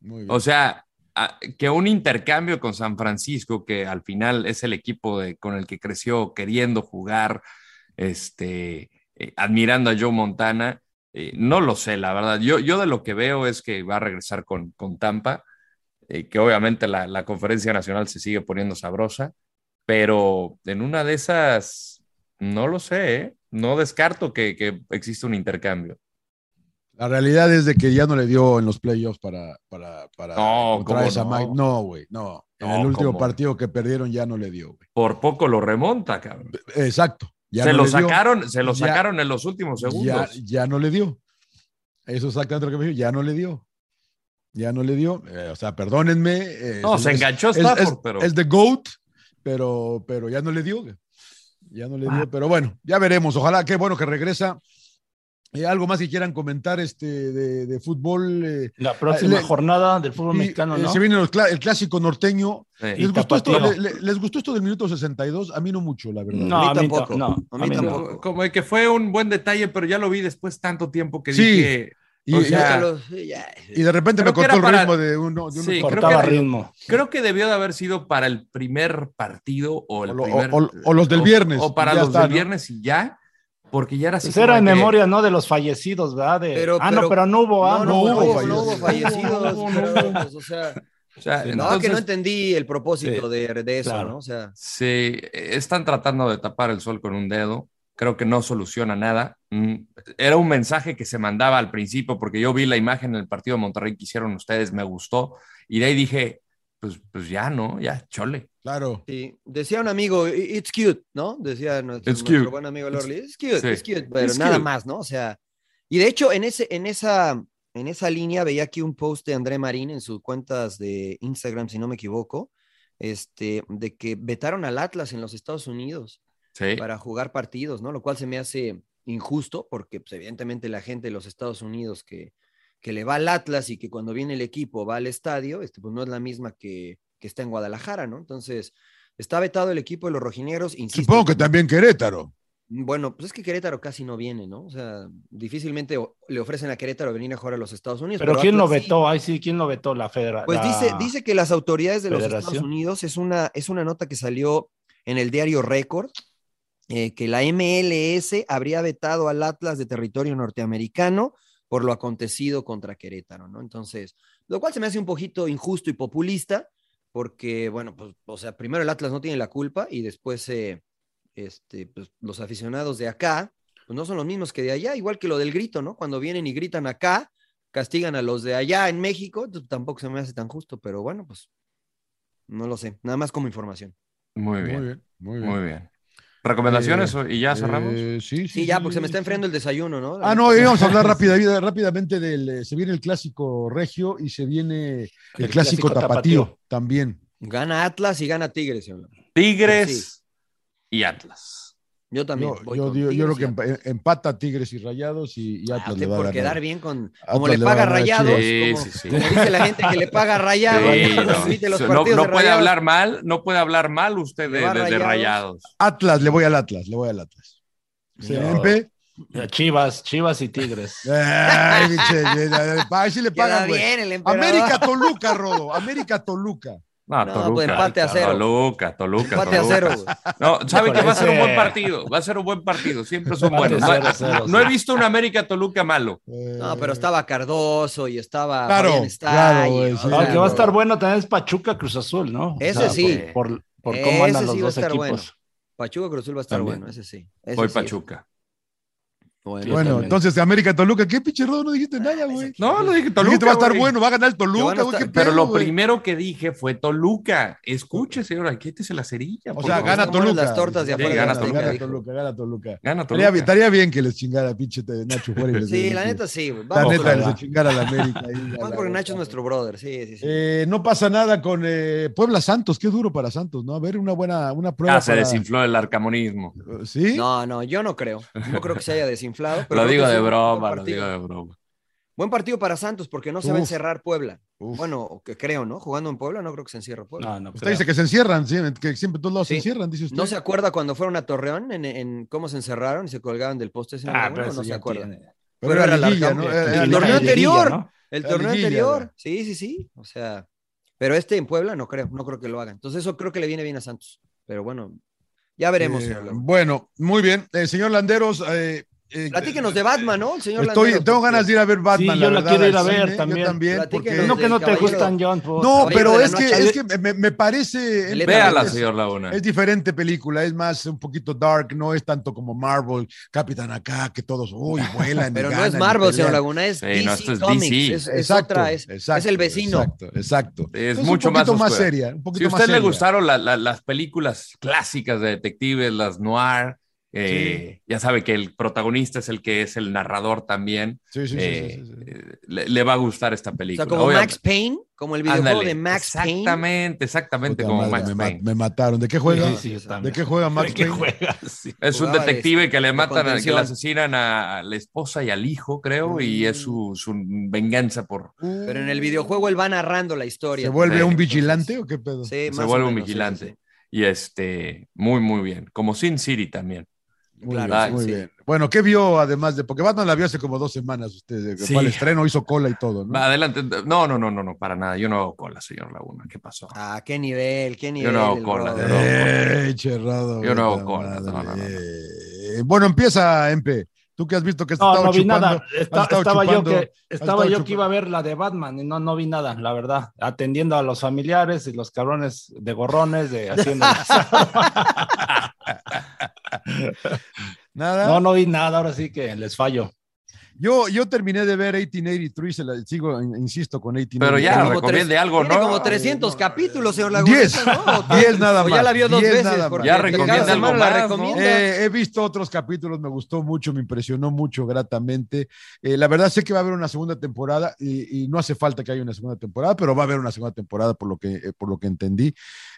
Speaker 1: Muy bien.
Speaker 2: O sea, a- que un intercambio con San Francisco, que al final es el equipo de- con el que creció queriendo jugar, este, eh, admirando a Joe Montana, eh, no lo sé, la verdad. Yo, yo de lo que veo es que va a regresar con, con Tampa, eh, que obviamente la, la conferencia nacional se sigue poniendo sabrosa, pero en una de esas, no lo sé, ¿eh? no descarto que, que exista un intercambio.
Speaker 1: La realidad es de que ya no le dio en los playoffs para, para, para
Speaker 2: No,
Speaker 1: encontrar
Speaker 2: ¿cómo
Speaker 1: esa
Speaker 2: no?
Speaker 1: mag- No, güey, no. En
Speaker 2: No,
Speaker 1: el último
Speaker 2: ¿cómo?
Speaker 1: partido que perdieron ya no le dio, güey.
Speaker 2: Por poco lo remonta, cabrón.
Speaker 1: Exacto. Ya
Speaker 2: se
Speaker 1: no
Speaker 2: lo
Speaker 1: le dio.
Speaker 2: sacaron, se lo
Speaker 1: Ya-
Speaker 2: sacaron en los últimos
Speaker 1: Ya,
Speaker 2: segundos.
Speaker 1: ya no le dio. Eso es exactamente lo que me dijo. Ya no le dio. Ya no le dio. Eh, o sea, perdónenme. eh,
Speaker 2: no,
Speaker 1: es-
Speaker 2: se
Speaker 1: es-
Speaker 2: enganchó
Speaker 1: es,
Speaker 2: Stafford,
Speaker 1: es-
Speaker 2: pero
Speaker 1: es The GOAT, pero, pero
Speaker 2: Ah.
Speaker 1: ya no le dio. güey. Ya no le dio, pero bueno, ya veremos. Ojalá, qué bueno que regresa. Eh, algo más que quieran comentar este de, de fútbol. eh,
Speaker 3: La próxima
Speaker 1: le-
Speaker 3: jornada del fútbol
Speaker 1: y,
Speaker 3: mexicano,
Speaker 1: eh,
Speaker 3: ¿no?
Speaker 1: Se viene los cla- el clásico norteño.
Speaker 3: Sí. Y
Speaker 1: ¿Les, gustó esto,
Speaker 3: tapatío.
Speaker 1: le- le- les gustó esto del minuto 62? A mí no mucho, la verdad.
Speaker 3: No, A mí a mí tampoco. ta- no, a mí tampoco.
Speaker 2: Como, como de que fue un buen detalle, pero ya lo vi después tanto tiempo que
Speaker 1: Sí.
Speaker 2: dije.
Speaker 1: Y-
Speaker 2: o
Speaker 1: y-
Speaker 2: sea,
Speaker 6: eh,
Speaker 1: Y de repente
Speaker 2: Creo
Speaker 1: me
Speaker 2: que
Speaker 1: cortó el
Speaker 2: era para-
Speaker 1: ritmo de uno. De uno
Speaker 2: Sí, creo
Speaker 3: Cortaba
Speaker 2: que,
Speaker 3: ritmo.
Speaker 2: creo que debió de haber sido para el primer partido o el
Speaker 1: O lo-
Speaker 2: primer-
Speaker 1: o- o- o los del viernes,
Speaker 2: O para
Speaker 1: y ya
Speaker 2: los
Speaker 1: está,
Speaker 2: del
Speaker 1: ¿no?
Speaker 2: viernes y ya, porque ya era así.
Speaker 3: Pues era en
Speaker 2: como que-
Speaker 3: memoria, ¿no? De los fallecidos, ¿verdad? De-
Speaker 2: Pero-
Speaker 3: ah,
Speaker 2: pero-
Speaker 3: no, pero no hubo. ah,
Speaker 6: No, no,
Speaker 3: hubo
Speaker 6: hubo,
Speaker 3: fallecidos.
Speaker 6: no hubo fallecidos,
Speaker 2: No,
Speaker 6: pero,
Speaker 2: no, no.
Speaker 6: pues, o
Speaker 2: <laughs>
Speaker 6: sea,
Speaker 2: O sea,
Speaker 6: no,
Speaker 2: entonces-
Speaker 6: que no entendí el propósito de, de eso,
Speaker 2: claro.
Speaker 6: ¿no? O sea,
Speaker 2: Sí, e, están tratando de tapar el sol con un dedo. Creo que no soluciona nada. Mm, Era un mensaje que se mandaba al principio, porque yo vi la imagen del partido de Monterrey que hicieron ustedes, me gustó. Y de ahí dije, pues, pues ya, ¿no? Ya, chole.
Speaker 1: Claro.
Speaker 6: sí. decía un amigo, "I- it's cute, ¿no? Decía nuestro,
Speaker 2: It's cute.
Speaker 6: nuestro buen amigo Lorly, it's cute,
Speaker 2: Sí.
Speaker 6: it's cute, pero
Speaker 2: It's
Speaker 6: nada
Speaker 2: cute.
Speaker 6: más, ¿no? O sea, y de hecho, en, ese, en, esa, en esa línea veía aquí un post de André Marín en sus cuentas de Instagram, si no me equivoco, este, de que vetaron al Atlas en los Estados Unidos.
Speaker 2: Sí.
Speaker 6: para jugar partidos, ¿no? Lo cual se me hace injusto porque pues, evidentemente la gente de los Estados Unidos que, que le va al Atlas y que cuando viene el equipo va al estadio, este, pues no es la misma que, que está en Guadalajara, ¿no? Entonces, está vetado el equipo de los rojineros, insisto.
Speaker 1: Supongo que también Querétaro.
Speaker 6: Bueno, pues es que Querétaro casi no viene, ¿no? O sea, difícilmente o- le ofrecen a Querétaro venir a jugar a los Estados Unidos.
Speaker 3: Pero ¿quién lo
Speaker 6: Atlas sí.
Speaker 3: vetó? Ahí sí, ¿quién lo vetó? La federación.
Speaker 6: Pues dice, dice que las autoridades de los Estados
Speaker 3: Federación.
Speaker 6: Unidos es una, es una nota que salió en el diario Record, eh, que la MLS habría vetado al Atlas de territorio norteamericano por lo acontecido contra Querétaro, ¿no? Entonces, lo cual se me hace un poquito injusto y populista, porque, bueno, pues, o sea, primero el Atlas no tiene la culpa y después eh, este, pues, los aficionados de acá, pues no son los mismos que de allá, igual que lo del grito, ¿no? Cuando vienen y gritan acá, castigan a los de allá en México, entonces, pues, tampoco se me hace tan justo, pero bueno, pues no lo sé, nada más como información.
Speaker 2: Muy bien.
Speaker 1: Muy bien, muy bien.
Speaker 2: Muy bien. ¿Recomendaciones
Speaker 1: Eh,
Speaker 2: y ya cerramos?
Speaker 1: eh, sí, sí,
Speaker 6: Sí, ya, porque se me está enfriando el desayuno, ¿no?
Speaker 1: Ah, no, íbamos a hablar rápida- rápidamente del. eh, Se viene el clásico regio y se viene el,
Speaker 3: El
Speaker 1: clásico,
Speaker 3: clásico
Speaker 1: tapatío,
Speaker 3: tapatío.
Speaker 1: también.
Speaker 6: Gana Atlas y gana Tigres, señor.
Speaker 2: Tigres y Atlas.
Speaker 6: Yo también.
Speaker 1: Yo,
Speaker 6: voy
Speaker 1: yo
Speaker 6: con
Speaker 1: digo- yo creo
Speaker 6: Tigres
Speaker 1: que
Speaker 6: y Atlas.
Speaker 1: empa- empata Tigres y Rayados y, y
Speaker 6: Ah,
Speaker 1: Atlas.
Speaker 6: usted
Speaker 1: le va a
Speaker 6: por
Speaker 1: ganar.
Speaker 6: quedar bien con.
Speaker 1: Atlas
Speaker 6: Como le
Speaker 1: le va a
Speaker 6: paga
Speaker 1: ganar a
Speaker 6: rayados.
Speaker 2: Chivas.
Speaker 6: como,
Speaker 2: Sí, sí, sí.
Speaker 6: como dice la gente que le paga rayados.
Speaker 2: Sí,
Speaker 6: ¿no?
Speaker 2: no.
Speaker 6: Transmite los
Speaker 2: No-
Speaker 6: partidos
Speaker 2: no
Speaker 6: de
Speaker 2: puede
Speaker 6: Rayados.
Speaker 2: hablar mal, no puede hablar mal usted de,
Speaker 6: Le va
Speaker 2: de- de
Speaker 6: Rayados.
Speaker 2: rayados.
Speaker 1: Atlas, le voy al Atlas, le voy al Atlas. ¿Se
Speaker 3: No.
Speaker 1: empe?
Speaker 3: Chivas, Chivas y Tigres.
Speaker 1: Ay, pinche, ya, ya, ya, pa- ahí sí le
Speaker 6: Queda
Speaker 1: pagan, güey.
Speaker 6: bien el emperador.
Speaker 1: América Toluca, Rodo. América Toluca.
Speaker 2: No,
Speaker 6: No,
Speaker 2: Toluca.
Speaker 6: pues empate a cero.
Speaker 2: Toluca, Toluca,
Speaker 6: Empate a
Speaker 2: Toluca.
Speaker 6: cero, güey.
Speaker 2: No, sabe que va a ser un buen
Speaker 3: Híjole.
Speaker 2: partido. Va a ser un buen partido. Siempre son
Speaker 3: Empate
Speaker 2: buenos. No,
Speaker 3: cero, cero,
Speaker 2: no he
Speaker 3: sí.
Speaker 2: visto un América Toluca malo.
Speaker 6: No, pero estaba Cardoso y estaba.
Speaker 1: Claro,
Speaker 6: Fabián Stay,
Speaker 1: claro,
Speaker 6: y-
Speaker 1: güey,
Speaker 6: o
Speaker 1: sí.
Speaker 6: sea,
Speaker 3: No, el que va a
Speaker 1: no.
Speaker 3: estar bueno también es Pachuca Cruz Azul, ¿no?
Speaker 6: Ese
Speaker 2: Ah,
Speaker 3: por-
Speaker 6: sí.
Speaker 3: Por, por cómo andan
Speaker 6: Ese
Speaker 3: los
Speaker 6: sí va a
Speaker 3: dos
Speaker 6: estar
Speaker 3: equipos.
Speaker 6: bueno. Pachuca Cruzul va a estar
Speaker 3: También.
Speaker 6: bueno, ese sí. Ese
Speaker 2: Voy
Speaker 6: sí.
Speaker 2: Pachuca.
Speaker 6: Bueno,
Speaker 1: Eh, Bueno,
Speaker 3: también.
Speaker 1: entonces América Toluca, ¿qué pinche Rodo? No dijiste nada, güey.
Speaker 2: No, no dije Toluca.
Speaker 1: Toluca va a estar
Speaker 2: güey.
Speaker 1: bueno, va a ganar el
Speaker 6: Que van a
Speaker 1: Toluca, güey.
Speaker 6: estar-
Speaker 1: qué
Speaker 2: Pero
Speaker 1: pedo,
Speaker 2: lo
Speaker 1: güey.
Speaker 2: primero que dije fue Toluca. Escuche, señor, aquítese la cerilla.
Speaker 1: O
Speaker 2: por
Speaker 1: sea,
Speaker 2: favor.
Speaker 1: gana
Speaker 6: Nos comemos
Speaker 1: Toluca.
Speaker 6: las tortas de
Speaker 1: Sí,
Speaker 2: afuera de
Speaker 1: gana
Speaker 2: la
Speaker 1: Toluca,
Speaker 2: Azteca,
Speaker 1: gana
Speaker 6: dijo.
Speaker 1: Toluca, gana Toluca.
Speaker 2: Gana
Speaker 1: Estaría bien,
Speaker 2: Toluca.
Speaker 1: estaría bien que les chingara pinche te- Nacho Juárez. les-
Speaker 6: Sí, la
Speaker 1: les-
Speaker 6: neta sí. güey.
Speaker 1: La
Speaker 6: Vamos
Speaker 1: neta,
Speaker 6: por
Speaker 1: les
Speaker 6: Toluca.
Speaker 1: chingara la América. ahí, a
Speaker 6: <laughs> Vamos porque
Speaker 1: la verga.
Speaker 6: Nacho es nuestro brother, sí, sí, sí.
Speaker 1: Eh, no pasa nada con eh, Puebla Santos, qué duro para Santos, ¿no? A ver, una buena una prueba.
Speaker 2: Ah, se
Speaker 1: para-
Speaker 2: desinfló el arcamonismo.
Speaker 1: ¿Sí?
Speaker 6: No, no, yo no creo. No creo que se haya desinflado. pero
Speaker 2: Lo
Speaker 6: creo que
Speaker 2: digo
Speaker 6: es
Speaker 2: de
Speaker 6: un buen
Speaker 2: broma, lo
Speaker 6: partido.
Speaker 2: digo de broma.
Speaker 6: Buen partido para Santos porque no se va a
Speaker 1: Uf.
Speaker 6: encerrar Puebla.
Speaker 1: Uf.
Speaker 6: Bueno, o que creo, ¿no? Jugando en Puebla no creo que se encierre Puebla.
Speaker 3: No, no
Speaker 1: Usted
Speaker 3: creo.
Speaker 1: dice que se encierran, sí, que siempre todos lados
Speaker 6: Sí.
Speaker 1: se encierran, dice usted.
Speaker 6: ¿No se acuerda cuando fueron a Torreón en, en cómo se encerraron y se colgaban del poste? ese
Speaker 3: Ah,
Speaker 6: dragón,
Speaker 3: pero
Speaker 6: o no
Speaker 3: eso
Speaker 6: se
Speaker 3: ya
Speaker 6: acuerda.
Speaker 3: tiene-
Speaker 1: Pero
Speaker 6: Pero
Speaker 1: era
Speaker 6: era
Speaker 1: liguilla,
Speaker 6: Larcamón.
Speaker 1: ¿no? Era- era
Speaker 6: El torneo
Speaker 1: liguilla.
Speaker 6: anterior.
Speaker 3: ¿no?
Speaker 6: El
Speaker 1: La
Speaker 6: torneo
Speaker 1: liguilla,
Speaker 6: anterior,
Speaker 1: güey.
Speaker 6: sí, sí, sí. O sea, pero este en Puebla no creo, no creo que lo hagan. Entonces eso creo que le viene bien a Santos. Pero bueno, ya veremos.
Speaker 1: Eh,
Speaker 6: señor
Speaker 1: <laughs>
Speaker 6: Laguna.
Speaker 1: bueno, muy bien. Eh, señor Landeros, eh, eh,
Speaker 6: Platíquenos de Batman, ¿no? El señor
Speaker 1: Estoy,
Speaker 6: Landeros,
Speaker 1: tengo
Speaker 6: porque-
Speaker 1: ganas de ir a ver Batman.
Speaker 3: Sí, yo la
Speaker 1: verdad,
Speaker 3: quiero
Speaker 1: al
Speaker 3: ir a ver
Speaker 1: yo
Speaker 3: también.
Speaker 1: porque-
Speaker 6: Platíquenos
Speaker 3: No, que no te
Speaker 6: Caballero.
Speaker 3: gustan, John. puta.
Speaker 1: No,
Speaker 6: Caballero
Speaker 1: pero
Speaker 6: de la
Speaker 1: es que,
Speaker 6: noche.
Speaker 1: es que me, me parece.
Speaker 6: Veleta
Speaker 2: Véala,
Speaker 6: Velázquez.
Speaker 2: señor Laguna.
Speaker 1: Es diferente película, es más un poquito dark, no es tanto como Marvel, Capitán acá, que todos,
Speaker 6: <laughs>
Speaker 1: uy, vuelan. y
Speaker 6: Pero no
Speaker 1: ganan
Speaker 6: es
Speaker 1: y
Speaker 6: Marvel, señor
Speaker 1: pelean.
Speaker 6: Laguna, es
Speaker 2: Sí,
Speaker 6: DC
Speaker 2: no, esto es
Speaker 6: Comics.
Speaker 2: DC.
Speaker 6: Es, es
Speaker 1: Exacto,
Speaker 6: otra, es,
Speaker 1: exacto,
Speaker 6: es el vecino.
Speaker 1: Exacto, exacto.
Speaker 2: Es
Speaker 1: un
Speaker 2: mucho más
Speaker 1: poquito más,
Speaker 2: oscura.
Speaker 1: seria. Un poquito
Speaker 2: Si a
Speaker 1: más
Speaker 2: usted le
Speaker 1: seria.
Speaker 2: gustaron la- la- las películas clásicas de detectives, las noir, Eh, Ya sabe que el protagonista es el que es el narrador también.
Speaker 1: Sí, sí, sí,
Speaker 2: Eh, eh, Le, le va a gustar esta
Speaker 4: O
Speaker 2: película.
Speaker 4: sea, como
Speaker 2: Obviamente.
Speaker 4: Max Payne, como el videojuego
Speaker 2: Ándale,
Speaker 4: de Max Payne.
Speaker 2: Exactamente, exactamente como
Speaker 1: Puta madre,
Speaker 2: Max
Speaker 1: me,
Speaker 2: Payne.
Speaker 1: ma- me
Speaker 2: <laughs>
Speaker 1: mataron. ¿De qué juega?
Speaker 2: Sí, sí, yo
Speaker 1: ¿De
Speaker 2: también.
Speaker 1: qué juega Max
Speaker 2: ¿De qué
Speaker 1: Payne?
Speaker 2: Es un
Speaker 1: Jugaba de-
Speaker 2: detective que le
Speaker 1: de
Speaker 2: matan, a- que
Speaker 1: contención.
Speaker 2: le asesinan a a la esposa y al hijo, creo,
Speaker 4: Mm.
Speaker 2: y es su, su venganza por...
Speaker 4: Pero en el videojuego él va narrando la historia.
Speaker 1: ¿Se vuelve
Speaker 2: Sí.
Speaker 1: un vigilante o qué pedo?
Speaker 4: Sí,
Speaker 2: se
Speaker 4: más o
Speaker 2: vuelve un
Speaker 4: menos, sí,
Speaker 2: vigilante. Y este, muy, muy bien. Como Sin City también.
Speaker 1: Muy,
Speaker 2: Ah,
Speaker 1: bien, muy
Speaker 2: sí.
Speaker 1: bien. Bueno, ¿qué vio además de.? Porque Batman la vio hace como dos semanas usted.
Speaker 2: Sí.
Speaker 1: Fue al estreno, hizo cola y todo, ¿no?
Speaker 2: Va, Adelante. No, no, no, no, no, para nada. Yo no hago cola, señor Laguna. ¿Qué pasó?
Speaker 4: Ah, qué nivel, qué nivel.
Speaker 2: no hago
Speaker 4: el
Speaker 2: cola,
Speaker 4: brother.
Speaker 2: yo no hago cola.
Speaker 1: Eh, Cherrado,
Speaker 2: Yo no hago
Speaker 1: puta
Speaker 2: cola. no, no, no, no.
Speaker 1: Eh, bueno, empieza, Empe. Tú que has visto que has
Speaker 3: No,
Speaker 1: estado
Speaker 3: no vi
Speaker 1: chupando,
Speaker 3: nada.
Speaker 1: has
Speaker 3: Esta-
Speaker 1: estado
Speaker 3: estaba
Speaker 1: chupando,
Speaker 3: yo,
Speaker 1: has
Speaker 3: que,
Speaker 1: estado
Speaker 3: estaba yo
Speaker 1: chupando.
Speaker 3: que iba a ver la de Batman y no, no vi nada, la verdad. Atendiendo a los familiares y los cabrones de gorrones, de haciendo.
Speaker 1: Nada.
Speaker 3: no, no vi nada, ahora sí que les fallo.
Speaker 1: Yo, yo terminé de ver 1883, se la, sigo, in- insisto, con 1883.
Speaker 2: Pero ya,
Speaker 1: Como
Speaker 2: recomiende
Speaker 1: tres-
Speaker 2: algo,
Speaker 4: Tiene
Speaker 2: ¿no?
Speaker 4: como 300 capítulos, señor Laguna.
Speaker 1: Diez. <laughs>
Speaker 4: ¿no?
Speaker 1: Diez nada
Speaker 4: O Ya
Speaker 1: más,
Speaker 4: la vio dos
Speaker 1: diez
Speaker 4: veces.
Speaker 1: nada más.
Speaker 4: porque
Speaker 2: Ya
Speaker 4: cada
Speaker 2: recomienda algo
Speaker 4: semana la
Speaker 2: más, ¿no?
Speaker 4: recomienda.
Speaker 1: Eh, he visto otros capítulos, me gustó mucho, me impresionó mucho gratamente. Eh, la verdad sé que va a haber una segunda temporada y, y no hace falta que haya una segunda temporada, pero va a haber una segunda temporada por lo que, eh, por lo que entendí.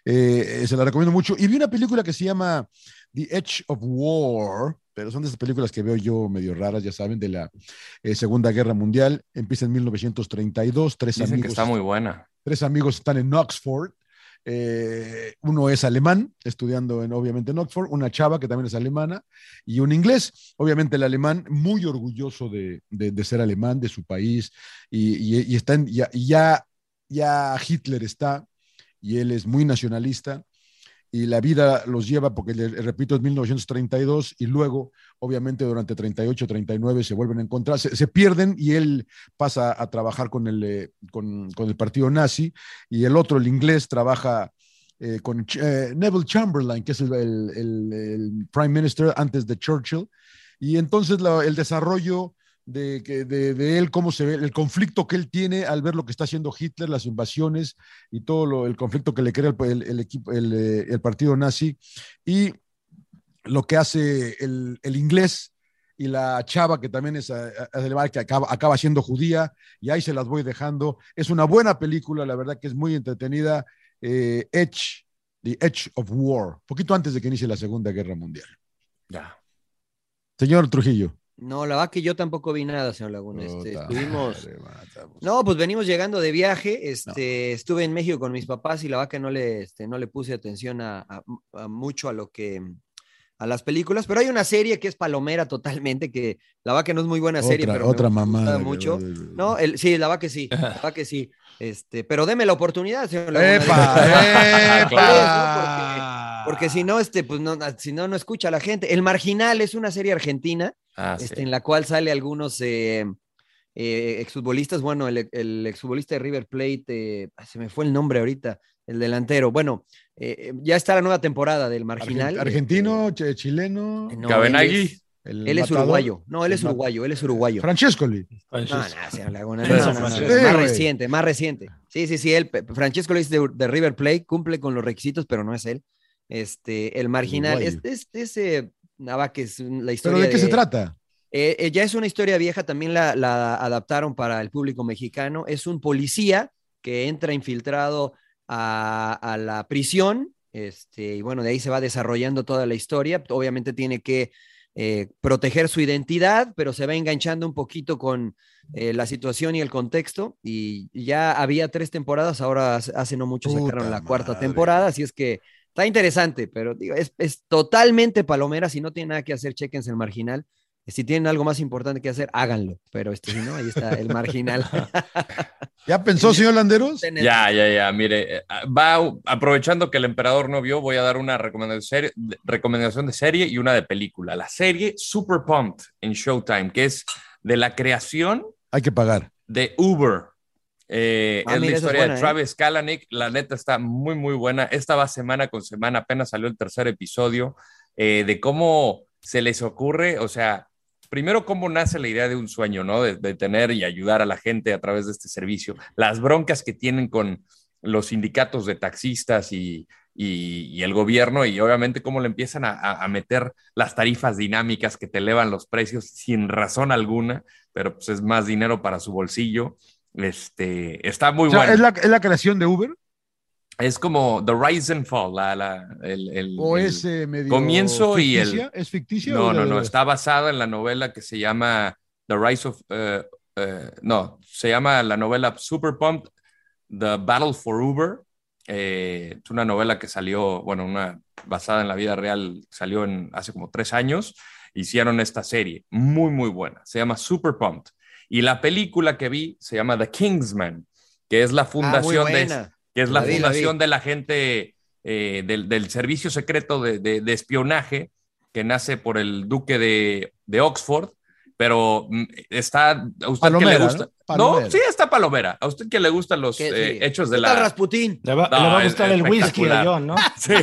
Speaker 1: Eh, eh, se la recomiendo mucho. Y vi una película que se llama The Edge of War, pero son de esas películas que veo yo medio raras, ya saben, de la eh, Segunda Guerra Mundial. Empieza en 1932, tres
Speaker 2: Dicen que
Speaker 1: amigos
Speaker 2: está muy buena.
Speaker 1: tres amigos están en Oxford. Eh, uno es alemán, estudiando en, obviamente en Oxford, una chava que también es alemana y un inglés. Obviamente el alemán, muy orgulloso de, de- de ser alemán, de su país, y, y- y está en- ya, ya, ya Hitler está y él es muy nacionalista y la vida los lleva, porque le- le repito, es 1932 y luego, obviamente, durante 38, 39 se vuelven a encontrar, se, se pierden y él pasa a trabajar con el, eh, con, con el partido nazi y el otro, el inglés, trabaja eh, con Ch- eh, Neville Chamberlain, que es el, el- el- el prime minister antes de Churchill. Y entonces la- el desarrollo de, que- de- de él, cómo se ve, el conflicto que él tiene al ver lo que está haciendo Hitler, las invasiones y todo lo- el conflicto que le crea el, el- el equipo, el, eh, el partido nazi y lo que hace el, el inglés y la chava que también es eh, alemana, que acaba, acaba siendo judía, y ahí se las voy dejando. Es una buena película, la verdad que es muy entretenida. eh, Edge, The Edge of War, poquito antes de que inicie la Segunda Guerra Mundial.
Speaker 2: Ya.
Speaker 1: Señor Trujillo.
Speaker 4: No, la verdad que yo tampoco vi nada, señor Laguna. Este,
Speaker 1: Puta
Speaker 4: estuvimos.
Speaker 1: madre, mata.
Speaker 4: No, pues venimos llegando de viaje. Este, estuve en México con mis papás y la verdad que no le, este, no le puse atención a, a- a mucho a lo que a las películas, pero hay una serie que es palomera totalmente, que la verdad que no es muy buena serie,
Speaker 1: Otra-
Speaker 4: pero me
Speaker 1: otra
Speaker 4: gusta
Speaker 1: mamada, que-
Speaker 4: mucho. No, el, sí, la verdad que sí, la verdad que sí. Este, pero deme la oportunidad, señor Laguna.
Speaker 1: ¡Epa!
Speaker 4: Dígame, ¿cuál es, no? Porque-
Speaker 1: ¡Epa!
Speaker 4: Porque
Speaker 2: Ah.
Speaker 4: si no, este, pues no, na- si no, no escucha a la gente. El Marginal es una serie argentina
Speaker 2: Ah, sí.
Speaker 4: este, en la cual sale algunos eh, eh, exfutbolistas. Bueno, el, el exfutbolista de River Plate, eh, ah, se me fue el nombre ahorita, el delantero. Bueno, eh, eh, ya está la nueva temporada del Marginal.
Speaker 1: Argen- Argentino, ch- chileno.
Speaker 4: Eh, no,
Speaker 2: Cabenagui.
Speaker 4: Él es,
Speaker 1: el
Speaker 4: él es
Speaker 1: matador,
Speaker 4: uruguayo. No, él es
Speaker 1: el ma-
Speaker 4: uruguayo, él es uruguayo.
Speaker 1: Francescoli.
Speaker 4: No, no, señor Laguna,
Speaker 1: Eso,
Speaker 4: no, no, no,
Speaker 1: Francesco.
Speaker 4: no,
Speaker 1: Sí,
Speaker 4: Más
Speaker 1: güey.
Speaker 4: reciente, más reciente. Sí, sí, sí, él, Pe- Francesco Luis de, de River Plate cumple con los requisitos, pero no es él. Este, el marginal,
Speaker 1: Uruguayo.
Speaker 4: este, este, ese, nada, que es un- la historia.
Speaker 1: ¿Pero de qué se trata?
Speaker 4: Eh, eh, ya es una historia vieja, también la, la adaptaron para el público mexicano. Es un policía que entra infiltrado a, a la prisión, este, y bueno, de ahí se va desarrollando toda la historia. Obviamente tiene que eh, proteger su identidad, pero se va enganchando un poquito con eh, la situación y el contexto. Y ya había tres temporadas, ahora hace hace no mucho
Speaker 1: Puta
Speaker 4: sacaron la cuarta
Speaker 1: madre.
Speaker 4: temporada, así es que está interesante, pero digo, es, es totalmente palomera. Si no tiene nada que hacer, chequense el marginal. Si tienen algo más importante que hacer, háganlo. Pero este, si no, ahí está el
Speaker 2: <laughs>
Speaker 4: marginal. <laughs>
Speaker 1: ¿Ya pensó, señor Landeros?
Speaker 2: Ya, ya, ya. Mire, eh, va aprovechando que el emperador no vio, voy a dar una recomendación serie- de- recomendación de serie y una de película. La serie Super Pumped en Showtime, que es de la creación
Speaker 1: Hay que pagar.
Speaker 2: de Uber. Eh,
Speaker 4: Ah,
Speaker 2: es
Speaker 4: mira, esa
Speaker 2: la
Speaker 4: es
Speaker 2: historia
Speaker 4: buena, ¿eh?
Speaker 2: de Travis Kalanick. La neta está muy, muy buena. Esta va semana con semana. Apenas salió el tercer episodio eh, de cómo se les ocurre, o sea, primero cómo nace la idea de un sueño, ¿no? De, de tener y ayudar a la gente a través de este servicio. Las broncas que tienen con los sindicatos de taxistas y, y, y el gobierno y obviamente cómo le empiezan a, a- a meter las tarifas dinámicas que te elevan los precios sin razón alguna, pero pues es más dinero para su bolsillo. Este, está muy
Speaker 1: O sea,
Speaker 2: bueno.
Speaker 1: ¿es,
Speaker 2: Es,
Speaker 1: la, es la creación de Uber?
Speaker 2: como The Rise and Fall, la, la- el, el-
Speaker 1: ¿O
Speaker 2: el-
Speaker 1: es eh, medio
Speaker 2: comienzo y el-
Speaker 1: ficticia? ¿Es ficticia?
Speaker 2: No,
Speaker 1: o
Speaker 2: no,
Speaker 1: de
Speaker 2: no.
Speaker 1: verdad?
Speaker 2: Está basada en la novela que se llama The Rise of. eh, eh, no, se llama la novela Super Pumped, The Battle for Uber. Eh, es una novela que salió, bueno, una basada en la vida real, salió en, hace como tres años. Hicieron esta serie, muy, muy buena. Se llama Super Pumped. Y la película que vi se llama The Kingsman, que es la
Speaker 6: ah,
Speaker 2: fundación de.
Speaker 4: buena.
Speaker 2: Que es la,
Speaker 4: La vi, la vi.
Speaker 2: fundación de la gente eh, del, del servicio secreto de, de- de espionaje que nace por el duque de, de Oxford, pero mm, está a usted que
Speaker 1: Palomera,
Speaker 2: le gusta.
Speaker 1: ¿no?
Speaker 2: ¿no?
Speaker 1: Palomera.
Speaker 2: sí, está Palomera. A usted que le gustan los
Speaker 4: Que sí.
Speaker 2: eh, hechos de
Speaker 4: ¿Qué tal
Speaker 2: la.
Speaker 4: Rasputín?
Speaker 3: Le va,
Speaker 2: No,
Speaker 3: le va a
Speaker 2: es-
Speaker 3: gustar
Speaker 2: es
Speaker 3: el whisky a
Speaker 2: espectacular.
Speaker 3: John, ¿no?
Speaker 2: Sí,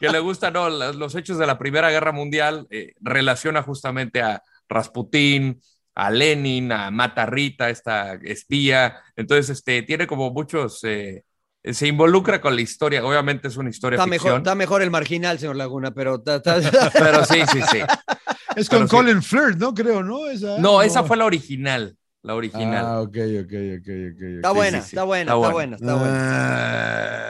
Speaker 2: que le gustan ¿no? Las- los hechos de la Primera Guerra Mundial, eh, relaciona justamente a Rasputín, a Lenin, a Mata Rita, esta espía. Entonces, este, tiene como muchos, eh, se involucra con la historia. Obviamente es una historia
Speaker 4: Está mejor,
Speaker 2: ficción.
Speaker 4: está mejor el marginal, señor Laguna, pero... ta- ta-
Speaker 2: Pero sí, sí, sí.
Speaker 1: Es con
Speaker 2: pero sí.
Speaker 1: Colin Flirt, ¿no? Creo, ¿no? Esa,
Speaker 2: No, esa fue la original. La original.
Speaker 1: Ah, ok, ok, ok, ok.
Speaker 4: Está buena, está buena, está buena, está buena.
Speaker 1: Ah,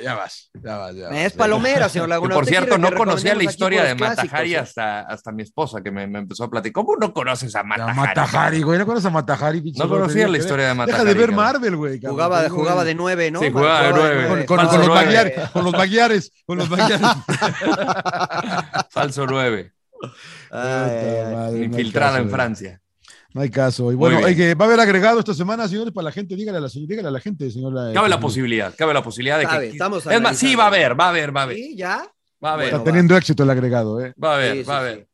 Speaker 1: ya vas, ya vas, ya vas.
Speaker 4: Es palomera, señor
Speaker 2: Ah, Que,
Speaker 4: Laguna.
Speaker 2: por
Speaker 4: ¿Usted
Speaker 2: cierto,
Speaker 4: quiere
Speaker 2: no
Speaker 4: que
Speaker 2: conocía
Speaker 4: recomendemos
Speaker 2: la
Speaker 4: aquí
Speaker 2: historia
Speaker 4: puros
Speaker 2: de Matajari
Speaker 4: clásicos? ¿eh?
Speaker 2: hasta, hasta mi esposa que me, me empezó a platicar. ¿Cómo no conoces a
Speaker 1: Ya,
Speaker 2: Matajari?
Speaker 1: Matajari, güey. ¿No conoces a Matajari? pinche
Speaker 2: No
Speaker 1: gordo?
Speaker 2: conocía la
Speaker 1: Deja
Speaker 2: historia de
Speaker 1: Deja de
Speaker 2: Matajari,
Speaker 1: ver
Speaker 2: cabrón.
Speaker 1: Marvel, güey. cabrón.
Speaker 4: Jugaba de,
Speaker 1: Tengo-
Speaker 4: jugaba de nueve, ¿no?
Speaker 2: Sí, jugaba de nueve.
Speaker 1: Con, con-
Speaker 4: Falso
Speaker 1: con los
Speaker 4: nueve.
Speaker 1: baguiares, con los baguiares, con los baguiares.
Speaker 2: Falso 9.
Speaker 4: <laughs>
Speaker 2: Ah,
Speaker 4: Ay, ay, ay.
Speaker 1: Madre, no hay
Speaker 2: Infiltrada
Speaker 1: caso,
Speaker 2: en
Speaker 1: güey.
Speaker 2: Francia.
Speaker 1: No hay caso. Y bueno,
Speaker 2: bien.
Speaker 1: oye, que va a haber agregado esta semana, señores, para la gente. Dígale a la, señora- dígale a la gente, señora.
Speaker 2: Cabe la
Speaker 1: eh,
Speaker 2: posibilidad, cabe la posibilidad de
Speaker 4: Cabe,
Speaker 2: que.
Speaker 4: estamos
Speaker 2: es más, sí,
Speaker 4: analizando.
Speaker 2: va a haber, va a haber, va a haber.
Speaker 4: Sí, ya.
Speaker 2: Va a haber,
Speaker 1: Está
Speaker 4: Bueno,
Speaker 1: teniendo éxito el agregado, ¿eh?
Speaker 2: va a haber,
Speaker 4: Sí, sí,
Speaker 2: va a
Speaker 4: sí.
Speaker 2: haber.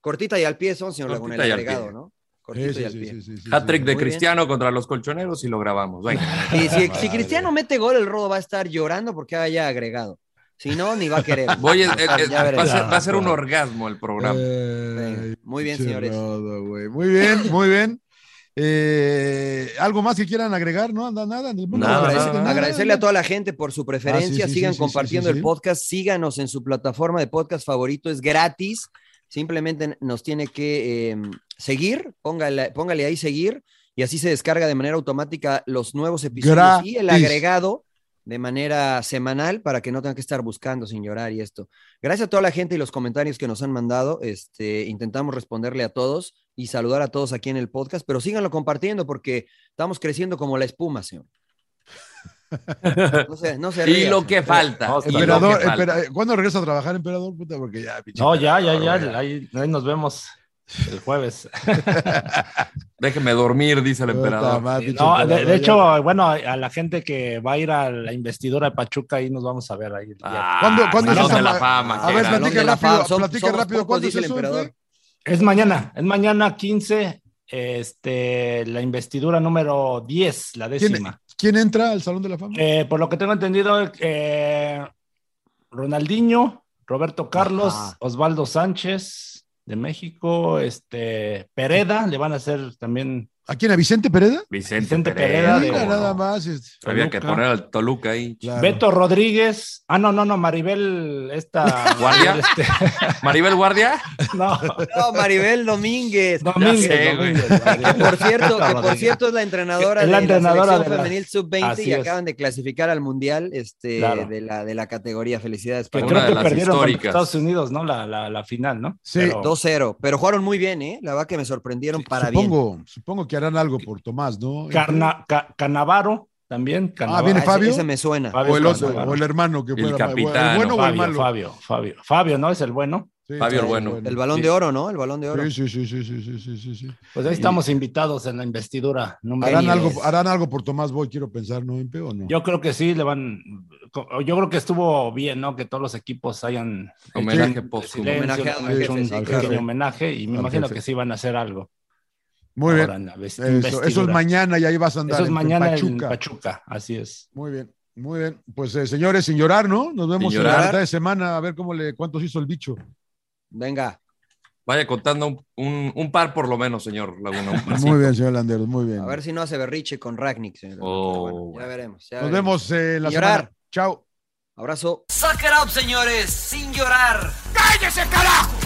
Speaker 4: Cortita y al pie son, señor Laguna, el
Speaker 2: Cortita y al pie.
Speaker 4: agregado, ¿no? Cortito
Speaker 1: Sí, sí,
Speaker 4: y al
Speaker 1: sí,
Speaker 4: pie.
Speaker 1: sí, sí, sí,
Speaker 2: Hat-trick
Speaker 1: sí.
Speaker 4: Muy
Speaker 2: de
Speaker 4: bien.
Speaker 2: Cristiano contra los colchoneros y lo grabamos.
Speaker 4: <laughs>
Speaker 2: Venga.
Speaker 4: Y si, si
Speaker 1: Madre.
Speaker 4: Cristiano mete gol, el Rodo va a estar llorando porque haya agregado. Si no, ni va a querer.
Speaker 2: Voy a-
Speaker 4: Ya
Speaker 2: eh, eh, va, a
Speaker 4: veremos.
Speaker 2: ser, va a ser un orgasmo el programa.
Speaker 1: Eh,
Speaker 4: Muy bien,
Speaker 1: pinche
Speaker 4: señores.
Speaker 1: rodo, güey. muy bien, muy bien. Eh, ¿Algo más que quieran agregar? No anda nada. ni-
Speaker 2: Nada,
Speaker 1: no,
Speaker 4: Agradecer-
Speaker 2: nada, nada.
Speaker 4: Agradecerle a toda la gente por su preferencia.
Speaker 1: Ah, sí, sí,
Speaker 4: Sigan
Speaker 1: sí, sí,
Speaker 4: compartiendo
Speaker 1: sí,
Speaker 4: el
Speaker 1: sí, sí.
Speaker 4: podcast. Síganos en su plataforma de podcast favorito. Es gratis. Simplemente nos tiene que eh, seguir. Póngale, póngale ahí seguir. Y así se descarga de manera automática los nuevos episodios y el
Speaker 1: Gratis.
Speaker 4: agregado de manera semanal para que no tengan que estar buscando sin llorar y esto. Gracias a toda la gente y los comentarios que nos han mandado. Este, intentamos responderle a todos y saludar a todos aquí en el podcast, pero síganlo compartiendo porque estamos creciendo como la espuma, señor. No se,
Speaker 3: <laughs>
Speaker 4: no se
Speaker 2: Y
Speaker 4: ría,
Speaker 2: lo
Speaker 4: señor.
Speaker 2: que falta.
Speaker 3: No,
Speaker 2: y lo que
Speaker 1: eh, Emperador,
Speaker 2: falta.
Speaker 1: empera- ¿cuándo regresa a trabajar, emperador? Puta, porque ya, pinche
Speaker 3: No, ya, ya, ya.
Speaker 1: emperador, güey.
Speaker 3: Ahí, ahí nos vemos el
Speaker 2: <laughs>
Speaker 3: jueves.
Speaker 2: Déjeme dormir, dice el
Speaker 1: Puta
Speaker 2: emperador.
Speaker 1: madre, pinche
Speaker 3: No, de,
Speaker 1: emperador,
Speaker 3: de
Speaker 1: ya.
Speaker 3: hecho, bueno, a, a la gente que va a ir a la investidora de Pachuca, ahí nos vamos a ver. Ahí el día.
Speaker 2: Ah,
Speaker 1: ¿Cuándo- cuándo
Speaker 2: Salón
Speaker 1: se
Speaker 2: de la
Speaker 1: llama?
Speaker 2: fama.
Speaker 1: A
Speaker 2: qué
Speaker 1: ver,
Speaker 2: grande.
Speaker 1: platica
Speaker 4: de la
Speaker 1: rápido,
Speaker 4: fama. Som-
Speaker 1: platica
Speaker 4: somos
Speaker 1: rápido.
Speaker 4: pocos,
Speaker 1: ¿Cuándo es
Speaker 4: dice el
Speaker 1: eso?
Speaker 4: emperador.
Speaker 1: güey?
Speaker 3: Es mañana, es mañana 15, este, la investidura número 10, la
Speaker 1: ¿Quién,
Speaker 3: décima.
Speaker 1: quién entra al Salón de la Fama?
Speaker 3: Eh, por lo que tengo entendido, eh, Ronaldinho, Roberto Carlos,
Speaker 4: Ajá.
Speaker 3: Osvaldo Sánchez de México, este, Pereda, le van a hacer también
Speaker 1: ¿A quién? ¿A Vicente Pereda?
Speaker 2: Vicente,
Speaker 3: Vicente
Speaker 2: Pereda.
Speaker 3: Pereda de-
Speaker 1: Mira,
Speaker 2: cómo
Speaker 1: nada
Speaker 2: no.
Speaker 1: más. es-
Speaker 2: Había que
Speaker 3: Toluca.
Speaker 2: poner al Toluca ahí.
Speaker 1: claro.
Speaker 3: Beto Rodríguez. Ah, no, no, no, Maribel, esta.
Speaker 2: <laughs> ¿Guardia?
Speaker 3: este, <laughs>
Speaker 2: Maribel Guardia.
Speaker 3: no,
Speaker 4: No, Maribel Domínguez.
Speaker 3: Domínguez.
Speaker 2: sé, güey.
Speaker 3: Domínguez, Maribel.
Speaker 4: Por cierto, que por
Speaker 3: Rodríguez.
Speaker 4: cierto es la entrenadora
Speaker 3: Es la
Speaker 4: de
Speaker 3: entrenadora
Speaker 4: la selección
Speaker 3: de la-
Speaker 4: femenil sub-20 y
Speaker 3: Así es.
Speaker 4: acaban de clasificar al mundial este,
Speaker 3: Claro.
Speaker 4: de, la, de la categoría. Felicidades.
Speaker 3: Que
Speaker 4: para
Speaker 2: Una
Speaker 3: creo
Speaker 2: de
Speaker 3: que
Speaker 2: las
Speaker 3: perdieron contra
Speaker 2: históricas.
Speaker 3: Estados Unidos, ¿no? La, la, la final, ¿no?
Speaker 1: Sí.
Speaker 3: Pero-
Speaker 4: 2-0, pero jugaron muy bien, ¿eh? La verdad que me sorprendieron para bien.
Speaker 1: supongo, supongo que harán algo por Tomás, ¿no?
Speaker 3: Carna- Ca- Canavaro también. Canavaro.
Speaker 1: viene
Speaker 4: Ah, ese-
Speaker 1: Fabio?
Speaker 4: Ese me suena.
Speaker 3: Fabio
Speaker 1: O el otro,
Speaker 3: Canavaro.
Speaker 1: o el hermano que
Speaker 2: El
Speaker 1: fuera
Speaker 2: capitán,
Speaker 1: el bueno o el
Speaker 3: Fabio,
Speaker 1: malo.
Speaker 3: Fabio, Fabio. Fabio, ¿no? Es el bueno.
Speaker 1: Sí,
Speaker 2: Fabio el
Speaker 1: sí,
Speaker 2: bueno.
Speaker 4: El balón de oro, ¿no? El balón de oro.
Speaker 1: Sí, sí, sí, sí, sí, sí, sí, sí, sí.
Speaker 3: Pues ahí estamos invitados en la investidura. número
Speaker 1: Harán
Speaker 4: Benítez.
Speaker 3: 10.
Speaker 1: algo, harán algo por Tomás Boy, quiero pensar, ¿no, Empe, o no?
Speaker 3: Yo creo que sí, le van. Yo creo que estuvo bien, ¿no? Que todos los equipos hayan
Speaker 2: Homenaje
Speaker 1: Sí.
Speaker 2: póstumo.
Speaker 3: silencio,
Speaker 4: homenaje al
Speaker 3: han
Speaker 4: jefe,
Speaker 3: hecho un
Speaker 4: sí,
Speaker 3: pequeño
Speaker 1: claro.
Speaker 3: homenaje y me
Speaker 1: Al
Speaker 3: imagino
Speaker 1: jefe.
Speaker 3: que sí van a hacer algo.
Speaker 1: Muy bien.
Speaker 3: ahora en la vest-
Speaker 1: Eso,
Speaker 3: investidura.
Speaker 1: eso es mañana y ahí vas a andar.
Speaker 3: Eso es
Speaker 1: en
Speaker 3: mañana en
Speaker 1: Pachuca.
Speaker 3: Pachuca, así es.
Speaker 1: Muy bien, muy bien. Pues eh, señores, sin llorar, ¿no? Nos vemos en la
Speaker 2: llorar.
Speaker 1: mitad de semana a ver cómo le, cuántos hizo el bicho.
Speaker 4: Venga,
Speaker 2: Vaya contando un, un- un par por lo menos, señor Laguna. un pasito.
Speaker 1: Muy bien, señor Landeros, muy bien.
Speaker 4: a ver si no hace berriche con Ragnick. señor.
Speaker 2: Oh,
Speaker 4: Bueno, ya
Speaker 2: bueno.
Speaker 4: veremos. ya
Speaker 1: Nos
Speaker 4: veremos.
Speaker 1: vemos eh, la
Speaker 4: Sin llorar.
Speaker 1: semana. Chao.
Speaker 7: Abrazo.
Speaker 6: Suck it up, señores, sin llorar.
Speaker 4: ¡Cállese, carajo!